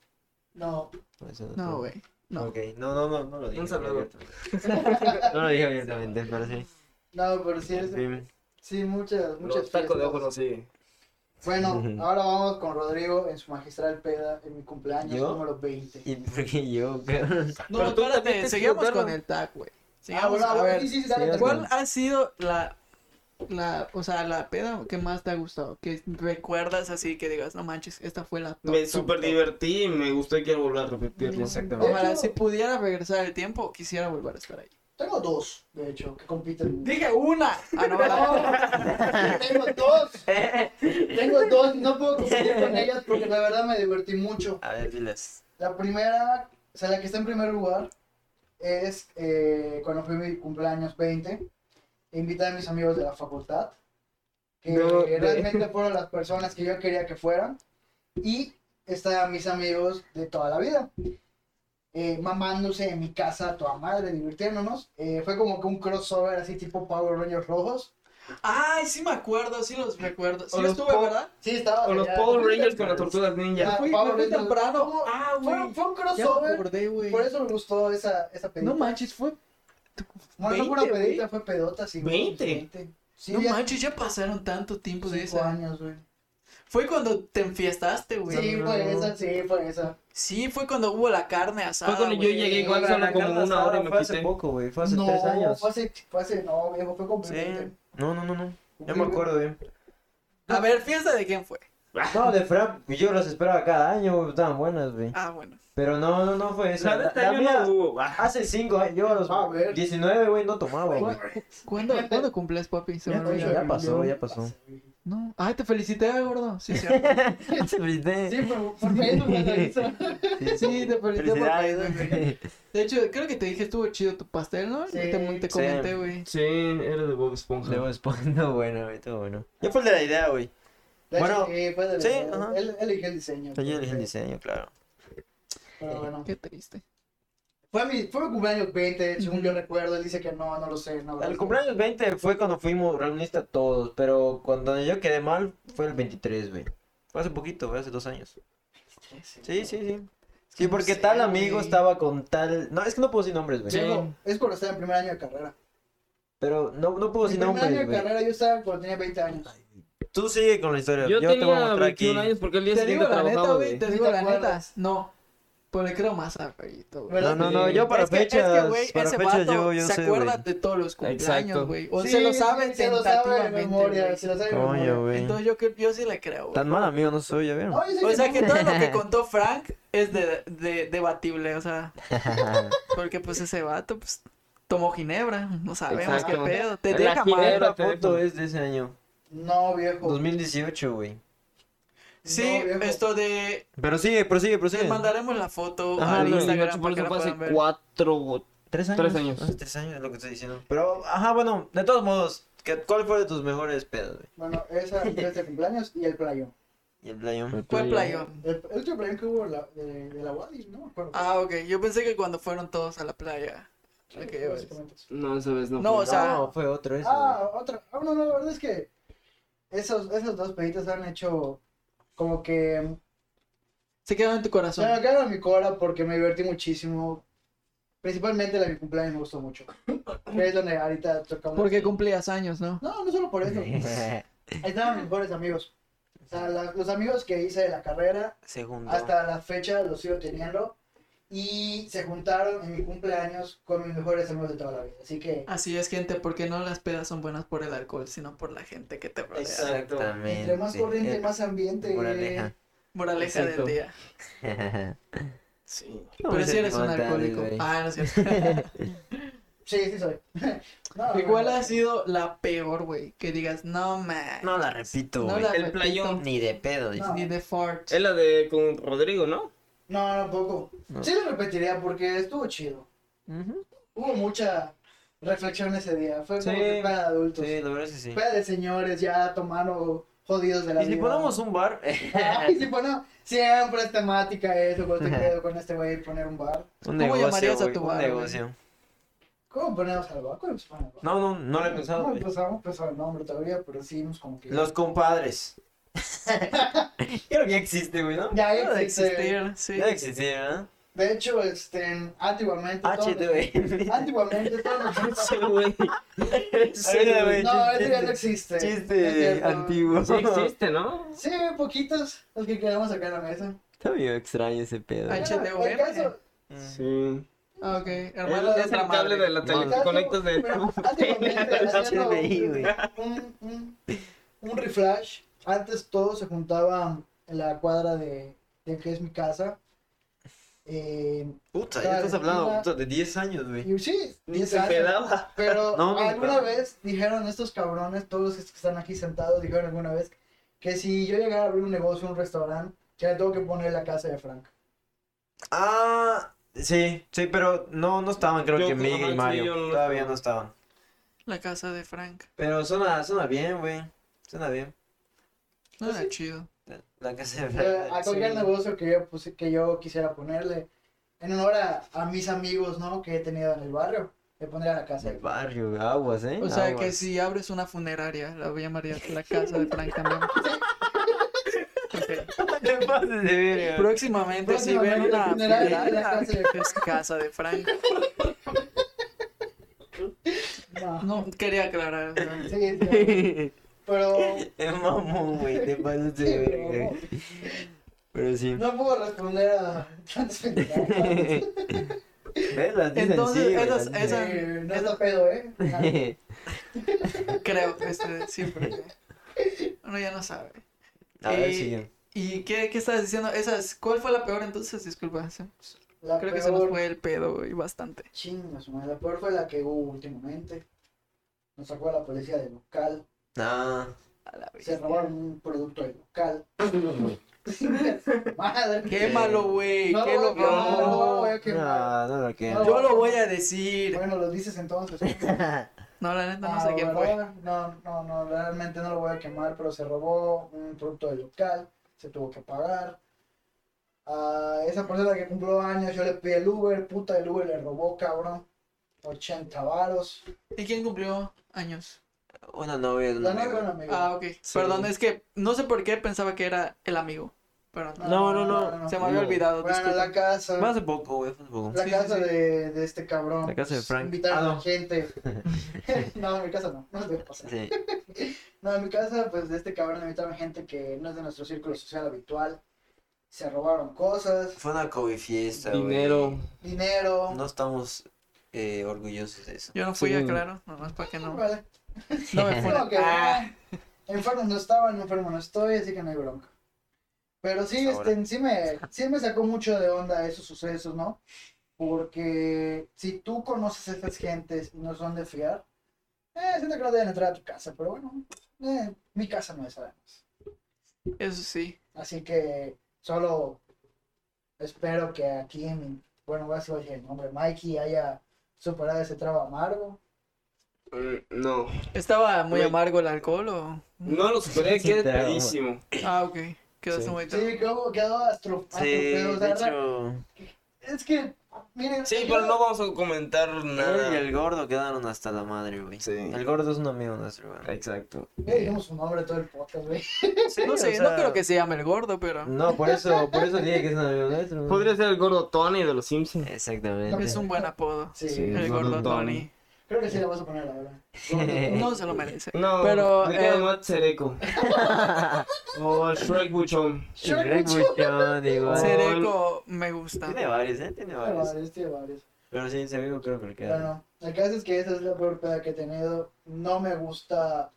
[SPEAKER 5] No,
[SPEAKER 3] Eso
[SPEAKER 4] No, güey. No.
[SPEAKER 3] Ok, no, no, no, no lo dije.
[SPEAKER 2] Un saludo.
[SPEAKER 3] abiertamente. No lo dije abiertamente, pero sí.
[SPEAKER 5] no, pero sí es.
[SPEAKER 3] Sí.
[SPEAKER 5] Sí, muchas, muchas
[SPEAKER 2] Los tacos de ojo no
[SPEAKER 5] fiestas.
[SPEAKER 2] siguen.
[SPEAKER 5] Bueno, ahora vamos con Rodrigo en su magistral peda en mi cumpleaños
[SPEAKER 3] ¿Yo?
[SPEAKER 5] número 20.
[SPEAKER 3] ¿Y por qué yo, cabrón?
[SPEAKER 4] No,
[SPEAKER 2] Pero tú también
[SPEAKER 4] espérate,
[SPEAKER 2] te
[SPEAKER 4] seguimos
[SPEAKER 2] explotaron.
[SPEAKER 4] con el tag, güey.
[SPEAKER 5] Ah,
[SPEAKER 4] Sigamos,
[SPEAKER 5] bueno,
[SPEAKER 4] a ver,
[SPEAKER 5] sí, sí, sí, dale,
[SPEAKER 3] sí,
[SPEAKER 5] dale.
[SPEAKER 4] ¿cuál ha sido la, la, o sea, la peda que más te ha gustado? Que recuerdas así que digas, no manches, esta fue la top,
[SPEAKER 2] Me
[SPEAKER 4] top,
[SPEAKER 2] súper
[SPEAKER 4] top"?
[SPEAKER 2] divertí y me gustó y quiero volver a repetirlo.
[SPEAKER 5] Exactamente.
[SPEAKER 4] Ojalá, si pudiera regresar el tiempo, quisiera volver a estar ahí.
[SPEAKER 5] Tengo dos, de hecho, que compiten.
[SPEAKER 4] ¡Dije una! Ah, no, ¿verdad?
[SPEAKER 5] Tengo dos. Tengo dos. No puedo competir con ellas porque la verdad me divertí mucho.
[SPEAKER 3] A ver, diles.
[SPEAKER 5] La primera, o sea, la que está en primer lugar es eh, cuando fue mi cumpleaños 20. Invité a mis amigos de la facultad, que
[SPEAKER 2] No, de-
[SPEAKER 5] realmente fueron las personas que yo quería que fueran. Y estaban mis amigos de toda la vida. eh, mamándose en mi casa a toda madre, divirtiéndonos. Eh, fue como que un crossover así tipo Power Rangers rojos.
[SPEAKER 4] Ay, sí me acuerdo, sí los recuerdo. Sí
[SPEAKER 2] O los
[SPEAKER 4] estuve,
[SPEAKER 2] po-
[SPEAKER 4] ¿verdad?
[SPEAKER 5] Sí, estaba.
[SPEAKER 2] O los
[SPEAKER 5] ya-
[SPEAKER 2] Power Rangers con las tortugas
[SPEAKER 5] Ah,
[SPEAKER 2] ninja.
[SPEAKER 4] Fui, me
[SPEAKER 5] Power
[SPEAKER 4] fui
[SPEAKER 5] Rangers.
[SPEAKER 4] temprano. Ah,
[SPEAKER 5] Fue,
[SPEAKER 4] güey.
[SPEAKER 5] fue un
[SPEAKER 4] Ya me
[SPEAKER 5] crossover.
[SPEAKER 4] acordé, güey.
[SPEAKER 5] Por eso me gustó esa, esa
[SPEAKER 4] No
[SPEAKER 5] pedita.
[SPEAKER 4] manches, fue.
[SPEAKER 5] Bueno, no fue una
[SPEAKER 4] 20, güey.
[SPEAKER 5] pedita, fue pedota, sí. güey,
[SPEAKER 2] 20.
[SPEAKER 5] 20. Sí,
[SPEAKER 4] no
[SPEAKER 5] ya
[SPEAKER 4] manches, ya pasaron tanto tiempo de
[SPEAKER 5] cinco
[SPEAKER 4] eso.
[SPEAKER 5] años, güey.
[SPEAKER 4] Fue cuando te enfiestaste, güey.
[SPEAKER 5] Sí, fue esa, sí, fue esa.
[SPEAKER 4] Sí, fue cuando hubo la carne asada.
[SPEAKER 2] Fue cuando yo
[SPEAKER 4] güey.
[SPEAKER 2] llegué igual solo como una hora y me
[SPEAKER 3] Fue hace
[SPEAKER 2] quité.
[SPEAKER 3] poco, güey. Fue hace
[SPEAKER 5] no,
[SPEAKER 3] tres años.
[SPEAKER 5] Fue hace, fue hace, no, viejo, fue con
[SPEAKER 3] Sí.
[SPEAKER 5] 20.
[SPEAKER 3] No, no, no, no. Ya me acuerdo bien.
[SPEAKER 4] A ver, fiesta de quién fue.
[SPEAKER 3] No, de Fran, pues yo las esperaba cada año, güey. Estaban buenas, güey.
[SPEAKER 4] Ah, bueno.
[SPEAKER 3] Pero no, no, no fue esa.
[SPEAKER 2] La de
[SPEAKER 3] La,
[SPEAKER 2] este
[SPEAKER 3] la
[SPEAKER 2] año
[SPEAKER 3] mía, ah.
[SPEAKER 2] no hubo, va.
[SPEAKER 3] hace cinco años, yo a los
[SPEAKER 5] A ver.
[SPEAKER 3] 19, güey, no tomaba, güey.
[SPEAKER 4] ¿Cuándo, ¿cuándo cumples, papi? Se me
[SPEAKER 3] Ya,
[SPEAKER 5] Ocho
[SPEAKER 4] olvidó.
[SPEAKER 5] de
[SPEAKER 3] ya pasó,
[SPEAKER 5] julio.
[SPEAKER 3] ya pasó.
[SPEAKER 4] No. Ay, te felicité, gordo. Sí, cierto.
[SPEAKER 5] Sí, pero por Facebook me lo hizo.
[SPEAKER 4] sí, te felicité. por Facebook, güey.
[SPEAKER 3] Felicidades.
[SPEAKER 4] De hecho, creo que te dije estuvo chido tu pastel, ¿no?
[SPEAKER 5] Sí.
[SPEAKER 4] Te, te
[SPEAKER 3] Sí.
[SPEAKER 4] comenté, güey.
[SPEAKER 2] Sí, era de Bob Esponja.
[SPEAKER 3] Luego respondo, bueno, güey, todo bueno. Yo fue el de la idea, güey.
[SPEAKER 5] De
[SPEAKER 3] Bueno,
[SPEAKER 5] hecho, sí, fue de la
[SPEAKER 3] sí,
[SPEAKER 5] idea.
[SPEAKER 3] ajá.
[SPEAKER 5] Él él eligió el diseño.
[SPEAKER 3] Yo elegí el diseño, claro.
[SPEAKER 5] Pero bueno,
[SPEAKER 4] Qué triste.
[SPEAKER 5] Fue mi, fue mi cumpleaños 20, según yo recuerdo. Él dice que no, no lo sé. No, lo
[SPEAKER 3] El
[SPEAKER 5] sé.
[SPEAKER 3] cumpleaños 20 fue cuando fuimos reuniste a todos, pero cuando yo quedé mal fue el 23, güey. Fue hace poquito, güey, hace dos años. Sí, sí, sí. Sí,
[SPEAKER 5] no
[SPEAKER 3] porque
[SPEAKER 5] sé,
[SPEAKER 3] tal amigo
[SPEAKER 5] güey.
[SPEAKER 3] estaba con tal... No, es que no puedo decir nombres, güey.
[SPEAKER 5] Sí, no, Es por estar en primer año de carrera.
[SPEAKER 3] Pero no, no
[SPEAKER 4] Oh,
[SPEAKER 3] puedo
[SPEAKER 5] En
[SPEAKER 3] decir
[SPEAKER 5] primer año
[SPEAKER 3] nombres,
[SPEAKER 5] de
[SPEAKER 3] güey.
[SPEAKER 5] carrera yo estaba cuando tenía 20 años.
[SPEAKER 3] Tú sigue con la historia.
[SPEAKER 2] Yo,
[SPEAKER 3] Yo, te voy a
[SPEAKER 2] tenía
[SPEAKER 3] mostrar aquí.
[SPEAKER 2] 21 años porque el día
[SPEAKER 4] Te digo
[SPEAKER 2] siguiente
[SPEAKER 4] la neta,
[SPEAKER 2] trabajaba,
[SPEAKER 4] güey. Te
[SPEAKER 5] ¿Sí
[SPEAKER 4] digo
[SPEAKER 5] te
[SPEAKER 4] la neta.
[SPEAKER 5] acuerdas?
[SPEAKER 4] No. Pues le creo más a Fellito, güey.
[SPEAKER 3] No,
[SPEAKER 5] ¿Verdad?
[SPEAKER 3] no, no, yo para
[SPEAKER 4] es que,
[SPEAKER 3] fechas,
[SPEAKER 4] es que, güey,
[SPEAKER 3] para
[SPEAKER 4] ese
[SPEAKER 3] fechas
[SPEAKER 4] vato
[SPEAKER 3] yo, yo
[SPEAKER 4] se
[SPEAKER 3] sé,
[SPEAKER 4] acuerda
[SPEAKER 3] güey.
[SPEAKER 4] de todos los cumpleaños,
[SPEAKER 2] Exacto.
[SPEAKER 4] güey. O Pues se lo sabe
[SPEAKER 5] se lo sabe de
[SPEAKER 4] tentativamente,
[SPEAKER 5] memoria.
[SPEAKER 4] güey.
[SPEAKER 5] Se lo sabe de memoria.
[SPEAKER 3] Coño, güey.
[SPEAKER 4] Entonces yo, cre- yo sí le creo, güey.
[SPEAKER 3] Tan mal amigo no soy, ya vieron.
[SPEAKER 5] Oye, sí,
[SPEAKER 4] O
[SPEAKER 5] sí,
[SPEAKER 4] sea
[SPEAKER 5] no.
[SPEAKER 4] que todo lo que contó Frank es de, de- debatible, o sea, porque pues ese vato, pues, tomó ginebra, no sabemos
[SPEAKER 2] Exacto.
[SPEAKER 4] qué pedo. Te
[SPEAKER 2] La
[SPEAKER 4] deja mal.
[SPEAKER 2] ginebra.
[SPEAKER 3] La foto es de ese año.
[SPEAKER 5] No, viejo.
[SPEAKER 3] 2018, güey.
[SPEAKER 4] Sí,
[SPEAKER 5] No, viejo.
[SPEAKER 4] esto de...
[SPEAKER 3] Pero sigue, prosigue,
[SPEAKER 4] Les
[SPEAKER 3] prosigue.
[SPEAKER 4] mandaremos la foto
[SPEAKER 3] Ajá,
[SPEAKER 4] al
[SPEAKER 3] lo del
[SPEAKER 2] por
[SPEAKER 4] Instagram para
[SPEAKER 2] eso
[SPEAKER 4] que la
[SPEAKER 2] fue hace
[SPEAKER 4] puedan ver.
[SPEAKER 2] cuatro.
[SPEAKER 3] ¿Tres años?
[SPEAKER 2] Tres años.
[SPEAKER 3] Hace tres años es lo que estoy diciendo. Pero, ajá, bueno, de todos modos, ¿qué- ¿cuál fue de tus mejores pedos, güey?
[SPEAKER 5] Bueno, esa es de cumpleaños y el playón.
[SPEAKER 3] Y el playón.
[SPEAKER 4] ¿Cuál playón?
[SPEAKER 5] El, el último playón que hubo la- de, de la Wadi, no me acuerdo.
[SPEAKER 4] Ah, ok. Yo pensé que cuando fueron todos a la playa.
[SPEAKER 5] Sí,
[SPEAKER 4] ok, ya ves.
[SPEAKER 5] básicamente eso.
[SPEAKER 2] No, esa vez no.
[SPEAKER 4] No,
[SPEAKER 2] fue.
[SPEAKER 4] o sea,
[SPEAKER 3] Ah, No, fue otro ese, güey.
[SPEAKER 5] Ah, otra. Ah, no, no, la verdad es que esos, esos dos peditos han hecho como que
[SPEAKER 4] Se quedaron en tu
[SPEAKER 5] se
[SPEAKER 4] corazón.
[SPEAKER 5] me quedaron en mi cora porque me divertí muchísimo. Principalmente la de mi cumpleaños me gustó mucho. Que es donde ahorita tocamos.
[SPEAKER 4] Porque cumplías años, ¿no?
[SPEAKER 5] No, no solo por eso. Estaban mis mejores amigos. O sea, la- los amigos que hice de la carrera
[SPEAKER 3] Segundo.
[SPEAKER 5] hasta la fecha los sigo teniendo. Y se juntaron en mi cumpleaños con mis mejores amigos de toda la vida. Así que
[SPEAKER 4] Así es, gente, porque no las pedas son buenas por el alcohol, sino por la gente que te rodea.
[SPEAKER 3] Exactamente.
[SPEAKER 5] entre más corriente, más ambiente.
[SPEAKER 3] Moraleja.
[SPEAKER 4] Moraleja
[SPEAKER 2] Exacto.
[SPEAKER 4] del día.
[SPEAKER 2] Sí.
[SPEAKER 4] Pero si eres un
[SPEAKER 3] sentimental,
[SPEAKER 4] alcohólico.
[SPEAKER 3] güey.
[SPEAKER 4] Ah, no es cierto.
[SPEAKER 5] Sí, sí soy. No,
[SPEAKER 4] Igual
[SPEAKER 5] no, no.
[SPEAKER 4] ha sido la peor, güey. Que digas, no, man.
[SPEAKER 3] No la repito,
[SPEAKER 4] No
[SPEAKER 3] güey.
[SPEAKER 4] la
[SPEAKER 2] El
[SPEAKER 4] repito,
[SPEAKER 2] playón.
[SPEAKER 3] Ni de pedo, dice.
[SPEAKER 5] No.
[SPEAKER 4] Ni de fart.
[SPEAKER 2] Es la de con Rodrigo, ¿no?
[SPEAKER 5] No, no, poco. Sí lo repetiría porque estuvo chido. Hubo mucha reflexión ese día. Fue como
[SPEAKER 3] Sí.
[SPEAKER 5] que para adultos.
[SPEAKER 3] Sí, la verdad es que sí.
[SPEAKER 5] Para de señores ya tomando jodidos de la
[SPEAKER 3] Y si
[SPEAKER 5] vida.
[SPEAKER 3] ponemos un bar.
[SPEAKER 5] Ay, si ponemos- siempre es temática eso. Pues te quedo con este güey poner un bar.
[SPEAKER 3] Un
[SPEAKER 4] ¿Cómo
[SPEAKER 3] negocio,
[SPEAKER 4] llamarías a
[SPEAKER 3] güey,
[SPEAKER 4] tu
[SPEAKER 3] un
[SPEAKER 4] bar, güey?
[SPEAKER 3] negocio.
[SPEAKER 5] ¿Cómo ponemos al bar? ¿Cómo le ponemos al bar?
[SPEAKER 3] No, no, no lo he pensado,
[SPEAKER 5] No pues,
[SPEAKER 3] güey.
[SPEAKER 5] empezamos pensado el nombre todavía, pero sí vimos como que.
[SPEAKER 3] Los compadres. Creo que ya existe, güey, ¿no?
[SPEAKER 5] Ya
[SPEAKER 4] No de
[SPEAKER 5] existe.
[SPEAKER 4] existir, sí.
[SPEAKER 3] Debe existir, ¿verdad?
[SPEAKER 5] De hecho, este, antiguamente.
[SPEAKER 3] Ah,
[SPEAKER 5] todos los-
[SPEAKER 3] HTV.
[SPEAKER 5] Antiguamente todos los
[SPEAKER 2] güey.
[SPEAKER 3] Ahorita, güey,
[SPEAKER 5] No,
[SPEAKER 3] chiste-
[SPEAKER 5] ese ya no existe. No es
[SPEAKER 3] Chiste
[SPEAKER 5] cierto.
[SPEAKER 3] antiguo.
[SPEAKER 2] Sí existe, ¿no?
[SPEAKER 5] Sí, poquitos los que quedamos acá en la mesa.
[SPEAKER 3] Está medio extraño ese pedo.
[SPEAKER 4] Ay,
[SPEAKER 5] Bueno,
[SPEAKER 4] HTVM.
[SPEAKER 5] El caso,
[SPEAKER 2] Sí.
[SPEAKER 4] Ah, Ok, hermano,
[SPEAKER 2] Es
[SPEAKER 4] es la
[SPEAKER 2] el cable de
[SPEAKER 4] madre.
[SPEAKER 2] la
[SPEAKER 5] el
[SPEAKER 2] tele que
[SPEAKER 5] caso,
[SPEAKER 2] conectas de.
[SPEAKER 5] bueno, antiguamente,
[SPEAKER 3] El
[SPEAKER 5] haciendo
[SPEAKER 3] HDMI, güey.
[SPEAKER 5] un, un, un reflash, antes todo se juntaba en la cuadra de, de que es mi casa. Eh,
[SPEAKER 3] Puta,
[SPEAKER 5] Dale,
[SPEAKER 3] ya estás hablando
[SPEAKER 5] una-
[SPEAKER 3] puta, de 10 años, güey.
[SPEAKER 5] y sí,
[SPEAKER 2] Ni
[SPEAKER 5] casa.
[SPEAKER 2] se pedaba.
[SPEAKER 5] Pero
[SPEAKER 3] No, ni
[SPEAKER 5] alguna
[SPEAKER 3] pedo.
[SPEAKER 5] vez dijeron estos cabrones, todos los que están aquí sentados, dijeron alguna vez que si yo llegara a abrir un negocio, un restaurante, ya le tengo que poner la casa de Frank.
[SPEAKER 3] Ah, sí, sí, pero no, no estaban, creo
[SPEAKER 2] Yo
[SPEAKER 3] que
[SPEAKER 2] creo- ajá,
[SPEAKER 3] Miguel y
[SPEAKER 2] sí,
[SPEAKER 3] Mario.
[SPEAKER 2] yo no
[SPEAKER 3] Todavía
[SPEAKER 2] estaba.
[SPEAKER 3] no estaban.
[SPEAKER 4] La casa de Frank.
[SPEAKER 3] Pero suena, suena bien, güey. Suena bien.
[SPEAKER 2] Pues
[SPEAKER 4] No era Ah, chido.
[SPEAKER 3] La- La casa de
[SPEAKER 5] Eh, a cualquier
[SPEAKER 3] sí.
[SPEAKER 5] negocio que yo, puse- que yo quisiera ponerle, en honor a, a mis amigos, ¿no? Que he tenido en el barrio, le pondría la casa.
[SPEAKER 3] Del barrio, güey, aguas, ¿eh?
[SPEAKER 4] O sea, que
[SPEAKER 3] Aguas.
[SPEAKER 4] si abres una funeraria, la llamarías la casa de Frank también. Ok.
[SPEAKER 3] Te pases de verga.
[SPEAKER 4] Próximamente, si ven
[SPEAKER 5] Próximamente,
[SPEAKER 4] una
[SPEAKER 5] la funeraria, la
[SPEAKER 4] funeraria,
[SPEAKER 5] casa de
[SPEAKER 4] es casa de Frank.
[SPEAKER 5] No,
[SPEAKER 4] No, quería aclarar. o sea,
[SPEAKER 5] sí, sí, pero
[SPEAKER 3] Es mamón, güey, te pasas de verga. güey. Pero sí.
[SPEAKER 5] no puedo responder a tantas pendejadas.
[SPEAKER 3] ¿Ves? Las dicen
[SPEAKER 4] Entonces,
[SPEAKER 3] sí, güey,
[SPEAKER 4] esas-
[SPEAKER 3] las dicen.
[SPEAKER 4] esas-
[SPEAKER 5] Eh, no está pedo, ¿eh?
[SPEAKER 4] Creo que este siempre. Uno ya no sabe.
[SPEAKER 3] A ver,
[SPEAKER 4] Y-
[SPEAKER 3] sigue.
[SPEAKER 4] ¿Y qué, qué estabas diciendo? Esas, ¿Cuál fue la peor entonces? Disculpa. sí.
[SPEAKER 5] La
[SPEAKER 4] Creo
[SPEAKER 5] peor,
[SPEAKER 4] que se nos fue el pedo, güey, bastante.
[SPEAKER 5] chinga su madre, la peor fue la que hubo últimamente. Nos sacó a la policía del local,
[SPEAKER 3] Ah,
[SPEAKER 4] A la
[SPEAKER 5] se
[SPEAKER 4] vez.
[SPEAKER 5] robaron un producto del local. Madre.
[SPEAKER 4] Quémalo, güey.
[SPEAKER 5] No,
[SPEAKER 4] ¿Qué lo
[SPEAKER 5] no, no, no,
[SPEAKER 4] vio?
[SPEAKER 5] voy a quemar.
[SPEAKER 3] no, no lo quiero.
[SPEAKER 4] Yo lo voy a decir.
[SPEAKER 5] Bueno, lo dices entonces.
[SPEAKER 4] No, la neta no
[SPEAKER 5] Ah,
[SPEAKER 4] sé quién fue.
[SPEAKER 5] ¿verdad? No, no, no, realmente no lo voy a quemar, pero se robó un producto del local, se tuvo que pagar. a esa persona que cumplió años, yo le pedí el Uber, puta, el Uber le robó, cabrón. 80 varos.
[SPEAKER 4] ¿Y quién cumplió años?
[SPEAKER 3] Una novia de un
[SPEAKER 5] La novia
[SPEAKER 3] amigo.
[SPEAKER 5] era un amigo.
[SPEAKER 4] Ah, ok.
[SPEAKER 2] Sí.
[SPEAKER 4] Perdón, es que no sé por qué pensaba que era el amigo. Pero no.
[SPEAKER 3] No, no, no.
[SPEAKER 4] Se me había
[SPEAKER 3] No.
[SPEAKER 4] olvidado.
[SPEAKER 5] Bueno, la
[SPEAKER 4] disculpa.
[SPEAKER 5] casa.
[SPEAKER 3] Fue hace poco, güey, fue hace poco.
[SPEAKER 5] La
[SPEAKER 4] Sí, sí,
[SPEAKER 5] casa
[SPEAKER 4] sí.
[SPEAKER 5] De, de este cabrón.
[SPEAKER 3] La casa de Frank.
[SPEAKER 5] Invitar
[SPEAKER 3] Ah,
[SPEAKER 5] a
[SPEAKER 3] no.
[SPEAKER 5] la gente. no, en mi casa no. No se debe pasar.
[SPEAKER 3] Sí.
[SPEAKER 5] No, en mi casa, pues de este cabrón invitaron gente que no es de nuestro círculo social habitual. Se robaron cosas,
[SPEAKER 3] Fue una COVID fiesta, güey.
[SPEAKER 2] Dinero.
[SPEAKER 5] dinero.
[SPEAKER 3] No estamos eh, orgullosos de eso.
[SPEAKER 4] Yo no fui,
[SPEAKER 2] Sí.
[SPEAKER 4] aclaro. Nomás para que no, no
[SPEAKER 5] Vale.
[SPEAKER 4] me funen.
[SPEAKER 5] No, que- "Ah, Enfermo no estaba, no enfermo no estoy, así que no hay bronca. Pero sí,
[SPEAKER 3] Ahora.
[SPEAKER 5] este, sí, me, sí me sacó mucho de onda esos sucesos, ¿no? Porque si tú conoces a estas gentes y no son de fiar, eh, siento que no deben entrar a tu casa, pero bueno, eh, mi casa no es además.
[SPEAKER 4] Eso sí.
[SPEAKER 5] Así que solo espero que aquí, en mi- bueno, voy a decir oye, el nombre, Mikey haya superado ese trago amargo.
[SPEAKER 2] Mm, No.
[SPEAKER 4] ¿Estaba muy
[SPEAKER 2] Güey.
[SPEAKER 4] amargo el alcohol o...?
[SPEAKER 2] No lo superé, quedé
[SPEAKER 3] Te amo.
[SPEAKER 2] pedísimo.
[SPEAKER 4] Ah, ok. Quedaste
[SPEAKER 2] Sí.
[SPEAKER 4] muy
[SPEAKER 5] Sí, quedó, quedó astro,
[SPEAKER 3] Sí,
[SPEAKER 5] atropellado, o
[SPEAKER 3] de
[SPEAKER 5] sea,
[SPEAKER 3] hecho,
[SPEAKER 5] Es que, miren,
[SPEAKER 2] Sí,
[SPEAKER 5] yo-
[SPEAKER 2] pero no vamos a comentar
[SPEAKER 3] él y
[SPEAKER 2] nada.
[SPEAKER 3] el gordo quedaron hasta la madre, güey.
[SPEAKER 2] Sí.
[SPEAKER 3] El gordo es un amigo nuestro, güey.
[SPEAKER 2] Exacto.
[SPEAKER 5] Ya dijimos su nombre todo el podcast, güey.
[SPEAKER 4] No sé, no creo que se llame el gordo, pero...
[SPEAKER 3] No, por eso, por eso dije que es un amigo nuestro. güey.
[SPEAKER 2] Podría ser el gordo Tony de los Simpsons.
[SPEAKER 3] Exactamente.
[SPEAKER 4] Es un buen apodo.
[SPEAKER 5] Sí.
[SPEAKER 2] Sí.
[SPEAKER 4] El gordo Tony.
[SPEAKER 5] Creo que sí la vas a poner, la verdad.
[SPEAKER 4] No se lo merece.
[SPEAKER 2] No,
[SPEAKER 4] Pero,
[SPEAKER 2] me queda
[SPEAKER 4] eh,
[SPEAKER 2] más Cereco. o el Shrek Buchón.
[SPEAKER 3] El Greg Buchón, igual.
[SPEAKER 4] Cereco me gusta.
[SPEAKER 3] Tiene varios, ¿eh? Tiene
[SPEAKER 5] Tiene
[SPEAKER 3] varios.
[SPEAKER 5] varios, tiene varios.
[SPEAKER 3] Pero sí, ese amigo creo que le
[SPEAKER 5] Pero
[SPEAKER 3] queda.
[SPEAKER 5] no. El caso es que esa es la peor peda que he tenido. No me gusta.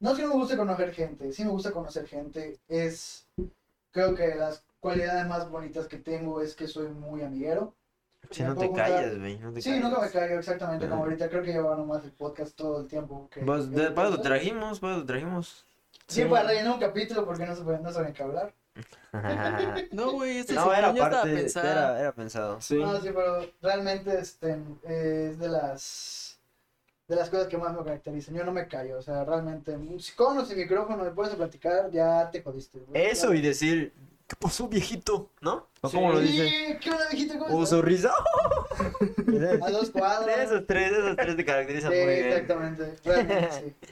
[SPEAKER 5] No es que no me guste conocer gente. Sí me gusta conocer gente. Es. Creo que las cualidades más bonitas que tengo es que soy muy amiguero.
[SPEAKER 3] Si
[SPEAKER 5] Me
[SPEAKER 3] no
[SPEAKER 5] puedo
[SPEAKER 3] te
[SPEAKER 5] juntar-
[SPEAKER 3] callas, güey. No te
[SPEAKER 5] Sí, nunca me
[SPEAKER 3] callas.
[SPEAKER 5] callo exactamente como
[SPEAKER 3] Ajá.
[SPEAKER 5] ahorita. Creo que llevo nomás el podcast todo el tiempo. Que,
[SPEAKER 3] Pues,
[SPEAKER 5] que-
[SPEAKER 3] de- Para eso te trajimos, para eso te trajimos.
[SPEAKER 5] Sí, para rellenar un capítulo porque no, saben- no saben qué hablar.
[SPEAKER 4] No, güey, este
[SPEAKER 3] No, era
[SPEAKER 4] estaba
[SPEAKER 3] parte,
[SPEAKER 4] pensando.
[SPEAKER 3] era, era pensado.
[SPEAKER 2] Sí.
[SPEAKER 5] No, Ah, sí, pero realmente este, eh, es de las de las cosas que más me caracterizan. Yo no me callo, o sea, realmente, si conos y micrófono me puedes platicar, ya te jodiste. güey.
[SPEAKER 3] Eso y decir, ¿qué pasó, viejito? ¿No? ¿O
[SPEAKER 2] Sí.
[SPEAKER 3] cómo lo
[SPEAKER 5] Sí,
[SPEAKER 3] dicen?
[SPEAKER 5] ¿Qué onda, viejito? ¿Cómo
[SPEAKER 3] ¿O
[SPEAKER 5] estás?
[SPEAKER 3] sonrisa?
[SPEAKER 5] A dos cuadros.
[SPEAKER 3] esos tres, esos tres te
[SPEAKER 5] Sí,
[SPEAKER 3] caracterizan muy bien.
[SPEAKER 5] exactamente. Realmente, sí.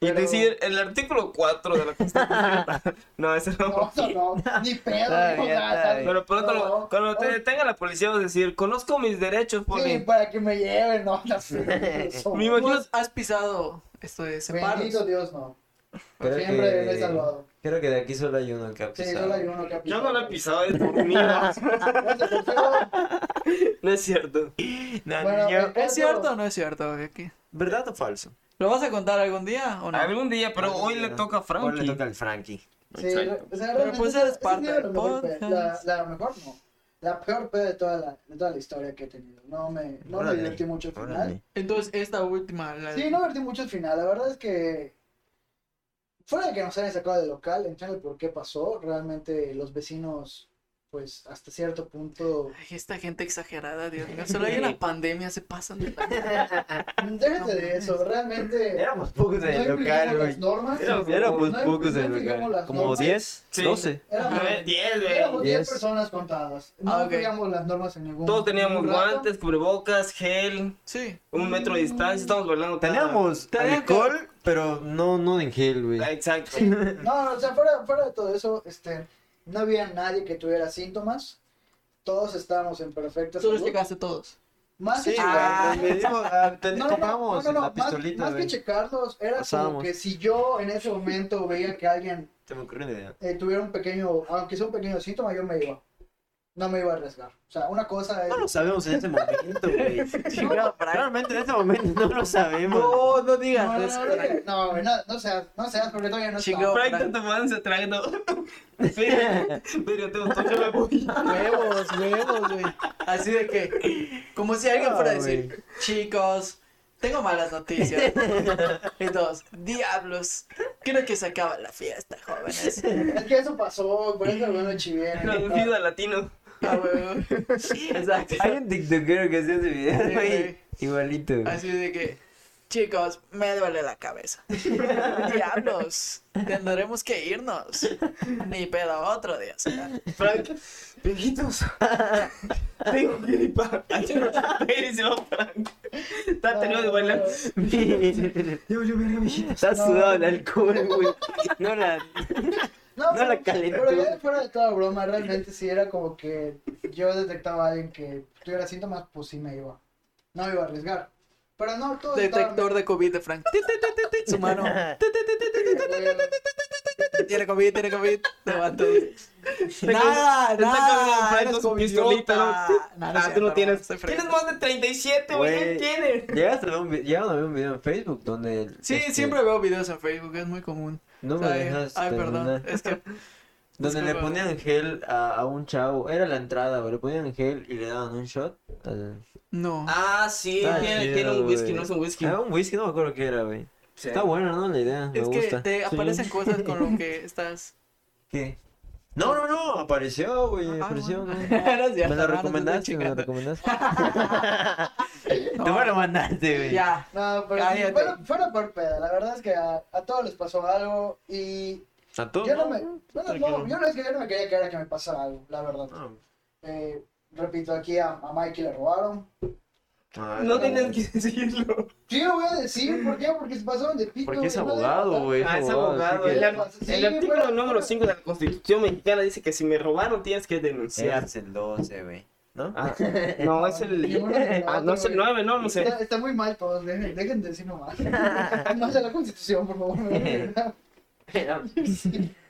[SPEAKER 2] Y
[SPEAKER 5] Pero-
[SPEAKER 2] decir, el artículo 4 de la Constitución. no, ese no.
[SPEAKER 5] No, no, no, ni
[SPEAKER 3] Está
[SPEAKER 5] pedo, ni
[SPEAKER 3] bien, está
[SPEAKER 5] nada.
[SPEAKER 3] bien.
[SPEAKER 2] Pero pronto,
[SPEAKER 5] No.
[SPEAKER 2] lo- cuando te
[SPEAKER 5] Oh.
[SPEAKER 2] detenga la policía, vas a decir: Conozco mis derechos,
[SPEAKER 5] Sí,
[SPEAKER 2] Poli.
[SPEAKER 5] para que me lleven, no, no sé. eso.
[SPEAKER 2] Me
[SPEAKER 4] ¿Tú
[SPEAKER 2] imagino.
[SPEAKER 4] has, has pisado esto de
[SPEAKER 5] Bendito
[SPEAKER 4] separos?
[SPEAKER 5] Dios, no.
[SPEAKER 3] Creo
[SPEAKER 5] Siempre
[SPEAKER 3] que-
[SPEAKER 5] me he salvado.
[SPEAKER 3] Creo que de aquí solo hay uno que ha
[SPEAKER 5] Sí,
[SPEAKER 3] pisado.
[SPEAKER 5] solo hay uno que ha
[SPEAKER 2] Yo no lo he
[SPEAKER 5] güey.
[SPEAKER 2] pisado, es por mí. No,
[SPEAKER 5] Gracias, Alfredo.
[SPEAKER 2] No es cierto.
[SPEAKER 3] No,
[SPEAKER 5] Bueno, eh,
[SPEAKER 3] yo-
[SPEAKER 5] el caso-
[SPEAKER 4] ¿Es cierto o no es cierto? Vicky?
[SPEAKER 3] ¿Verdad o falso?
[SPEAKER 4] ¿Lo vas a contar algún día o no?
[SPEAKER 2] Algún día, pero hoy le toca a
[SPEAKER 3] Hoy le
[SPEAKER 2] Frankie.
[SPEAKER 3] toca al Frankie.
[SPEAKER 5] Sí,
[SPEAKER 2] Exacto.
[SPEAKER 5] o sea,
[SPEAKER 4] Pero
[SPEAKER 5] realmente
[SPEAKER 4] pues
[SPEAKER 5] esa-
[SPEAKER 4] eres
[SPEAKER 5] esa
[SPEAKER 4] parte
[SPEAKER 5] ha sido
[SPEAKER 4] del
[SPEAKER 5] la mejor pe- la,
[SPEAKER 4] podcast.
[SPEAKER 5] la mejor no. La peor peda de toda la, de toda la historia que he tenido. No me, no me
[SPEAKER 3] Órale,
[SPEAKER 5] divertí mucho al final.
[SPEAKER 3] Órale.
[SPEAKER 4] Entonces, esta última, la
[SPEAKER 5] Sí, no me divertí mucho al final. La verdad es que fuera de que nos hayan sacado del local, entiendo el por qué pasó. Realmente los vecinos, pues hasta cierto punto...
[SPEAKER 4] Ay, esta gente exagerada, Dios mío. Solo hay una pandemia, se pasan de la...
[SPEAKER 5] Déjate de eso, realmente...
[SPEAKER 3] Éramos pocos en
[SPEAKER 5] no
[SPEAKER 3] el
[SPEAKER 5] imprimimos
[SPEAKER 3] local,
[SPEAKER 5] las
[SPEAKER 3] güey.
[SPEAKER 5] normas.
[SPEAKER 2] Éramos-
[SPEAKER 3] Éramos
[SPEAKER 5] pues, No
[SPEAKER 3] pues, pocos en
[SPEAKER 5] imprimimos
[SPEAKER 3] el
[SPEAKER 5] las
[SPEAKER 3] local. Como
[SPEAKER 5] normas.
[SPEAKER 3] 10,
[SPEAKER 2] Sí.
[SPEAKER 3] 12.
[SPEAKER 5] Éramos-
[SPEAKER 2] Ajá, diez, güey.
[SPEAKER 5] Éramos 10
[SPEAKER 3] Diez.
[SPEAKER 5] personas contadas. No
[SPEAKER 4] Ah, ok.
[SPEAKER 5] cumplíamos las normas en ningún
[SPEAKER 2] Todos teníamos
[SPEAKER 5] ningún rato.
[SPEAKER 2] guantes, cubrebocas, gel,
[SPEAKER 4] Sí.
[SPEAKER 2] un metro de distancia, estamos bailando. cada-
[SPEAKER 3] Teníamos
[SPEAKER 4] Tenían
[SPEAKER 3] alcohol, pero no, no en gel, güey.
[SPEAKER 2] Ah, Exacto.
[SPEAKER 5] No, no, o sea, fuera, fuera de todo eso, este, no había nadie que tuviera síntomas. Todos estábamos en perfecta
[SPEAKER 4] Solo
[SPEAKER 5] salud.
[SPEAKER 4] llegaste todos.
[SPEAKER 5] Más
[SPEAKER 3] Sí,
[SPEAKER 5] que
[SPEAKER 3] güey.
[SPEAKER 4] Ah.
[SPEAKER 3] Me dijo, ah, te-
[SPEAKER 5] No, no, no,
[SPEAKER 3] compramos
[SPEAKER 5] no, no, no,
[SPEAKER 3] la
[SPEAKER 5] más-
[SPEAKER 3] pistolita,
[SPEAKER 5] más,
[SPEAKER 3] güey.
[SPEAKER 5] que checarlos, era como
[SPEAKER 3] Pasábamos.
[SPEAKER 5] que si yo en ese momento veía que alguien
[SPEAKER 3] Se me ocurrió una idea.
[SPEAKER 5] eh, tuviera un pequeño, aunque sea un pequeño síntoma, yo me iba. No me iba a arriesgar. O sea, una cosa es...
[SPEAKER 3] No lo sabemos en este momento, güey.
[SPEAKER 4] no, Frank.
[SPEAKER 3] Realmente en este momento no lo sabemos.
[SPEAKER 4] No, no
[SPEAKER 5] No, no,
[SPEAKER 4] digas.
[SPEAKER 5] no, no, no, no, güey, no, no seas, no seas, porque todavía no
[SPEAKER 4] Chingo.
[SPEAKER 5] estaba.
[SPEAKER 2] Frank, tanto man se tragando. Pero te gustó, yo me voy.
[SPEAKER 4] Huevos, huevos, güey. Así de que, como si alguien fuera a decir, chicos, tengo malas noticias. Y todos, diablos, creo que se acaba la fiesta, jóvenes.
[SPEAKER 5] Es que eso pasó, por eso bueno chivieron.
[SPEAKER 2] Traducido a latino.
[SPEAKER 4] Ah, huevo. Exacto.
[SPEAKER 3] Hay un tiktokero que hacía ese video,
[SPEAKER 4] Sí, güey.
[SPEAKER 3] güey. Igualito. güey.
[SPEAKER 4] Así de que, Chicos, me duele la cabeza. Diablos, tendremos que irnos. Ni pedo, otro día será.
[SPEAKER 2] Frank, pinguitos. Tengo que ir para. Espérense, Frank. Está teniendo de bailar. Yo, yo, verga, mijito.
[SPEAKER 6] Está
[SPEAKER 5] No.
[SPEAKER 6] sudado el alcohol, güey. No la.
[SPEAKER 5] No,
[SPEAKER 6] No la
[SPEAKER 5] pero-
[SPEAKER 6] calentó.
[SPEAKER 5] Pero ya fuera de toda broma, realmente si era como que yo detectaba a alguien que tuviera síntomas, pues sí me iba. No me iba a arriesgar. Pero no, todo
[SPEAKER 4] Detector de COVID de Frank. Tit, tit, tit, tit, Su mano. Tit, tit, tit, tit,
[SPEAKER 5] estaba-
[SPEAKER 4] Tiene COVID, tiene COVID. Levanto.
[SPEAKER 2] Está
[SPEAKER 4] Nada,
[SPEAKER 2] cabrón,
[SPEAKER 4] nada.
[SPEAKER 2] Frank,
[SPEAKER 4] Eres
[SPEAKER 2] con su
[SPEAKER 4] covidiota.
[SPEAKER 2] pistolita.
[SPEAKER 4] Nah, no es
[SPEAKER 2] Ah, tú
[SPEAKER 4] cierto,
[SPEAKER 2] no tienes.
[SPEAKER 4] estoy
[SPEAKER 2] Tienes
[SPEAKER 4] fregando.
[SPEAKER 2] más de 37, güey.
[SPEAKER 3] Güey.
[SPEAKER 2] ¿Qué tienes?
[SPEAKER 3] Llegaste a ver un, vi- llegaron a ver un video en Facebook donde. el-
[SPEAKER 4] Sí,
[SPEAKER 3] este,
[SPEAKER 4] siempre veo videos en Facebook, es muy común.
[SPEAKER 3] No me
[SPEAKER 4] O sea,
[SPEAKER 3] dejas.
[SPEAKER 4] Ay,
[SPEAKER 3] terminar.
[SPEAKER 4] perdón. Es que
[SPEAKER 3] Donde le
[SPEAKER 4] Disculpa.
[SPEAKER 3] ponían gel a, a un chavo. Era la entrada, güey. Le ponían gel y le daban un shot. al-
[SPEAKER 4] no.
[SPEAKER 2] Ah, sí.
[SPEAKER 3] Está
[SPEAKER 2] Tiene,
[SPEAKER 3] chido,
[SPEAKER 2] tiene un whisky,
[SPEAKER 3] güey.
[SPEAKER 2] no es un whisky.
[SPEAKER 3] Era un whisky, no me acuerdo qué era, güey.
[SPEAKER 2] Sí.
[SPEAKER 3] Está bueno, ¿no? La idea. Me
[SPEAKER 4] es que
[SPEAKER 3] gusta.
[SPEAKER 4] te aparecen cosas con lo que estás.
[SPEAKER 3] ¿Qué? No, no, no. Apareció, güey.
[SPEAKER 4] Ah,
[SPEAKER 3] apareció,
[SPEAKER 4] bueno.
[SPEAKER 3] ¿no?
[SPEAKER 4] Ahora sí,
[SPEAKER 3] Me
[SPEAKER 4] hasta
[SPEAKER 3] lo
[SPEAKER 4] raro,
[SPEAKER 3] recomendaste,
[SPEAKER 4] estoy
[SPEAKER 3] me lo
[SPEAKER 4] chingando.
[SPEAKER 3] recomendaste.
[SPEAKER 4] No,
[SPEAKER 6] Tú me lo mandaste, güey.
[SPEAKER 4] Ya.
[SPEAKER 5] No, pero sí,
[SPEAKER 4] Cállate.
[SPEAKER 5] fuera, fuera por peda. La verdad es que a, a todos les pasó algo y
[SPEAKER 3] ¿A todos?
[SPEAKER 5] yo no me. Bueno, no,
[SPEAKER 6] Tranquilo.
[SPEAKER 5] yo no es que yo no me quería quedar a que me pasara algo, la verdad.
[SPEAKER 3] Ah,
[SPEAKER 5] Eh, repito, aquí a, a Mikey le robaron.
[SPEAKER 6] Ah,
[SPEAKER 2] No tienes que decirlo.
[SPEAKER 5] Sí, lo voy a decir, ¿por qué? Porque se pasaron de pico.
[SPEAKER 6] Porque es
[SPEAKER 5] y no debe
[SPEAKER 6] abogado,
[SPEAKER 5] pasar.
[SPEAKER 6] güey.
[SPEAKER 2] Ah, es
[SPEAKER 6] abogado,
[SPEAKER 2] abogado.
[SPEAKER 6] así
[SPEAKER 2] El,
[SPEAKER 6] que-
[SPEAKER 2] ar-
[SPEAKER 5] Sí,
[SPEAKER 2] el artículo
[SPEAKER 5] fuera-
[SPEAKER 2] número 5 de la Constitución mexicana dice que si me robaron tienes que denunciar.
[SPEAKER 3] Es el 12, güey. ¿No?
[SPEAKER 2] Ah, no, es
[SPEAKER 5] Y uno
[SPEAKER 2] el.
[SPEAKER 5] y
[SPEAKER 2] Ah, no es el 9, no, no sé.
[SPEAKER 5] Está, está muy mal todos, dejen, dejen de decir nomás. No sea la constitución, por favor.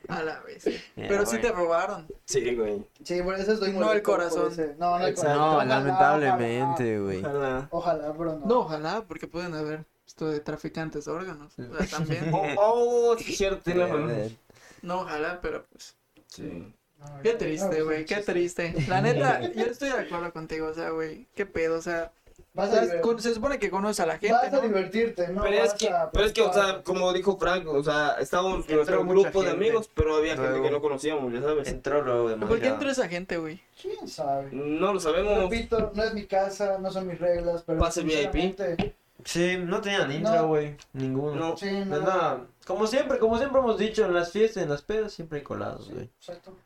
[SPEAKER 4] A la vez. Pero sí
[SPEAKER 6] güey.
[SPEAKER 4] te robaron.
[SPEAKER 2] Sí, güey.
[SPEAKER 5] Sí, por eso estoy
[SPEAKER 4] No,
[SPEAKER 5] molesto
[SPEAKER 4] el corazón.
[SPEAKER 5] por ese- No, no el corazón.
[SPEAKER 3] No,
[SPEAKER 5] Ojalá,
[SPEAKER 3] lamentablemente, güey.
[SPEAKER 2] Ojalá.
[SPEAKER 5] Ojalá, ojalá, pero no.
[SPEAKER 4] No, ojalá, porque pueden haber esto de traficantes de órganos. O sea, también.
[SPEAKER 2] Oh, oh, sí, cierto, tienes razón.
[SPEAKER 3] Eh,
[SPEAKER 4] No, ojalá, pero pues.
[SPEAKER 2] Sí.
[SPEAKER 5] No,
[SPEAKER 4] Qué
[SPEAKER 5] no,
[SPEAKER 4] triste,
[SPEAKER 5] pues,
[SPEAKER 4] güey, qué
[SPEAKER 5] chiste.
[SPEAKER 4] triste. La neta, yo estoy de acuerdo contigo, o sea, güey, qué pedo, o sea.
[SPEAKER 5] Vas a,
[SPEAKER 4] estás
[SPEAKER 5] diver-
[SPEAKER 4] con- se supone que conoces a la gente,
[SPEAKER 5] vas a
[SPEAKER 4] ¿no?
[SPEAKER 5] divertirte, ¿no?
[SPEAKER 2] Pero es
[SPEAKER 5] vas
[SPEAKER 2] que,
[SPEAKER 5] a
[SPEAKER 2] pero es que, o sea,
[SPEAKER 5] preocuparte.
[SPEAKER 2] como dijo Frank, o sea, estábamos en nuestro
[SPEAKER 6] entró mucha
[SPEAKER 2] grupo de
[SPEAKER 6] gente.
[SPEAKER 2] amigos, pero había gente
[SPEAKER 6] Luego.
[SPEAKER 2] que no conocíamos, ya sabes.
[SPEAKER 3] Entró luego de
[SPEAKER 4] ¿Por qué entró esa gente, güey?
[SPEAKER 5] ¿Quién sabe?
[SPEAKER 2] No lo sabemos.
[SPEAKER 5] Repito, no es mi casa, no son mis reglas, pero.
[SPEAKER 2] Pase VIP.
[SPEAKER 5] sinceramente,
[SPEAKER 3] Sí, no tenían
[SPEAKER 5] No.
[SPEAKER 3] intro, güey. Ninguno.
[SPEAKER 2] No.
[SPEAKER 5] Sí, no.
[SPEAKER 3] Pues nada, como siempre, como siempre hemos dicho, en las fiestas, en las pedas, siempre hay colados, güey.
[SPEAKER 5] Exacto.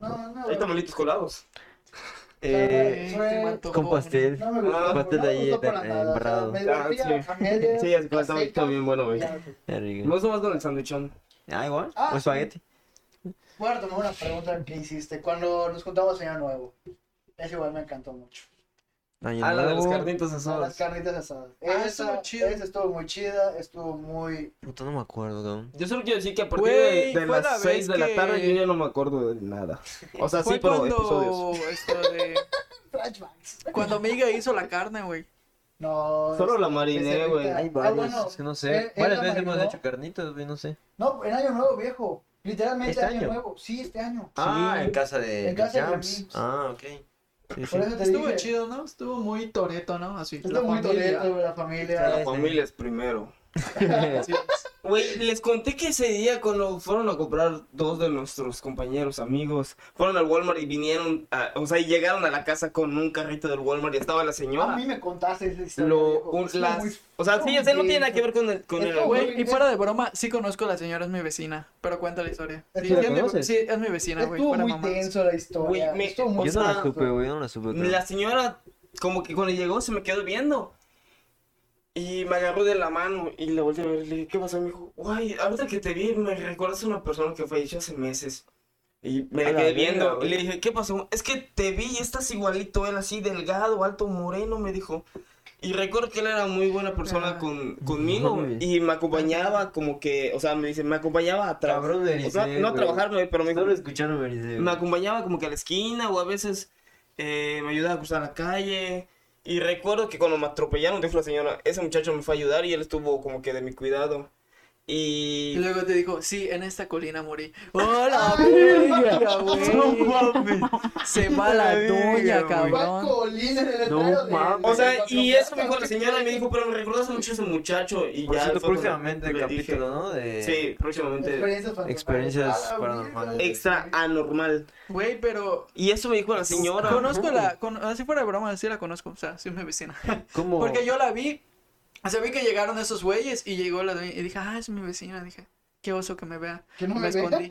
[SPEAKER 5] No, no.
[SPEAKER 2] Hay tamalitos colados.
[SPEAKER 5] Eh,
[SPEAKER 4] Ay,
[SPEAKER 5] fue-
[SPEAKER 4] se me antojó
[SPEAKER 6] con
[SPEAKER 4] uno.
[SPEAKER 6] pastel.
[SPEAKER 5] No me gustó,
[SPEAKER 2] Ah,
[SPEAKER 5] no
[SPEAKER 6] pastel
[SPEAKER 5] me
[SPEAKER 6] ahí
[SPEAKER 5] gustó para
[SPEAKER 6] en-
[SPEAKER 5] nada.
[SPEAKER 6] en
[SPEAKER 5] o sea,
[SPEAKER 6] Prado.
[SPEAKER 5] me
[SPEAKER 2] Ah,
[SPEAKER 5] divertía,
[SPEAKER 2] sí.
[SPEAKER 5] familia,
[SPEAKER 2] Sí, es que está- está
[SPEAKER 5] aceitas,
[SPEAKER 2] bien bueno, güey.
[SPEAKER 5] ya.
[SPEAKER 3] Qué rico.
[SPEAKER 2] Me gusta más con el sanduichón.
[SPEAKER 3] Ah, igual.
[SPEAKER 5] Ah,
[SPEAKER 3] o espagueti.
[SPEAKER 5] Voy a tomar una pregunta que hiciste cuando nos juntamos en Año Nuevo. Eso igual me encantó mucho.
[SPEAKER 3] Año
[SPEAKER 2] Ah, la de las
[SPEAKER 3] nuevo.
[SPEAKER 2] carnitas
[SPEAKER 5] Las
[SPEAKER 2] asadas.
[SPEAKER 5] carnitas asadas.
[SPEAKER 4] Ah,
[SPEAKER 5] esa,
[SPEAKER 4] estuvo chido.
[SPEAKER 5] esa estuvo muy chida, estuvo muy...
[SPEAKER 3] Puta, no me acuerdo, cabrón.
[SPEAKER 2] Yo solo quiero decir que a partir
[SPEAKER 4] Güey,
[SPEAKER 2] de, de
[SPEAKER 4] fue
[SPEAKER 2] las
[SPEAKER 4] la
[SPEAKER 2] 6
[SPEAKER 4] vez
[SPEAKER 2] de la
[SPEAKER 4] que-
[SPEAKER 2] tarde yo ya no me acuerdo de nada. O sea, sí,
[SPEAKER 4] Fue
[SPEAKER 2] pero
[SPEAKER 4] cuando
[SPEAKER 2] episodios.
[SPEAKER 4] esto de
[SPEAKER 5] Flashbacks.
[SPEAKER 4] cuando Miga hizo la carne, güey.
[SPEAKER 5] No.
[SPEAKER 2] Solo
[SPEAKER 5] es-
[SPEAKER 2] la
[SPEAKER 5] es
[SPEAKER 2] mariné,
[SPEAKER 5] ahorita.
[SPEAKER 2] güey.
[SPEAKER 5] Ay,
[SPEAKER 3] Hay
[SPEAKER 5] Ah,
[SPEAKER 3] varios,
[SPEAKER 5] bueno,
[SPEAKER 3] es que eh, no
[SPEAKER 5] él- él
[SPEAKER 3] sé. Varias
[SPEAKER 5] la
[SPEAKER 3] veces hemos
[SPEAKER 5] marinó.
[SPEAKER 3] hecho carnitas, güey, no sé.
[SPEAKER 5] No, en Año Nuevo, viejo. Literalmente
[SPEAKER 3] ¿Este
[SPEAKER 5] año,
[SPEAKER 3] año?
[SPEAKER 5] Nuevo. Sí, este año.
[SPEAKER 3] Ah, en casa de
[SPEAKER 5] En casa de
[SPEAKER 3] Jams.
[SPEAKER 5] Jams.
[SPEAKER 3] Ah, ok. Sí, sí.
[SPEAKER 5] Por eso te
[SPEAKER 4] Estuvo
[SPEAKER 5] dije,
[SPEAKER 4] chido, ¿no? Estuvo muy toreto, ¿no? Así.
[SPEAKER 5] Estuvo
[SPEAKER 4] la
[SPEAKER 5] muy
[SPEAKER 4] familia.
[SPEAKER 5] toleto, la
[SPEAKER 3] Sí.
[SPEAKER 5] familia.
[SPEAKER 2] La familia es primero.
[SPEAKER 4] Así es.
[SPEAKER 2] Güey, les conté que ese día cuando fueron a comprar dos de nuestros compañeros amigos, fueron al Walmart y vinieron, a- o sea, y llegaron a la casa con un carrito del Walmart y estaba la
[SPEAKER 5] A
[SPEAKER 2] señora.
[SPEAKER 5] mí me contaste esa historia,
[SPEAKER 2] Lo,
[SPEAKER 5] viejo.
[SPEAKER 2] un-
[SPEAKER 5] Ah, Estuvo
[SPEAKER 2] las-
[SPEAKER 5] muy-
[SPEAKER 2] o sea, sí,
[SPEAKER 5] estuvo
[SPEAKER 2] o sea, no
[SPEAKER 5] muy
[SPEAKER 2] tiene nada
[SPEAKER 5] denso.
[SPEAKER 2] que ver con el... Con el
[SPEAKER 5] Estuvo
[SPEAKER 2] alcohol.
[SPEAKER 4] Güey, y fuera de broma, sí conozco a la señora, es mi vecina. Pero cuenta la historia. Sí,
[SPEAKER 5] ¿La
[SPEAKER 4] es mi-
[SPEAKER 3] conoces?
[SPEAKER 4] sí, es mi vecina, güey.
[SPEAKER 5] Estuvo
[SPEAKER 4] fuera
[SPEAKER 5] muy
[SPEAKER 4] mamá.
[SPEAKER 5] tenso la historia.
[SPEAKER 2] Güey, me-
[SPEAKER 5] Estuvo muy
[SPEAKER 2] o
[SPEAKER 3] Yo no la
[SPEAKER 2] sea,
[SPEAKER 3] supe, güey, yo no la supe. creo.
[SPEAKER 2] La señora, como que cuando llegó, se me quedó viendo. Y me agarró de la mano y le volteé a ver y le dije, ¿qué pasó? Y Me dijo, guay, ahorita que te vi, me recuerdas a una persona que falleció hace meses. Y me
[SPEAKER 3] A
[SPEAKER 2] la
[SPEAKER 3] la
[SPEAKER 2] quedé
[SPEAKER 3] verga,
[SPEAKER 2] viendo.
[SPEAKER 3] güey.
[SPEAKER 2] Y le dije, ¿qué pasó? Es que te vi y estás igualito, él así, delgado, alto, moreno, me dijo. Y recuerdo que él era muy buena persona
[SPEAKER 4] Ah.
[SPEAKER 2] con, conmigo
[SPEAKER 3] Ujú.
[SPEAKER 2] y me acompañaba como que, o sea, me dice, me acompañaba a trabajar.
[SPEAKER 3] Cabrón,
[SPEAKER 2] O sea,
[SPEAKER 3] Eliseo,
[SPEAKER 2] no a
[SPEAKER 3] güey.
[SPEAKER 2] trabajar, güey, pero me dijo,
[SPEAKER 3] Solo escucharon, Maricel.
[SPEAKER 2] me acompañaba como que a la esquina o a veces eh, me ayudaba a cruzar la calle. Y recuerdo que cuando me atropellaron, dijo la señora, ese muchacho me fue a ayudar y él estuvo como que de mi cuidado.
[SPEAKER 4] Y
[SPEAKER 2] Y...
[SPEAKER 4] luego te dijo, sí, en esta colina morí. ¡Hola, verga, güey! Se va la doña,
[SPEAKER 5] Juan
[SPEAKER 4] cabrón.
[SPEAKER 5] Colín en el
[SPEAKER 3] No
[SPEAKER 5] letrero de-
[SPEAKER 3] mames.
[SPEAKER 2] O sea, y eso me
[SPEAKER 5] Cuando
[SPEAKER 2] dijo la
[SPEAKER 5] te
[SPEAKER 2] señora y me
[SPEAKER 5] quieres.
[SPEAKER 2] dijo, pero me recuerdas mucho a ese muchacho y
[SPEAKER 3] Por
[SPEAKER 2] ya...
[SPEAKER 3] cierto,
[SPEAKER 2] fue cuando
[SPEAKER 3] próximamente el
[SPEAKER 2] le dije-
[SPEAKER 3] capítulo, ¿no? De...
[SPEAKER 2] Sí, próximamente.
[SPEAKER 5] Experiencias paranormales.
[SPEAKER 3] Experiencias
[SPEAKER 5] A Ah, la
[SPEAKER 3] paranormales.
[SPEAKER 5] verga.
[SPEAKER 2] Extra anormal.
[SPEAKER 4] Güey, pero.
[SPEAKER 2] Y eso me dijo la señora.
[SPEAKER 4] ah,
[SPEAKER 2] Oh.
[SPEAKER 4] Conozco la. con- así fuera de broma, sí la conozco. O sea, sí es mi vecina.
[SPEAKER 3] ¿Cómo?
[SPEAKER 4] Porque yo la vi O sea, vi que llegaron esos güeyes y llegó la dueña y dije, ah, es mi vecina. Dije, qué oso que me vea.
[SPEAKER 5] Que no
[SPEAKER 4] me
[SPEAKER 5] me vea.
[SPEAKER 4] escondí.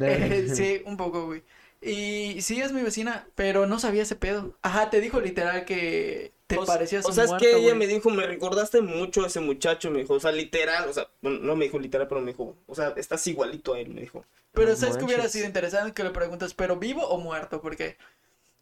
[SPEAKER 4] Eh, sí, un poco, güey. Y sí, es mi vecina, pero no sabía ese pedo. Ajá, te dijo literal que te
[SPEAKER 2] O-
[SPEAKER 4] parecías
[SPEAKER 2] O
[SPEAKER 4] un
[SPEAKER 2] sea, es
[SPEAKER 4] muerto,
[SPEAKER 2] que ella
[SPEAKER 4] güey.
[SPEAKER 2] me dijo, me recordaste mucho a ese muchacho, me dijo, o sea, literal, o sea, bueno, no me dijo literal, pero me dijo, o sea, estás igualito a él, me dijo.
[SPEAKER 4] Pero
[SPEAKER 2] No
[SPEAKER 4] sabes que hubiera
[SPEAKER 2] manches.
[SPEAKER 4] sido interesante que le preguntas, ¿pero vivo o muerto? Porque,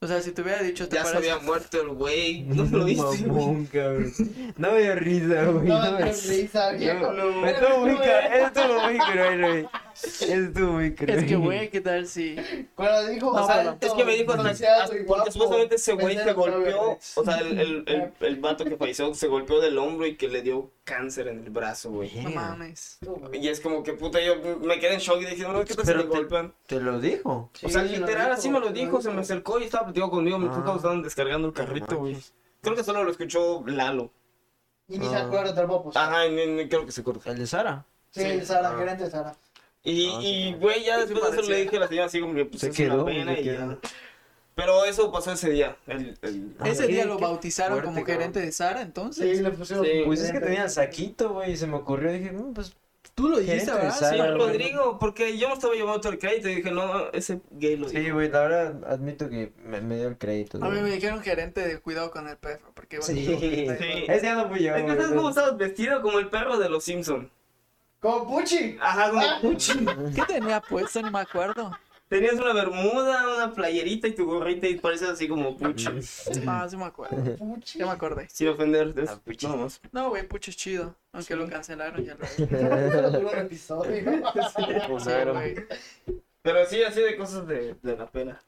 [SPEAKER 4] o sea, si te hubiera dicho, te
[SPEAKER 2] Ya se
[SPEAKER 4] pareces-
[SPEAKER 2] había muerto el güey, no lo viste.
[SPEAKER 3] Mamón, cabrón. No me dio risa, güey.
[SPEAKER 5] No,
[SPEAKER 3] No,
[SPEAKER 5] no, risa, viejo.
[SPEAKER 3] no, estuvo muy cruel, estuvo muy cruel, güey. Estuvo muy cruel.
[SPEAKER 4] Es que, güey, ¿qué tal si...?
[SPEAKER 5] Cuando dijo,
[SPEAKER 2] O sea,
[SPEAKER 5] alto,
[SPEAKER 2] es que me dijo hasta-
[SPEAKER 5] demasiado
[SPEAKER 2] hasta-
[SPEAKER 5] y guapo,
[SPEAKER 2] porque supuestamente ese güey
[SPEAKER 5] ese
[SPEAKER 2] se
[SPEAKER 5] era otro
[SPEAKER 2] golpeó,
[SPEAKER 5] verde.
[SPEAKER 2] o sea, el, el, el, el vato que falleció se golpeó del hombro y que le dio cáncer en el brazo, güey.
[SPEAKER 4] No mames.
[SPEAKER 2] Y es como que puta, yo me quedé en shock y dije, no, ¿qué tal si
[SPEAKER 3] Pero
[SPEAKER 2] me
[SPEAKER 3] te-
[SPEAKER 2] golpean?
[SPEAKER 3] Te lo dijo.
[SPEAKER 5] Sí,
[SPEAKER 2] o sea,
[SPEAKER 5] lo
[SPEAKER 2] literal,
[SPEAKER 5] dijo,
[SPEAKER 2] así me lo dijo, se me
[SPEAKER 5] dijo.
[SPEAKER 2] acercó y estaba platicando conmigo, me
[SPEAKER 3] Ah.
[SPEAKER 2] ah. estaban descargando el carrito, güey. Creo que solo lo escuchó Lalo.
[SPEAKER 5] Y ni se
[SPEAKER 3] Ah.
[SPEAKER 5] acuerda del popos.
[SPEAKER 2] Ajá, ni- ni- creo que se cortó.
[SPEAKER 3] El de Sara.
[SPEAKER 5] Sí, el Sara, el gerente de Sara.
[SPEAKER 2] Y,
[SPEAKER 3] Ah, sí,
[SPEAKER 2] y
[SPEAKER 3] claro.
[SPEAKER 2] güey, ya después de eso
[SPEAKER 4] Parecía.
[SPEAKER 2] le dije a la señora así como que pues,
[SPEAKER 3] Se
[SPEAKER 2] es
[SPEAKER 3] quedó,
[SPEAKER 2] una pena
[SPEAKER 3] se
[SPEAKER 2] y ya.
[SPEAKER 3] quedó.
[SPEAKER 2] Pero eso pasó ese día. El, el-
[SPEAKER 3] Ah,
[SPEAKER 4] Ese
[SPEAKER 3] qué-
[SPEAKER 4] día lo
[SPEAKER 3] qué
[SPEAKER 4] bautizaron
[SPEAKER 3] fuerte,
[SPEAKER 4] como
[SPEAKER 3] cabrón.
[SPEAKER 4] gerente de Sara,
[SPEAKER 5] Sí,
[SPEAKER 4] entonces.
[SPEAKER 5] le pusieron.
[SPEAKER 2] Sí.
[SPEAKER 3] Pues es que
[SPEAKER 5] gerente.
[SPEAKER 3] tenía saquito, güey, y se me ocurrió. Dije, mm, pues
[SPEAKER 4] Tú lo dijiste,
[SPEAKER 3] Gerente de
[SPEAKER 4] ¿verdad?
[SPEAKER 2] Sí,
[SPEAKER 3] Sara,
[SPEAKER 4] Sí,
[SPEAKER 3] güey.
[SPEAKER 2] Rodrigo, porque yo me estaba llevando todo el crédito y dije, no, ese gay lo
[SPEAKER 3] Sí,
[SPEAKER 2] dijo.
[SPEAKER 3] güey, la verdad admito que me, me dio el crédito.
[SPEAKER 4] A mí me
[SPEAKER 3] güey.
[SPEAKER 4] dijeron gerente de cuidado con el perro, porque iba a
[SPEAKER 3] Sí.
[SPEAKER 4] ser-
[SPEAKER 2] Sí.
[SPEAKER 3] Ese ya no fui yo.
[SPEAKER 2] Es que
[SPEAKER 3] güey,
[SPEAKER 2] sabes cómo
[SPEAKER 3] entonces-
[SPEAKER 2] estabas vestido como el perro de los Simpsons.
[SPEAKER 5] Como Puchi.
[SPEAKER 2] Ajá,
[SPEAKER 5] Ah.
[SPEAKER 2] como Puchi.
[SPEAKER 4] ¿Qué tenía puesto? No me acuerdo.
[SPEAKER 2] Tenías una bermuda, una playerita y tu gorrita y pareces así como Puchi.
[SPEAKER 4] Ah, sí me acuerdo.
[SPEAKER 5] Puchi.
[SPEAKER 4] Ya me acordé.
[SPEAKER 2] Sin ofender, es-
[SPEAKER 3] Ah, Puchi.
[SPEAKER 2] no más.
[SPEAKER 4] No, güey, Pucho es chido. Aunque lo cancelaron ya lo
[SPEAKER 5] Solo duró un episodio.
[SPEAKER 4] cancelaron. güey.
[SPEAKER 2] Pero sí, así de cosas de, de la pena.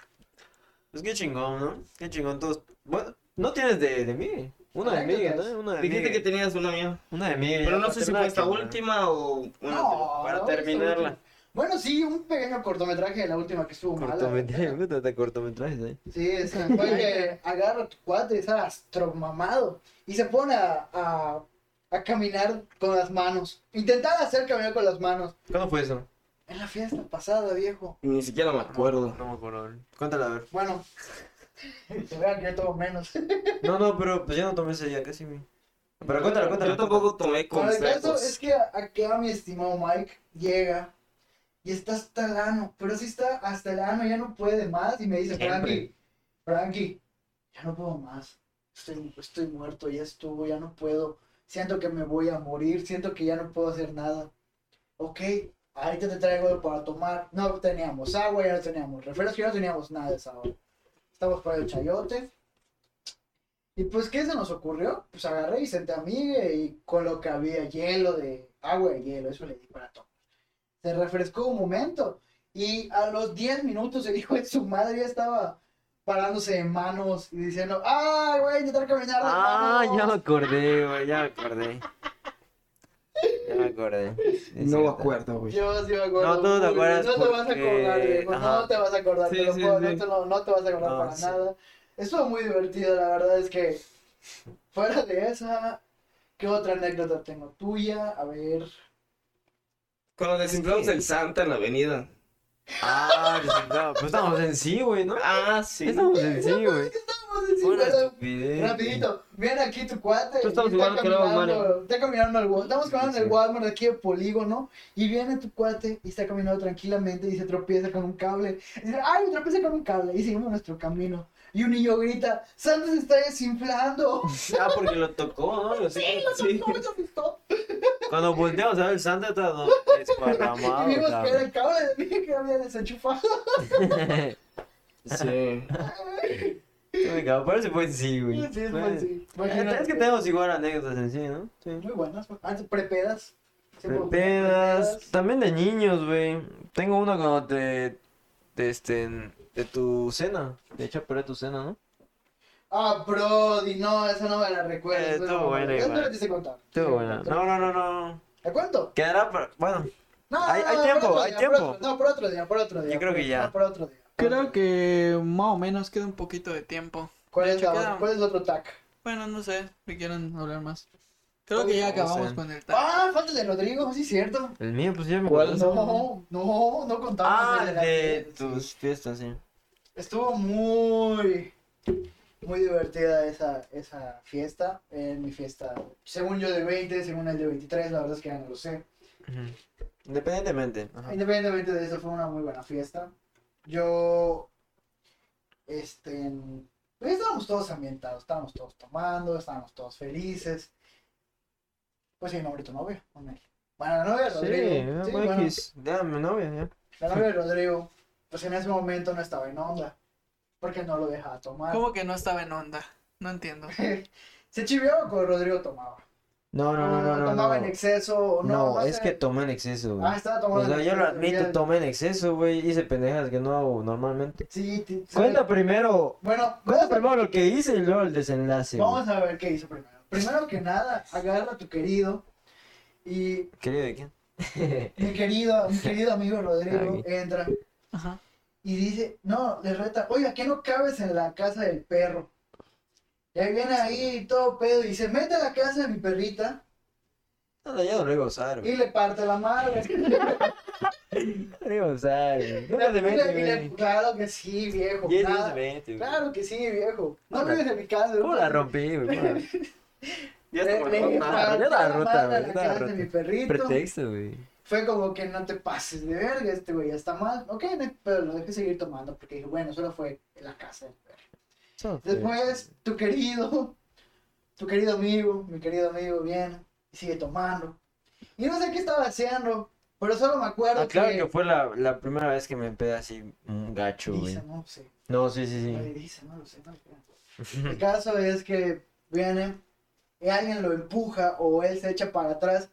[SPEAKER 3] Pues qué chingón, ¿no? Qué chingón todos. Bueno, no tienes de, de mí. Una de mí,
[SPEAKER 5] Anécdotas.
[SPEAKER 3] ¿no? Una de mí.
[SPEAKER 2] Dijiste que tenías una mía.
[SPEAKER 3] Una de mí.
[SPEAKER 2] Pero no sé si fue esta última o una
[SPEAKER 5] No,
[SPEAKER 3] Para
[SPEAKER 5] no,
[SPEAKER 3] terminarla.
[SPEAKER 5] esta última. Bueno, sí, un pequeño cortometraje de la última que estuvo mala.
[SPEAKER 3] Cortometraje, puta, te cortometrajes, ¿eh?
[SPEAKER 5] Sí, es fue que agarra a tu cuate y está astromamado y se pone a, a, a caminar con las manos. Intentar hacer caminar con las manos.
[SPEAKER 3] ¿Cuándo fue eso?
[SPEAKER 5] En la fiesta pasada, viejo.
[SPEAKER 2] Ni siquiera me acuerdo.
[SPEAKER 3] No me acuerdo. Cuéntala, a ver.
[SPEAKER 5] Bueno, que vean que yo tomo menos.
[SPEAKER 3] No, no, pero pues yo no tomé ese día, casi mi. Pero cuéntala, cuéntala.
[SPEAKER 2] Yo tampoco tomé
[SPEAKER 5] Bueno, el caso es
[SPEAKER 2] consejos.
[SPEAKER 5] que acá mi estimado Mike llega y está hasta el ano, pero sí está hasta el ano, ya no puede más y me dice,
[SPEAKER 3] Siempre.
[SPEAKER 5] Frankie, Frankie, ya no puedo más, estoy, estoy muerto, ya estuvo, ya no puedo, siento que me voy a morir, siento que ya no puedo hacer nada. Ok, ahorita te traigo algo para tomar. No teníamos agua, ya no teníamos refresco, ya no teníamos nada de sabor. Estamos por el chayote. Y pues, ¿qué se nos ocurrió? Pues agarré y senté a mí y con lo que había hielo de agua de hielo, eso le di para tomar. Se refrescó un momento y a los 10 minutos el hijo de su madre ya estaba parándose de manos y diciendo, ¡ay, voy a intentar caminar de
[SPEAKER 3] Ah,
[SPEAKER 5] manos".
[SPEAKER 3] ya me acordé, güey, ya me acordé. Ya me acordé. Sí,
[SPEAKER 2] No me
[SPEAKER 3] cierto.
[SPEAKER 2] acuerdo, güey.
[SPEAKER 5] Yo sí me acuerdo.
[SPEAKER 3] No, tú no te
[SPEAKER 5] muy
[SPEAKER 3] acuerdas
[SPEAKER 5] bien. No te vas a acordar,
[SPEAKER 3] porque-
[SPEAKER 5] viejo.
[SPEAKER 3] Ajá.
[SPEAKER 5] No te vas a acordar.
[SPEAKER 2] Sí,
[SPEAKER 5] te lo
[SPEAKER 2] sí,
[SPEAKER 5] puedo-
[SPEAKER 2] sí.
[SPEAKER 5] No, te lo- no te vas a acordar
[SPEAKER 3] No,
[SPEAKER 5] para
[SPEAKER 3] sí.
[SPEAKER 5] nada. Estuvo muy divertido, la verdad es que. Fuera de esa, ¿qué otra anécdota tengo tuya? A ver.
[SPEAKER 2] Cuando desinflamos el Santa en la avenida.
[SPEAKER 3] Ah, que sí, no, pues estamos en sí, güey, ¿no?
[SPEAKER 2] Ah, sí.
[SPEAKER 3] Estamos en sí,
[SPEAKER 5] pues,
[SPEAKER 3] güey.
[SPEAKER 5] Vamos a decir,
[SPEAKER 3] Una
[SPEAKER 5] bueno,
[SPEAKER 3] estupidez.
[SPEAKER 5] Rapidito, ven aquí tu cuate.
[SPEAKER 2] Tú estamos
[SPEAKER 5] y está
[SPEAKER 2] igual que luego,
[SPEAKER 5] caminando-
[SPEAKER 2] Mario.
[SPEAKER 5] Está caminando al Walmart. Estamos caminando en el
[SPEAKER 3] Sí.
[SPEAKER 5] Walmart aquí de Polígono. Y viene tu cuate y está caminando tranquilamente y se tropieza con un cable. Y dice, ay, me tropecé con un cable. Y seguimos nuestro camino. Y un niño grita, Santa se está desinflando.
[SPEAKER 3] Ah, porque lo tocó, ¿no? Lo sí, sí.
[SPEAKER 5] No me asustó.
[SPEAKER 3] Cuando volteamos a ver el Santa está todo
[SPEAKER 5] Y
[SPEAKER 3] desparramado.
[SPEAKER 5] vimos que era
[SPEAKER 3] cabrón.
[SPEAKER 5] el cable de mí que había desenchufado.
[SPEAKER 2] Sí.
[SPEAKER 3] Uy, cabrón, Pero ese fue en sí,
[SPEAKER 5] Sí,
[SPEAKER 3] güey.
[SPEAKER 5] es
[SPEAKER 3] Fue-
[SPEAKER 5] buen sí.
[SPEAKER 3] Eh, Es que tenemos igual anécdotas en sí, ¿no? Sí.
[SPEAKER 5] Muy buenas. Ah, prepedas. Siempre
[SPEAKER 3] De
[SPEAKER 5] fui
[SPEAKER 3] pedas.
[SPEAKER 5] prepedas.
[SPEAKER 3] También de niños, güey. Tengo uno cuando te. De, este, de tu cena. De hecho, pero tu cena, ¿no?
[SPEAKER 5] Ah, Brody, no, esa no me la recuerdo.
[SPEAKER 3] Eh,
[SPEAKER 5] esa no
[SPEAKER 3] estuvo
[SPEAKER 5] me la
[SPEAKER 3] buena
[SPEAKER 5] recuerdo.
[SPEAKER 3] igual.
[SPEAKER 5] Esa te quise contar.
[SPEAKER 3] Estuvo buena.
[SPEAKER 5] ¿Te
[SPEAKER 3] No, no, no, no.
[SPEAKER 5] ¿Te cuento?
[SPEAKER 3] Quedará para. Bueno,
[SPEAKER 5] No,
[SPEAKER 3] Hay-
[SPEAKER 5] no,
[SPEAKER 3] hay
[SPEAKER 5] no, por
[SPEAKER 3] tiempo,
[SPEAKER 5] otro
[SPEAKER 3] hay
[SPEAKER 5] día,
[SPEAKER 3] tiempo.
[SPEAKER 5] por otro- no, por otro día, por otro día.
[SPEAKER 3] Yo creo
[SPEAKER 5] por-
[SPEAKER 3] que ya.
[SPEAKER 5] no, por otro día.
[SPEAKER 4] Creo que más o menos queda un poquito de tiempo.
[SPEAKER 5] ¿Cuál
[SPEAKER 4] de
[SPEAKER 5] es,
[SPEAKER 4] hecho,
[SPEAKER 5] la-
[SPEAKER 4] queda-
[SPEAKER 5] cuál es el otro tac?
[SPEAKER 4] Bueno, no sé, si quieren hablar más. Creo que ya
[SPEAKER 3] No
[SPEAKER 4] acabamos
[SPEAKER 3] sé.
[SPEAKER 4] con el tag.
[SPEAKER 5] Ah, falta el de Rodrigo, sí, cierto.
[SPEAKER 3] el mío, pues ya me.
[SPEAKER 2] ¿Cuál?
[SPEAKER 3] acuerdo.
[SPEAKER 5] No, no, no contamos.
[SPEAKER 3] Ah,
[SPEAKER 5] el
[SPEAKER 3] el
[SPEAKER 5] la-
[SPEAKER 3] de tus fiestas, sí.
[SPEAKER 5] Estuvo muy. muy divertida esa, esa fiesta. En mi fiesta, según yo de 20, según el de 23, la verdad es que ya no lo sé.
[SPEAKER 2] Independientemente. ajá.
[SPEAKER 5] Independientemente de eso, fue una muy buena fiesta. Yo, este, pues estábamos todos ambientados, estábamos todos tomando, estábamos todos felices. Pues sí, mi ahorita novio, con él. Bueno, la novia de Rodrigo. Sí, bueno,
[SPEAKER 3] Dame novia, ya.
[SPEAKER 5] la novia de Rodrigo, pues en ese momento no estaba en onda, porque no lo dejaba tomar.
[SPEAKER 4] ¿Cómo que no estaba en onda? No entiendo.
[SPEAKER 5] Se chivió cuando Rodrigo tomaba. Ah,
[SPEAKER 7] No, no, no, no, no.
[SPEAKER 5] Tomaba
[SPEAKER 7] no.
[SPEAKER 5] en exceso o no.
[SPEAKER 7] No, es
[SPEAKER 5] sé.
[SPEAKER 7] que tomé en exceso, güey.
[SPEAKER 5] Ah, estaba tomando.
[SPEAKER 7] O sea,
[SPEAKER 5] en
[SPEAKER 7] yo lo
[SPEAKER 5] exceso, ya-
[SPEAKER 7] admito, tomé en exceso, güey. Hice pendejas que no hago normalmente.
[SPEAKER 5] Sí, ti- sí.
[SPEAKER 7] Cuenta primero,
[SPEAKER 5] Bueno,
[SPEAKER 7] cuenta primero lo que hice y luego el desenlace, güey.
[SPEAKER 5] Vamos a ver qué hizo primero. Primero que nada, agarra a tu querido y
[SPEAKER 3] ¿Querido de quién?
[SPEAKER 5] mi querido, mi querido amigo Rodrigo entra
[SPEAKER 4] Ajá.
[SPEAKER 5] y dice, no, le reta, oiga, ¿qué no cabes en la casa del perro? Y ahí viene ahí todo pedo y se mete a la casa de mi perrita
[SPEAKER 3] No, ya no lo iba a usar, güey.
[SPEAKER 5] y le parte la madre.
[SPEAKER 3] No lo iba a usar, güey. Nunca se
[SPEAKER 5] Y le-
[SPEAKER 3] mete,
[SPEAKER 5] y le-
[SPEAKER 3] güey.
[SPEAKER 5] claro que sí, viejo.
[SPEAKER 3] Jesse no
[SPEAKER 5] nada.
[SPEAKER 3] se mete, güey.
[SPEAKER 5] Claro que sí, viejo. No
[SPEAKER 3] Hola.
[SPEAKER 5] vives en mi casa.
[SPEAKER 3] ¿Cómo la rompí, güey? ¿Cómo la-
[SPEAKER 2] Ya
[SPEAKER 5] Le-
[SPEAKER 2] está
[SPEAKER 5] le
[SPEAKER 2] bueno,
[SPEAKER 5] parte
[SPEAKER 2] nada.
[SPEAKER 3] ya la
[SPEAKER 5] la
[SPEAKER 3] rota,
[SPEAKER 5] madre
[SPEAKER 3] güey,
[SPEAKER 5] a la
[SPEAKER 3] ya la
[SPEAKER 5] casa de
[SPEAKER 3] rota.
[SPEAKER 5] mi perrito.
[SPEAKER 3] Pretexto, güey.
[SPEAKER 5] fue como que no te pases de verga, este güey ya está mal. Ok, no- pero lo dejé seguir tomando porque dije, bueno, solo fue en la casa del perro.
[SPEAKER 3] Eso fue-
[SPEAKER 5] Después, tu querido, tu querido amigo, mi querido amigo, viene y sigue tomando. Y no sé qué estaba haciendo, pero solo me acuerdo
[SPEAKER 3] Ah, claro
[SPEAKER 5] que...
[SPEAKER 3] que fue la, la primera vez que me empedé así un gacho, güey.
[SPEAKER 5] Dice, no pues, sé,
[SPEAKER 3] No, sí, sí,
[SPEAKER 5] Ay,
[SPEAKER 3] sí.
[SPEAKER 5] dice, no lo sé, no lo sé. El caso es que viene y alguien lo empuja o él se echa para atrás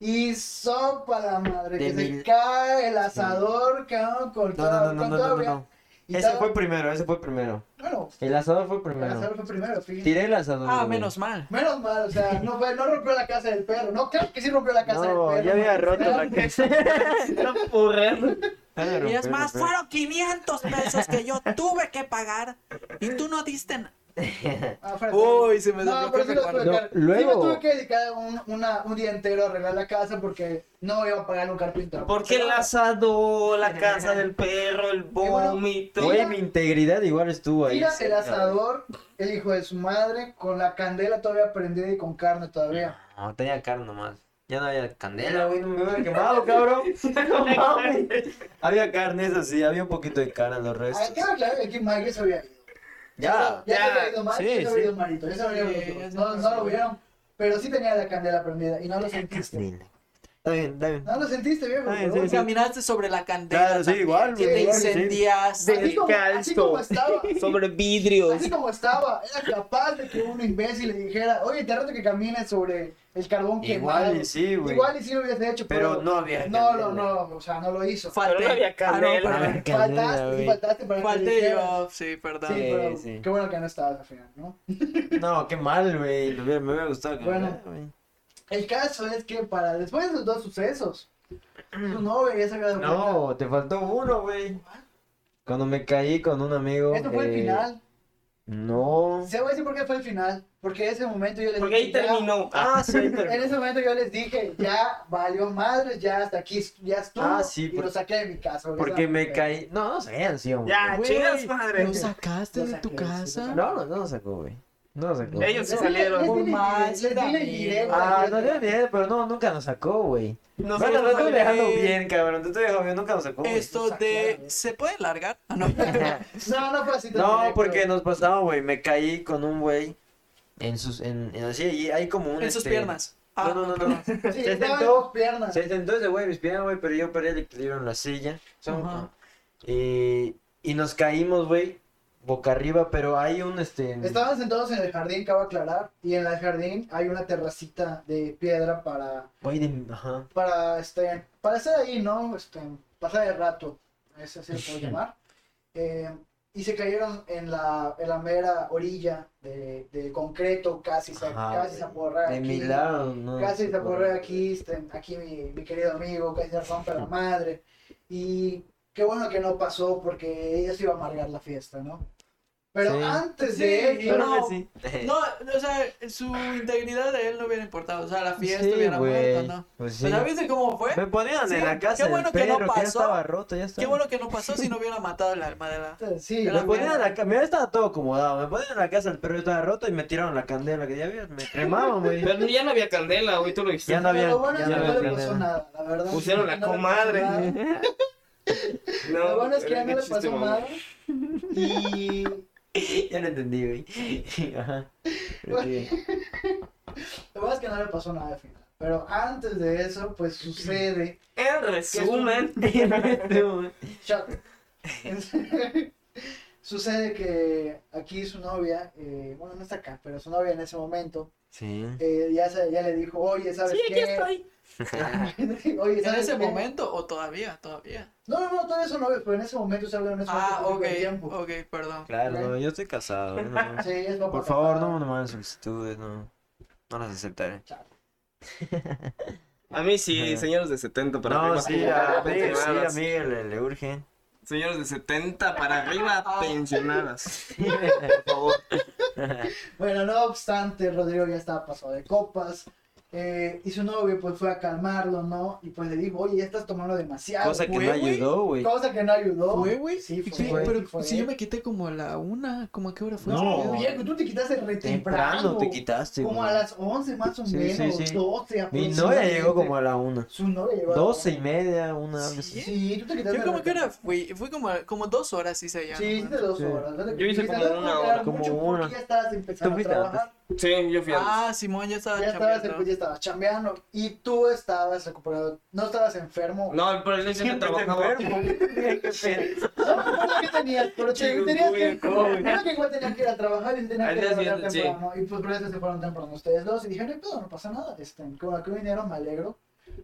[SPEAKER 5] y sopa la madre,
[SPEAKER 3] De
[SPEAKER 5] que se
[SPEAKER 3] mil-
[SPEAKER 5] cae el asador, cabrón, con
[SPEAKER 3] No,
[SPEAKER 5] toda-
[SPEAKER 3] no, no, no,
[SPEAKER 5] con
[SPEAKER 3] no,
[SPEAKER 5] toda-
[SPEAKER 3] no, no, no.
[SPEAKER 5] y
[SPEAKER 3] Ese
[SPEAKER 5] estaba-
[SPEAKER 3] fue primero, ese fue primero.
[SPEAKER 5] Bueno,
[SPEAKER 3] El asador fue
[SPEAKER 5] el
[SPEAKER 3] primero.
[SPEAKER 5] asador fue primero, fíjate.
[SPEAKER 3] Tiré el asador.
[SPEAKER 4] Ah,
[SPEAKER 3] güey.
[SPEAKER 4] menos mal.
[SPEAKER 5] Menos mal, o sea, no, fue, no rompió la casa del perro. No, claro que sí rompió la casa
[SPEAKER 3] No,
[SPEAKER 5] del perro.
[SPEAKER 3] ya había roto
[SPEAKER 5] Era-
[SPEAKER 3] la casa. Ah, la
[SPEAKER 4] Y
[SPEAKER 3] rompí,
[SPEAKER 4] es más,
[SPEAKER 3] rompí.
[SPEAKER 4] fueron 500 pesos que yo tuve que pagar y tú no diste nada.
[SPEAKER 5] Ah, fuera de-
[SPEAKER 4] Uy, se me
[SPEAKER 5] No,
[SPEAKER 4] desbloqueó
[SPEAKER 5] pero sí
[SPEAKER 4] el
[SPEAKER 5] lo tuve
[SPEAKER 4] recuerdo.
[SPEAKER 5] que
[SPEAKER 7] No,
[SPEAKER 5] sí me
[SPEAKER 7] luego-
[SPEAKER 5] tuve que dedicar un, una- un día entero a arreglar la casa porque no iba a pagar un carpintero.
[SPEAKER 2] Porque el asador, la casa del perro, el
[SPEAKER 5] bueno,
[SPEAKER 2] vómito.
[SPEAKER 5] Güey,
[SPEAKER 7] Güey, mi integridad igual estuvo ahí.
[SPEAKER 5] Tira el
[SPEAKER 7] cerca,
[SPEAKER 5] asador, el hijo de su madre, con la candela todavía prendida y con carne todavía.
[SPEAKER 3] güey. No, tenía carne nomás. Ya no había candela, güey. No me hubiera quemado, cabrón. No mames. Había carne, eso sí. Había un poquito de carne en los
[SPEAKER 5] Ay,
[SPEAKER 3] restos.
[SPEAKER 5] claro, claro, aquí Mike se había ido.
[SPEAKER 3] Ah, Ya.
[SPEAKER 5] Ya,
[SPEAKER 2] ya,
[SPEAKER 5] se había ido mal,
[SPEAKER 3] sí,
[SPEAKER 5] ya se
[SPEAKER 3] sí.
[SPEAKER 5] había ido malito, ya se había ido
[SPEAKER 4] Sí,
[SPEAKER 5] los
[SPEAKER 4] ya
[SPEAKER 5] dos.
[SPEAKER 4] se
[SPEAKER 5] no,
[SPEAKER 4] pasó.
[SPEAKER 5] no lo vieron, pero sí tenía la candela prendida y no lo sentiste.
[SPEAKER 3] Está bien, está bien.
[SPEAKER 5] No lo sentiste, viejo.
[SPEAKER 3] Ay,
[SPEAKER 5] pero
[SPEAKER 3] sí,
[SPEAKER 5] bueno.
[SPEAKER 4] Tú Caminaste sobre la candela.
[SPEAKER 3] Claro, sí,
[SPEAKER 4] también,
[SPEAKER 3] igual,
[SPEAKER 4] Que
[SPEAKER 5] güey,
[SPEAKER 4] te
[SPEAKER 5] igual, sí.
[SPEAKER 4] incendiaste.
[SPEAKER 5] Así como, así
[SPEAKER 2] Descalzo.
[SPEAKER 5] como estaba,
[SPEAKER 2] Sobre vidrios.
[SPEAKER 5] así como estaba, era capaz de que un imbécil le dijera, oye, te reto que camines sobre el carbón quemado.
[SPEAKER 3] Igual y sí, güey.
[SPEAKER 5] Igual y sí lo hubiese hecho, pero,
[SPEAKER 3] Pero no había
[SPEAKER 5] no,
[SPEAKER 3] candela.
[SPEAKER 5] no, no, o sea, no lo hizo.
[SPEAKER 4] Falté.
[SPEAKER 2] Pero no había candela.
[SPEAKER 4] Ah, no, perdón.
[SPEAKER 3] Qué candela,
[SPEAKER 5] faltaste, sí
[SPEAKER 3] güey.
[SPEAKER 5] faltaste para que te
[SPEAKER 4] Falté
[SPEAKER 5] dijeran.
[SPEAKER 4] yo. Sí,
[SPEAKER 5] Sí,
[SPEAKER 4] perdón.
[SPEAKER 5] pero
[SPEAKER 3] sí.
[SPEAKER 5] qué bueno que no estabas al final, ¿no?
[SPEAKER 3] No, qué mal, güey. Me hubiera- me hubiera gustado que
[SPEAKER 5] Bueno.
[SPEAKER 3] me- güey.
[SPEAKER 5] El caso es que para después de los dos sucesos, su novia ya se había dado
[SPEAKER 3] No, te faltó uno, güey. Cuando me caí con un amigo.
[SPEAKER 5] cuenta. Esto fue el
[SPEAKER 3] eh,
[SPEAKER 5] final.
[SPEAKER 3] No.
[SPEAKER 5] Se voy a decir por qué fue el final. Porque en ese momento yo les
[SPEAKER 2] Porque ahí
[SPEAKER 5] ya-
[SPEAKER 2] terminó.
[SPEAKER 3] Ah, sí, ahí terminó.
[SPEAKER 5] En ese momento yo les dije, ya valió madre, ya hasta aquí, ya estuvo.
[SPEAKER 3] Ah, sí,
[SPEAKER 5] y
[SPEAKER 3] por-
[SPEAKER 5] lo saqué de mi casa.
[SPEAKER 3] Porque me
[SPEAKER 5] obviamente.
[SPEAKER 3] caí. No, no sabían, sí, hombre.
[SPEAKER 2] Ya,
[SPEAKER 4] Güey,
[SPEAKER 2] chingas madre.
[SPEAKER 4] ¿Lo sacaste
[SPEAKER 5] Lo
[SPEAKER 4] de tu
[SPEAKER 5] saqué, sí, lo
[SPEAKER 4] casa?
[SPEAKER 5] saqué.
[SPEAKER 3] No, no, no lo sacó, güey. No lo sacó.
[SPEAKER 2] Ellos sí
[SPEAKER 5] No,
[SPEAKER 2] salieron.
[SPEAKER 5] les di mi-
[SPEAKER 4] Mal,
[SPEAKER 5] les di mi
[SPEAKER 4] también.
[SPEAKER 5] directo.
[SPEAKER 3] Ah, no dio ni idea, pero no, nunca nos sacó, güey. No,
[SPEAKER 2] Nosotros
[SPEAKER 3] no, te estoy
[SPEAKER 2] salieron.
[SPEAKER 3] dejando bien, cabrón. Te estoy dejando bien, nunca nos sacó. güey.
[SPEAKER 4] Esto de... ¿Se puede largar? Ah, no.
[SPEAKER 3] Este,
[SPEAKER 5] No, no fue así. tan
[SPEAKER 3] No,
[SPEAKER 5] directo.
[SPEAKER 3] porque nos pasaba, güey. Me caí con un güey. En sus. En, en- así, allí hay como un.
[SPEAKER 4] En sus
[SPEAKER 3] este-
[SPEAKER 4] piernas. Ah,
[SPEAKER 3] No, no, no, no.
[SPEAKER 5] Sí,
[SPEAKER 3] Se
[SPEAKER 5] estaba en
[SPEAKER 3] sentó.
[SPEAKER 5] tus piernas.
[SPEAKER 3] Se sentó ese güey, en mis piernas, güey, pero yo perdí el equilibrio en la silla. Son-
[SPEAKER 4] Ajá.
[SPEAKER 3] Y, y nos caímos, güey, boca arriba, pero hay un este.
[SPEAKER 5] Estaban sentados en el jardín, cabe aclarar, y en el jardín hay una terracita de piedra para,
[SPEAKER 3] Güey de. Ajá.
[SPEAKER 5] para, este, para estar ahí, ¿no? Este, pasar el rato, eso se le puede llamar. Eh, y se cayeron en la, en la mera orilla de, de concreto, casi se,
[SPEAKER 3] Ajá,
[SPEAKER 5] casi
[SPEAKER 3] güey.
[SPEAKER 5] se aporrea
[SPEAKER 3] De
[SPEAKER 5] aquí.
[SPEAKER 3] mi lado, no.
[SPEAKER 5] Casi se aporrea aquí, este, aquí mi, mi querido amigo, casi se rompe la madre. Y qué bueno que no pasó porque eso iba a amargar la fiesta, ¿no? Pero
[SPEAKER 3] Sí.
[SPEAKER 5] antes
[SPEAKER 4] Sí,
[SPEAKER 5] de él,
[SPEAKER 4] pero-
[SPEAKER 5] no,
[SPEAKER 4] sí. No, o sea, su integridad de él no hubiera importado. O sea, la fiesta
[SPEAKER 3] Sí,
[SPEAKER 4] hubiera
[SPEAKER 3] güey.
[SPEAKER 4] muerto, ¿no?
[SPEAKER 3] Pues sí.
[SPEAKER 4] Pero ¿ya viste cómo fue?
[SPEAKER 3] Me ponían
[SPEAKER 4] Sí,
[SPEAKER 3] en la
[SPEAKER 4] qué
[SPEAKER 3] casa
[SPEAKER 4] bueno
[SPEAKER 3] del
[SPEAKER 4] que no
[SPEAKER 3] perro, que ya
[SPEAKER 4] pasó.
[SPEAKER 3] estaba roto, ya estaba.
[SPEAKER 4] Qué bueno que no pasó si no hubiera matado el alma de la.
[SPEAKER 5] sí,
[SPEAKER 4] Pero
[SPEAKER 3] Me
[SPEAKER 5] güey.
[SPEAKER 3] ponían en la ca- mira, estaba todo acomodado. Me ponían en la casa del perro, ya estaba roto y me tiraron la candela que ya había. Me cremaban, güey.
[SPEAKER 2] Pero ya no había candela, güey, tú lo dijiste.
[SPEAKER 3] Ya no había.
[SPEAKER 5] Pero lo bueno
[SPEAKER 3] ya
[SPEAKER 5] es
[SPEAKER 3] no
[SPEAKER 5] que
[SPEAKER 3] había
[SPEAKER 5] no le pasó
[SPEAKER 3] candela.
[SPEAKER 5] nada, la verdad.
[SPEAKER 2] Pusieron la
[SPEAKER 5] No le pasó
[SPEAKER 2] comadre.
[SPEAKER 5] nada.
[SPEAKER 2] No,
[SPEAKER 5] Lo bueno es que
[SPEAKER 2] pero
[SPEAKER 5] ya no
[SPEAKER 2] qué
[SPEAKER 5] le
[SPEAKER 2] chiste,
[SPEAKER 5] pasó
[SPEAKER 2] mamá.
[SPEAKER 5] nada. Y.
[SPEAKER 3] Ya no entendí, güey. Ajá. Pero sí.
[SPEAKER 5] Lo bueno es que no le pasó nada al final. Pero antes de eso, pues sucede.
[SPEAKER 2] En resumen,
[SPEAKER 5] Shut up. sucede que aquí su novia, eh, bueno, no está acá, pero su novia en ese momento,
[SPEAKER 3] Sí.
[SPEAKER 5] eh, ya, se- ya le dijo, oye, ¿sabes
[SPEAKER 2] sí, aquí
[SPEAKER 5] qué?
[SPEAKER 2] estoy.
[SPEAKER 5] oye,
[SPEAKER 4] ¿En
[SPEAKER 5] ¿sabes
[SPEAKER 4] ese
[SPEAKER 5] qué?
[SPEAKER 4] momento o todavía? Todavía.
[SPEAKER 5] No, no, no, todavía son novios, pero en ese momento se hablan en ese
[SPEAKER 4] Ah,
[SPEAKER 5] momento.
[SPEAKER 4] ok,
[SPEAKER 5] de tiempo.
[SPEAKER 4] ok, perdón.
[SPEAKER 3] Claro, no, yo estoy casado. yo no-
[SPEAKER 5] Sí, es papá
[SPEAKER 3] Por favor, no
[SPEAKER 5] casado.
[SPEAKER 3] me manden solicitudes, no. No las aceptaré.
[SPEAKER 2] A mí sí,
[SPEAKER 3] Ajá.
[SPEAKER 2] señores de 70 para
[SPEAKER 3] No,
[SPEAKER 2] arriba.
[SPEAKER 3] sí, a mí, sí, a mí le, le urge.
[SPEAKER 2] Señores de 70 para arriba, pensionadas.
[SPEAKER 3] Por favor.
[SPEAKER 5] Bueno, no obstante, Rodrigo ya estaba pasado de copas. eh, y su novio pues fue a calmarlo, ¿no? Y pues le dijo, oye, ya estás tomando demasiado.
[SPEAKER 3] Cosa que
[SPEAKER 4] Güey,
[SPEAKER 3] no
[SPEAKER 4] güey.
[SPEAKER 3] ayudó, güey.
[SPEAKER 5] Cosa que no ayudó.
[SPEAKER 4] ¿Fue, güey?
[SPEAKER 5] Sí, fue.
[SPEAKER 4] Sí, pero
[SPEAKER 5] fue.
[SPEAKER 3] pues,
[SPEAKER 4] si yo me quité como a la una, ¿cómo a qué hora fue?
[SPEAKER 3] No.
[SPEAKER 4] ese pedo?
[SPEAKER 5] Viejo, tú te quitaste re temprano.
[SPEAKER 3] Temprano te quitaste,
[SPEAKER 5] Como
[SPEAKER 3] güey.
[SPEAKER 5] a las 11 más o
[SPEAKER 3] Sí, sí,
[SPEAKER 5] menos,
[SPEAKER 3] sí.
[SPEAKER 5] 12
[SPEAKER 3] Mi novia llegó como a la una.
[SPEAKER 5] Su novia llegó a las
[SPEAKER 3] Doce y media, una. algo así.
[SPEAKER 5] once. Sí, tú te quitaste
[SPEAKER 4] Yo como
[SPEAKER 5] re
[SPEAKER 4] que hora
[SPEAKER 5] temprano.
[SPEAKER 4] fui, fui como, como dos horas hice ya.
[SPEAKER 5] Sí, hiciste dos
[SPEAKER 3] Sí.
[SPEAKER 5] horas. ¿no?
[SPEAKER 2] Yo hice como
[SPEAKER 5] Quizás no puedo
[SPEAKER 2] una
[SPEAKER 5] quedar
[SPEAKER 3] hora, como
[SPEAKER 5] mucho porque
[SPEAKER 3] una.
[SPEAKER 5] Ya estabas empezando a
[SPEAKER 3] fuiste antes.
[SPEAKER 5] trabajar.
[SPEAKER 2] Sí, yo fui a
[SPEAKER 4] Ah, Simón ya estaba
[SPEAKER 5] Ya estabas,
[SPEAKER 4] chambeando.
[SPEAKER 5] ya estabas chambeando y tú estabas recuperado, no estabas enfermo.
[SPEAKER 2] No, pero él siempre trabajaba.
[SPEAKER 5] No me acuerdo qué tenías, pero te-
[SPEAKER 2] Chico,
[SPEAKER 5] tenías
[SPEAKER 2] güey,
[SPEAKER 5] que,
[SPEAKER 2] ¿cómo?
[SPEAKER 5] creo que igual tenías que ir a trabajar y tenías
[SPEAKER 2] Al
[SPEAKER 5] que
[SPEAKER 2] día siguiente,
[SPEAKER 5] levantar
[SPEAKER 2] sí.
[SPEAKER 5] temprano. Y pues por eso se fueron temprano ustedes dos y dijeron, "No, no pasa nada, este, como aquí vinieron, me alegro.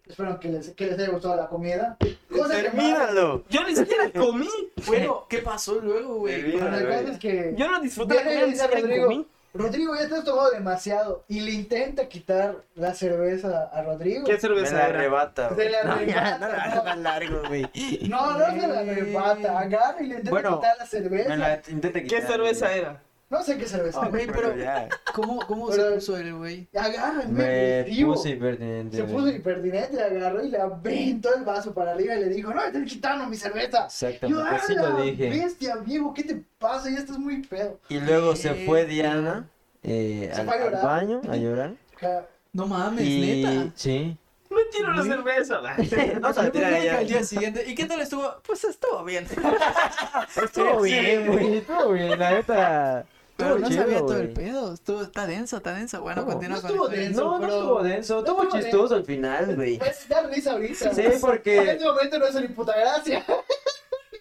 [SPEAKER 5] Espero que les, que les haya gustado la comida. Cosa que más-
[SPEAKER 3] Termínalo.
[SPEAKER 2] Yo ni siquiera comí.
[SPEAKER 4] Bueno, ¿qué pasó luego, güey?
[SPEAKER 5] Bueno, la cosa es que
[SPEAKER 2] Yo no disfruté la
[SPEAKER 5] Viene y
[SPEAKER 2] comida, ni
[SPEAKER 5] dice
[SPEAKER 2] siquiera
[SPEAKER 5] Rodrigo,
[SPEAKER 2] comí.
[SPEAKER 5] Rodrigo ya estás tomado demasiado y le intenta quitar la cerveza a Rodrigo.
[SPEAKER 2] ¿Qué
[SPEAKER 3] Me
[SPEAKER 2] cerveza
[SPEAKER 3] la
[SPEAKER 2] era?
[SPEAKER 3] arrebata,
[SPEAKER 5] Se
[SPEAKER 3] güey.
[SPEAKER 5] la
[SPEAKER 3] No, ya,
[SPEAKER 5] arrebata,
[SPEAKER 3] no la
[SPEAKER 5] no.
[SPEAKER 3] hagas más largo, güey.
[SPEAKER 5] No, no se la arrebata, agarra y le intenta
[SPEAKER 3] Bueno,
[SPEAKER 5] quitar la cerveza.
[SPEAKER 3] Me la intenté
[SPEAKER 2] ¿Qué
[SPEAKER 3] quitar.
[SPEAKER 2] cerveza era?
[SPEAKER 5] No sé qué cerveza.
[SPEAKER 3] Ah,
[SPEAKER 4] Güey, pero-
[SPEAKER 3] ya.
[SPEAKER 4] ¿Cómo, cómo
[SPEAKER 5] Pero-
[SPEAKER 4] se puso el güey?
[SPEAKER 5] Agárrenme,
[SPEAKER 3] Me
[SPEAKER 5] me
[SPEAKER 3] puse impertinente.
[SPEAKER 5] Se
[SPEAKER 3] güey.
[SPEAKER 5] puso impertinente, agarró y le aventó el vaso para arriba y le dijo, no, estás quitando mi cerveza. Yo,
[SPEAKER 3] Exactamente,
[SPEAKER 5] ah,
[SPEAKER 3] así
[SPEAKER 5] la
[SPEAKER 3] lo dije.
[SPEAKER 5] bestia, viejo, ¿qué te pasa? Ya estás muy pedo.
[SPEAKER 3] Y luego se fue Diana eh,
[SPEAKER 5] Se
[SPEAKER 3] al,
[SPEAKER 5] fue a
[SPEAKER 3] al
[SPEAKER 5] llorar.
[SPEAKER 3] baño a llorar.
[SPEAKER 5] Ja,
[SPEAKER 4] No mames,
[SPEAKER 3] Y
[SPEAKER 4] neta.
[SPEAKER 3] sí.
[SPEAKER 2] Me tiró la cerveza. va.
[SPEAKER 3] No se la
[SPEAKER 4] Yo
[SPEAKER 3] tiré
[SPEAKER 4] pensaba que
[SPEAKER 3] a
[SPEAKER 4] al
[SPEAKER 3] ella.
[SPEAKER 4] día siguiente. ¿Y qué tal estuvo? Pues estuvo bien.
[SPEAKER 3] Estuvo bien, güey. Estuvo bien, la neta.
[SPEAKER 4] Pero
[SPEAKER 3] estuvo
[SPEAKER 4] no
[SPEAKER 3] chido,
[SPEAKER 4] sabía todo el
[SPEAKER 3] güey.
[SPEAKER 4] pedo. Estuvo, está denso, está denso. Bueno,
[SPEAKER 3] No,
[SPEAKER 4] continúa
[SPEAKER 5] no
[SPEAKER 4] con
[SPEAKER 5] estuvo
[SPEAKER 4] la historia.
[SPEAKER 5] denso.
[SPEAKER 3] No, no
[SPEAKER 5] pero-
[SPEAKER 3] estuvo denso. Estuvo
[SPEAKER 5] estuvo
[SPEAKER 3] chistoso al final, güey.
[SPEAKER 5] Pues da risa ahorita.
[SPEAKER 3] Sí,
[SPEAKER 5] ¿no?
[SPEAKER 3] porque-
[SPEAKER 5] En este momento no es ni puta gracia.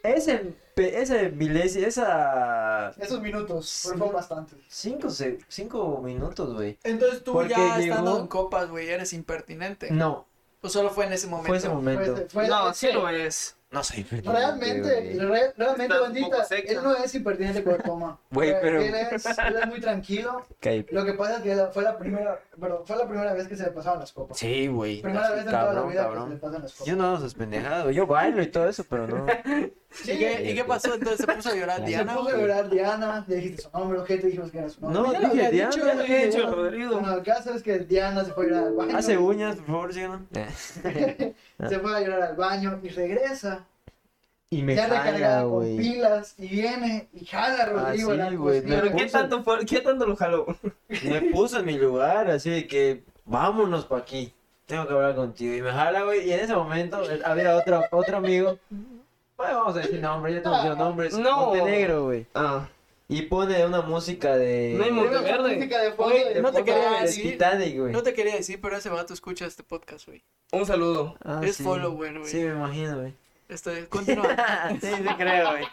[SPEAKER 3] Ese, pe- ese milésimo, esa...
[SPEAKER 5] Esos minutos
[SPEAKER 3] Sí.
[SPEAKER 5] fueron bastantes.
[SPEAKER 3] Cinco, se- cinco minutos, güey.
[SPEAKER 4] Entonces tú
[SPEAKER 3] Porque
[SPEAKER 4] ya estando
[SPEAKER 3] llegó-
[SPEAKER 4] en copas, güey, eres impertinente.
[SPEAKER 3] No,
[SPEAKER 4] ¿O solo Mm. fue en ese momento?
[SPEAKER 3] fue ese momento.
[SPEAKER 5] Fue- este, fue-
[SPEAKER 2] No,
[SPEAKER 5] es
[SPEAKER 2] sí
[SPEAKER 5] que
[SPEAKER 2] lo es.
[SPEAKER 3] No soy impertinente,
[SPEAKER 5] Realmente,
[SPEAKER 3] güey.
[SPEAKER 5] re- realmente,
[SPEAKER 2] Estás un
[SPEAKER 5] bandita,
[SPEAKER 2] poco seca.
[SPEAKER 5] él no es impertinente cuando toma.
[SPEAKER 3] Güey,
[SPEAKER 5] Eh,
[SPEAKER 3] pero-
[SPEAKER 5] Él es, él es muy tranquilo.
[SPEAKER 3] Cállate.
[SPEAKER 5] Lo que pasa es que la- fue la primera, pero fue la primera vez que se le pasaban las copas.
[SPEAKER 3] Sí, güey.
[SPEAKER 5] primera vez en toda la
[SPEAKER 3] Cabrón,
[SPEAKER 5] vida que se le
[SPEAKER 3] cabrón.
[SPEAKER 5] pasan las copas.
[SPEAKER 3] Yo no hago esas pendejadas, güey. Yo bailo y todo eso, pero no.
[SPEAKER 4] ¿Y qué, y qué pasó? Entonces este. se puso a llorar
[SPEAKER 3] Se
[SPEAKER 5] Se
[SPEAKER 4] Diana.
[SPEAKER 5] puso a
[SPEAKER 4] güey.
[SPEAKER 5] llorar Diana, le dijiste su nombre, ojete, dijimos que era su nombre.
[SPEAKER 3] No,
[SPEAKER 4] ya lo
[SPEAKER 3] dije
[SPEAKER 4] había
[SPEAKER 3] Diana.
[SPEAKER 4] dicho,
[SPEAKER 2] Ya lo había hecho, Rodrigo.
[SPEAKER 5] Bueno, el caso es que Diana se fue a llorar al baño.
[SPEAKER 3] Hace uñas, por favor, síganos.
[SPEAKER 5] Se fue a llorar al baño y regresa.
[SPEAKER 3] Y me
[SPEAKER 5] ya
[SPEAKER 3] jala,
[SPEAKER 5] recargada con
[SPEAKER 3] güey.
[SPEAKER 5] pilas y viene y jala a Rodrigo
[SPEAKER 3] Ah,
[SPEAKER 5] en la
[SPEAKER 3] sí, güey,
[SPEAKER 5] cocina.
[SPEAKER 3] me
[SPEAKER 2] Pero qué
[SPEAKER 3] puso-
[SPEAKER 2] tanto fue, qué tanto lo jaló.
[SPEAKER 3] Me puso en mi lugar, así de que vámonos pa' aquí. Tengo que hablar contigo. Y me jala, güey. Y en ese momento eh, había otro, otro amigo. Bueno, vamos a decir nombres, ya estamos diciendo nombres.
[SPEAKER 2] No.
[SPEAKER 3] Montenegro, güey.
[SPEAKER 2] Ah,
[SPEAKER 3] Y pone una música de.
[SPEAKER 2] No hay
[SPEAKER 5] Pero con
[SPEAKER 2] Monteverde.
[SPEAKER 5] música de fondo
[SPEAKER 4] Oye,
[SPEAKER 5] y de
[SPEAKER 4] no te
[SPEAKER 5] fondo.
[SPEAKER 4] quería
[SPEAKER 3] de
[SPEAKER 4] decir.
[SPEAKER 3] Titanic, güey.
[SPEAKER 4] Ah, No te quería decir, pero ese vato escucha este podcast, güey.
[SPEAKER 2] un saludo.
[SPEAKER 3] Ah,
[SPEAKER 4] es
[SPEAKER 3] sí.
[SPEAKER 4] follower, güey.
[SPEAKER 3] Sí, me imagino, güey.
[SPEAKER 4] Este, continúa.
[SPEAKER 3] sí, sí creo, güey.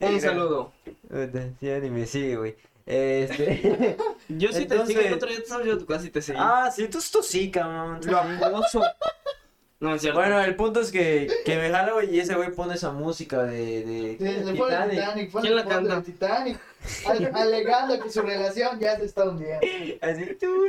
[SPEAKER 2] Un
[SPEAKER 3] Mira.
[SPEAKER 2] saludo.
[SPEAKER 3] Puta, sí, ni me sigue, güey. Este.
[SPEAKER 2] Yo sí te
[SPEAKER 3] Entonces-
[SPEAKER 2] sigo, el otro día tú sabes, yo a tu casa y te seguí.
[SPEAKER 3] ah, sí, tú, tú sí, cabrón.
[SPEAKER 2] Lo acoso. No, es cierto.
[SPEAKER 3] Bueno, el punto es que, que me jala, güey, y ese güey pone esa música de. de,
[SPEAKER 5] De- de fondo
[SPEAKER 3] Titanic.
[SPEAKER 5] del Titanic, fue
[SPEAKER 2] ¿Quién la
[SPEAKER 5] el fondo del
[SPEAKER 2] canta?
[SPEAKER 5] Titanic, al- alegando que su relación ya se está hundiendo.
[SPEAKER 3] Así. tururú.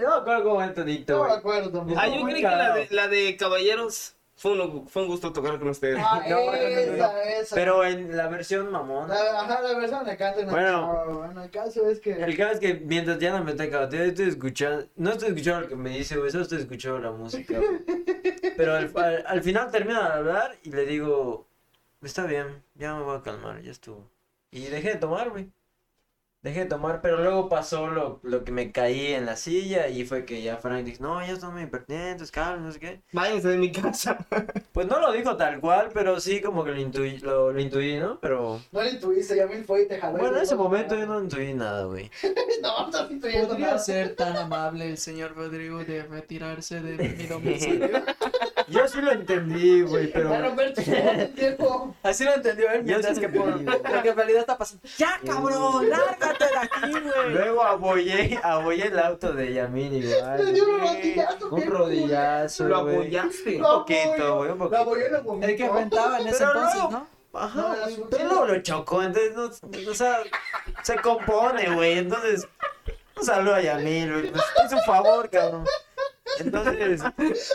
[SPEAKER 3] No me acuerdo cómo va el tonito,
[SPEAKER 5] No me
[SPEAKER 3] güey.
[SPEAKER 5] acuerdo tampoco.
[SPEAKER 2] Ah, yo
[SPEAKER 3] muy
[SPEAKER 2] creí que la
[SPEAKER 3] cagado.
[SPEAKER 2] de, la de caballeros. Fue un, fue un gusto tocar con ustedes.
[SPEAKER 5] Ah,
[SPEAKER 3] No, no, no, no,
[SPEAKER 5] esa, esa.
[SPEAKER 3] Pero en la versión mamón.
[SPEAKER 5] La, ajá, la versión de Canto en el
[SPEAKER 3] Bueno.
[SPEAKER 5] Chavo, bueno, el caso es que.
[SPEAKER 3] El caso es que mientras Diana me está cagando, estoy escuchando, no estoy escuchando lo que me dice, güey, solo estoy escuchando la música. güey. Pero al, al- al final termina de hablar y le digo, está bien, ya me voy a calmar, ya estuvo. Y dejé de tomar, güey. Dejé de tomar, pero luego pasó lo, lo que me caí en la silla y fue que ya Frank dijo, no, ya son impertinentes, calma, no sé qué.
[SPEAKER 2] Váyanse de mi casa.
[SPEAKER 3] Pues no lo dijo tal cual, pero sí como que lo intuí, lo, lo intuí ¿no? Pero...
[SPEAKER 5] No le intuiste, ya mil fue y te jaló.
[SPEAKER 3] Bueno, en ese momento yo
[SPEAKER 5] no.
[SPEAKER 3] no intuí nada, güey.
[SPEAKER 5] No, no estoy intuyendo
[SPEAKER 4] ¿Podría
[SPEAKER 5] nada.
[SPEAKER 4] ser tan amable el señor Rodrigo de retirarse de mi domicilio?
[SPEAKER 3] Yo sí lo entendí, güey, pero...
[SPEAKER 5] Ya, Roberto, ya te entiendo.
[SPEAKER 4] Así lo entendió él, mientras
[SPEAKER 3] sí
[SPEAKER 4] que por
[SPEAKER 3] entendí,
[SPEAKER 4] lo que en realidad está pasando. ¡Ya, cabrón! ¡Lárgate de aquí, güey!
[SPEAKER 3] Mm. Luego abollé, abollé el auto de Yamin igual.
[SPEAKER 5] Te dio
[SPEAKER 3] güey.
[SPEAKER 5] un rodillazo,
[SPEAKER 3] Un
[SPEAKER 5] qué
[SPEAKER 3] rodillazo,
[SPEAKER 2] Lo
[SPEAKER 3] güey.
[SPEAKER 2] apoyaste.
[SPEAKER 3] Un
[SPEAKER 5] Lo
[SPEAKER 3] poquito,
[SPEAKER 5] apoyo.
[SPEAKER 3] güey, un
[SPEAKER 5] La voy a
[SPEAKER 3] poquito.
[SPEAKER 5] la vomitó.
[SPEAKER 4] El que enfrentaba en ese
[SPEAKER 3] Pero
[SPEAKER 4] entonces,
[SPEAKER 3] luego-
[SPEAKER 4] ¿no?
[SPEAKER 5] No,
[SPEAKER 3] Ajá,
[SPEAKER 5] la
[SPEAKER 3] güey,
[SPEAKER 5] sutil.
[SPEAKER 3] pero luego lo chocó, entonces, no, o sea, se compone, güey, entonces, un saludo a Yamil, güey, pues, es un favor, cabrón. Entonces,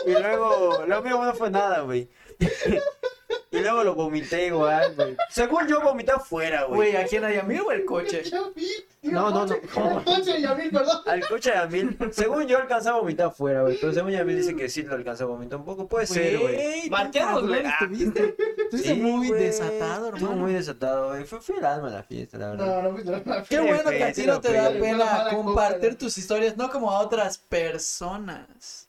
[SPEAKER 3] y luego, lo mío no fue nada, güey. Y luego lo vomité igual, güey. Según yo, vomité afuera,
[SPEAKER 4] Güey, aquí en Ayamir o el coche.
[SPEAKER 5] Ya vi, digo,
[SPEAKER 3] No, no, no.
[SPEAKER 5] coche, coche, ya vi, perdón.
[SPEAKER 3] Al coche de Yamil, según yo alcanzaba a vomitar afuera, güey. Pero según Yamil dice que sí lo alcanzó a vomitar un poco. Puede ser, güey.
[SPEAKER 4] Güey,
[SPEAKER 2] Marqué a los
[SPEAKER 4] cabrón,
[SPEAKER 2] güey.
[SPEAKER 4] Estuviste, estuviste
[SPEAKER 3] Sí,
[SPEAKER 4] muy
[SPEAKER 3] güey.
[SPEAKER 4] desatado,
[SPEAKER 3] Estuvo
[SPEAKER 4] hermano.
[SPEAKER 3] muy desatado, güey. Fue, fue el alma la fiesta, la verdad.
[SPEAKER 5] No, no fuiste la
[SPEAKER 4] Qué
[SPEAKER 3] Sí,
[SPEAKER 4] bueno
[SPEAKER 3] güey,
[SPEAKER 4] que a ti
[SPEAKER 3] sí
[SPEAKER 4] no
[SPEAKER 3] lo
[SPEAKER 4] te
[SPEAKER 3] fue.
[SPEAKER 4] da
[SPEAKER 3] Fue
[SPEAKER 5] una
[SPEAKER 4] pena
[SPEAKER 5] mala copa,
[SPEAKER 4] compartir
[SPEAKER 5] ¿verdad?
[SPEAKER 4] tus historias, no como a otras personas.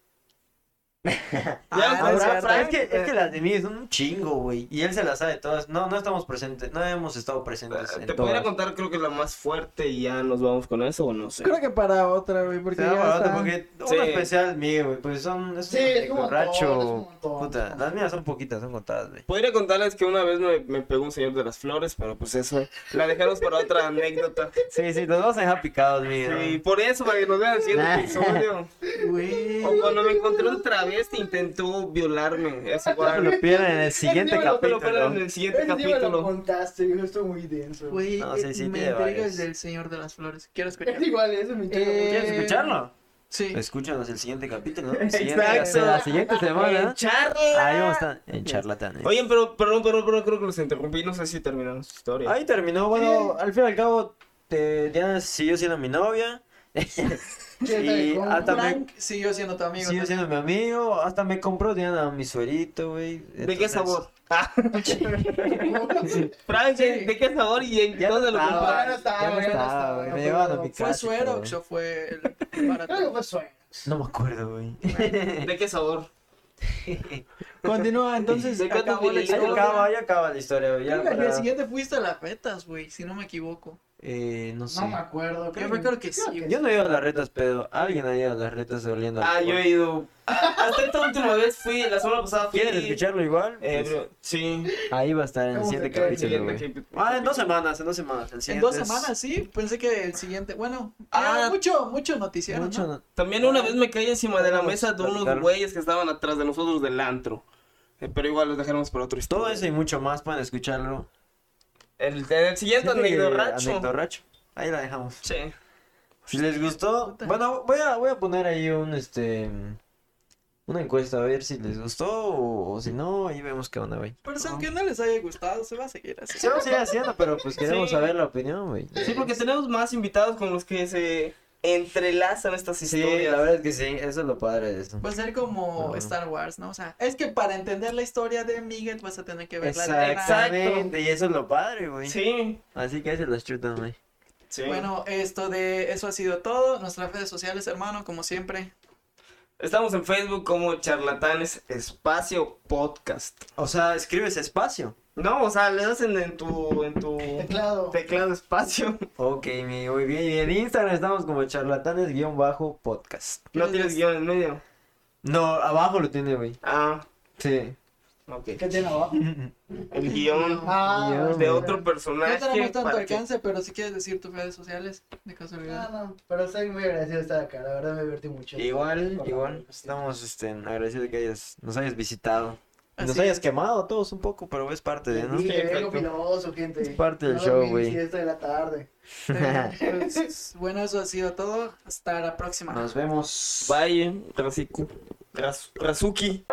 [SPEAKER 4] Ah,
[SPEAKER 2] Ya,
[SPEAKER 4] no es
[SPEAKER 3] Ahora,
[SPEAKER 4] cierto.
[SPEAKER 3] es, ¿eh? que, es que las de mí son un chingo, güey. Y él se las sabe todas. No, no estamos presentes. No hemos estado presentes en
[SPEAKER 2] Eh, Te podría
[SPEAKER 3] todas.
[SPEAKER 2] contar, creo que la más fuerte y ya nos vamos con eso o no sé.
[SPEAKER 4] Creo que para otra, güey, porque
[SPEAKER 3] Te da
[SPEAKER 4] ya
[SPEAKER 3] barato
[SPEAKER 4] está.
[SPEAKER 3] porque
[SPEAKER 2] Sí.
[SPEAKER 3] uno especial mío, güey. Pues son. Es
[SPEAKER 5] Sí, es
[SPEAKER 3] un
[SPEAKER 5] un montón,
[SPEAKER 3] borracho.
[SPEAKER 5] es un montón.
[SPEAKER 3] Puta, las mías son poquitas, son contadas, güey.
[SPEAKER 2] Podría contarles que una vez me, me pegó un señor de las flores, pero pues eso la dejamos para otra anécdota.
[SPEAKER 3] Sí, sí, los dos dejar picados, mío.
[SPEAKER 2] Y por eso, para que nos vean el siguiente episodio.
[SPEAKER 4] Güey.
[SPEAKER 2] O cuando me encontré un travesti intentó violarme. Es igual.
[SPEAKER 3] Lo pierden en el siguiente
[SPEAKER 5] Encima lo-
[SPEAKER 2] Pero, pero en
[SPEAKER 3] capítulo.
[SPEAKER 2] el siguiente
[SPEAKER 5] Ese sí me lo
[SPEAKER 2] capítulo.
[SPEAKER 5] contaste, yo estuvo muy denso.
[SPEAKER 4] Güey,
[SPEAKER 3] No, sí,
[SPEAKER 4] eh,
[SPEAKER 3] sí,
[SPEAKER 4] me
[SPEAKER 3] tiene
[SPEAKER 4] intriga
[SPEAKER 3] varias.
[SPEAKER 4] el del Señor de las Flores. Quiero escuchar.
[SPEAKER 5] Es igual, eso me intriga
[SPEAKER 4] Eh,
[SPEAKER 3] ¿Quieres escucharlo?
[SPEAKER 4] Sí.
[SPEAKER 3] Escúchanos el siguiente capítulo. ¿no? Siguiente,
[SPEAKER 2] Exacto.
[SPEAKER 3] La siguiente semana.
[SPEAKER 2] ¡Charla!
[SPEAKER 3] Ahí vamos a estar en ¿eh? charlatanes.
[SPEAKER 2] Oye, pero perdón, perdón, perdón, creo que los interrumpí. No sé si terminaron su historia.
[SPEAKER 3] Ahí terminó. Bueno, al fin y al cabo, te, Diana siguió siendo mi novia.
[SPEAKER 5] mucho.
[SPEAKER 3] y hasta me,
[SPEAKER 4] Frank siguió siendo tu amigo.
[SPEAKER 3] siguió
[SPEAKER 4] ¿no?
[SPEAKER 3] siendo mi amigo. Hasta me compró Diana mi suerito, güey.
[SPEAKER 2] ¿De qué
[SPEAKER 3] Entonces,
[SPEAKER 2] sabor? Frank,
[SPEAKER 4] Sí.
[SPEAKER 2] ¿de qué sabor y en
[SPEAKER 3] Ya
[SPEAKER 2] dónde lo
[SPEAKER 3] estaba,
[SPEAKER 5] Ya no
[SPEAKER 2] comparas?
[SPEAKER 5] estaba,
[SPEAKER 3] ya no
[SPEAKER 5] ya no
[SPEAKER 3] estaba, güey.
[SPEAKER 5] estaba.
[SPEAKER 3] Me llevaban a mi
[SPEAKER 4] ¿Fue
[SPEAKER 3] casa.
[SPEAKER 4] Suerox
[SPEAKER 3] güey.
[SPEAKER 4] o fue el barato?
[SPEAKER 5] Creo que fue sueño.
[SPEAKER 3] No me acuerdo, güey.
[SPEAKER 2] ¿De qué sabor?
[SPEAKER 4] Continúa, entonces
[SPEAKER 2] ¿De qué
[SPEAKER 4] acabó la
[SPEAKER 2] te
[SPEAKER 3] Ahí
[SPEAKER 2] utilizó?
[SPEAKER 4] historia.
[SPEAKER 3] acaba, ahí acaba la historia, güey.
[SPEAKER 4] Creo
[SPEAKER 3] Ya
[SPEAKER 4] que al día
[SPEAKER 3] para-
[SPEAKER 4] siguiente fuiste a las retas, güey, si no me equivoco.
[SPEAKER 3] Eh, no sé.
[SPEAKER 5] No me acuerdo.
[SPEAKER 4] recuerdo que sí,
[SPEAKER 3] Yo no he ido a las retas, pero alguien ha ido a las retas oliendo.
[SPEAKER 2] Ah,
[SPEAKER 3] alcohol.
[SPEAKER 2] yo he ido. Hasta esta última vez fui, la semana pasada fui.
[SPEAKER 3] ¿Quieren escucharlo igual?
[SPEAKER 2] Eh,
[SPEAKER 3] Pues,
[SPEAKER 2] bro, sí.
[SPEAKER 3] ahí va a estar en el
[SPEAKER 5] Vamos a
[SPEAKER 3] siguiente
[SPEAKER 5] quedar en el
[SPEAKER 3] capítulo,
[SPEAKER 2] siguiente
[SPEAKER 3] güey.
[SPEAKER 2] capi-
[SPEAKER 3] Ah, en dos semanas, en dos semanas. el
[SPEAKER 4] En
[SPEAKER 3] siguiente
[SPEAKER 4] dos
[SPEAKER 3] es-
[SPEAKER 4] semanas, sí. Pensé que el siguiente. Bueno,
[SPEAKER 2] Ah.
[SPEAKER 4] ah, mucho, mucho noticiero.
[SPEAKER 3] Mucho
[SPEAKER 4] ¿no?
[SPEAKER 3] no-
[SPEAKER 2] También una vez me caí encima de la
[SPEAKER 3] Vamos a
[SPEAKER 2] mesa de unos
[SPEAKER 3] platicar.
[SPEAKER 2] güeyes que estaban atrás de nosotros del antro. Eh, pero igual los dejaremos para otro
[SPEAKER 3] Todo
[SPEAKER 2] historia.
[SPEAKER 3] eso y mucho más pueden escucharlo.
[SPEAKER 2] El, el siguiente
[SPEAKER 3] Siento que-
[SPEAKER 2] anecdorracho.
[SPEAKER 3] Anecdorracho. Ahí la dejamos.
[SPEAKER 2] Sí.
[SPEAKER 3] Si les gustó,
[SPEAKER 4] Puta.
[SPEAKER 3] bueno, voy a, voy a poner ahí un, este, una encuesta a ver si les gustó o, o si no, ahí vemos qué onda, güey.
[SPEAKER 4] Pero si aunque no les haya gustado, se va a seguir así.
[SPEAKER 3] Se vamos a ir haciendo, pero pues queremos
[SPEAKER 2] Sí.
[SPEAKER 3] saber la opinión, güey.
[SPEAKER 2] Sí, porque tenemos más invitados con los que se entrelazan estas
[SPEAKER 3] Sí,
[SPEAKER 2] historias.
[SPEAKER 3] la verdad es que sí, eso es lo padre de eso.
[SPEAKER 4] Va a ser como
[SPEAKER 3] Ajá.
[SPEAKER 4] Star Wars, ¿no? O sea, es que para entender la historia de Miguel vas a tener que ver la de Ana.
[SPEAKER 3] Exactamente, y eso es lo padre, güey.
[SPEAKER 2] Sí.
[SPEAKER 3] Así que ahí se los chutan, güey.
[SPEAKER 2] sí.
[SPEAKER 4] Bueno, esto de eso ha sido todo. Nuestras redes sociales, hermano, como siempre.
[SPEAKER 2] Estamos en Facebook como Charlatanes Espacio Podcast.
[SPEAKER 3] O sea, escribes espacio.
[SPEAKER 2] No, o sea, le hacen en tu, en tu
[SPEAKER 5] Teclado.
[SPEAKER 2] teclado espacio.
[SPEAKER 3] Ok, mi- muy bien. Y en Instagram estamos como charlatanes-podcast.
[SPEAKER 2] No tienes guión en medio.
[SPEAKER 3] No, abajo lo tiene, güey.
[SPEAKER 2] Ah,
[SPEAKER 3] Sí.
[SPEAKER 2] ok.
[SPEAKER 5] ¿Qué tiene abajo?
[SPEAKER 2] El guión
[SPEAKER 5] Ah,
[SPEAKER 3] Dios.
[SPEAKER 2] de otro
[SPEAKER 4] No
[SPEAKER 2] personaje.
[SPEAKER 4] tenemos tanto
[SPEAKER 2] para que-
[SPEAKER 4] alcance, pero si quieres decir tus redes sociales, de
[SPEAKER 5] No,
[SPEAKER 4] casualidad.
[SPEAKER 5] no, pero estoy muy agradecido de estar acá, la verdad me divertí mucho.
[SPEAKER 3] Igual,
[SPEAKER 5] Por la
[SPEAKER 3] igual.
[SPEAKER 5] conversación.
[SPEAKER 3] Estamos este, agradecidos de que hayas, nos hayas visitado.
[SPEAKER 4] Así
[SPEAKER 3] nos hayas
[SPEAKER 4] es.
[SPEAKER 3] quemado a todos un poco, pero es parte de, ¿no?
[SPEAKER 5] Sí,
[SPEAKER 2] Perfecto.
[SPEAKER 5] vengo filoso, gente.
[SPEAKER 3] Es parte del
[SPEAKER 5] No
[SPEAKER 3] show,
[SPEAKER 5] dormí
[SPEAKER 3] güey.
[SPEAKER 5] siesta de la tarde.
[SPEAKER 4] Eh, pues, bueno, eso ha sido todo. Hasta la próxima.
[SPEAKER 3] Nos vemos.
[SPEAKER 2] Bye, Raziku. Raz- Razuki.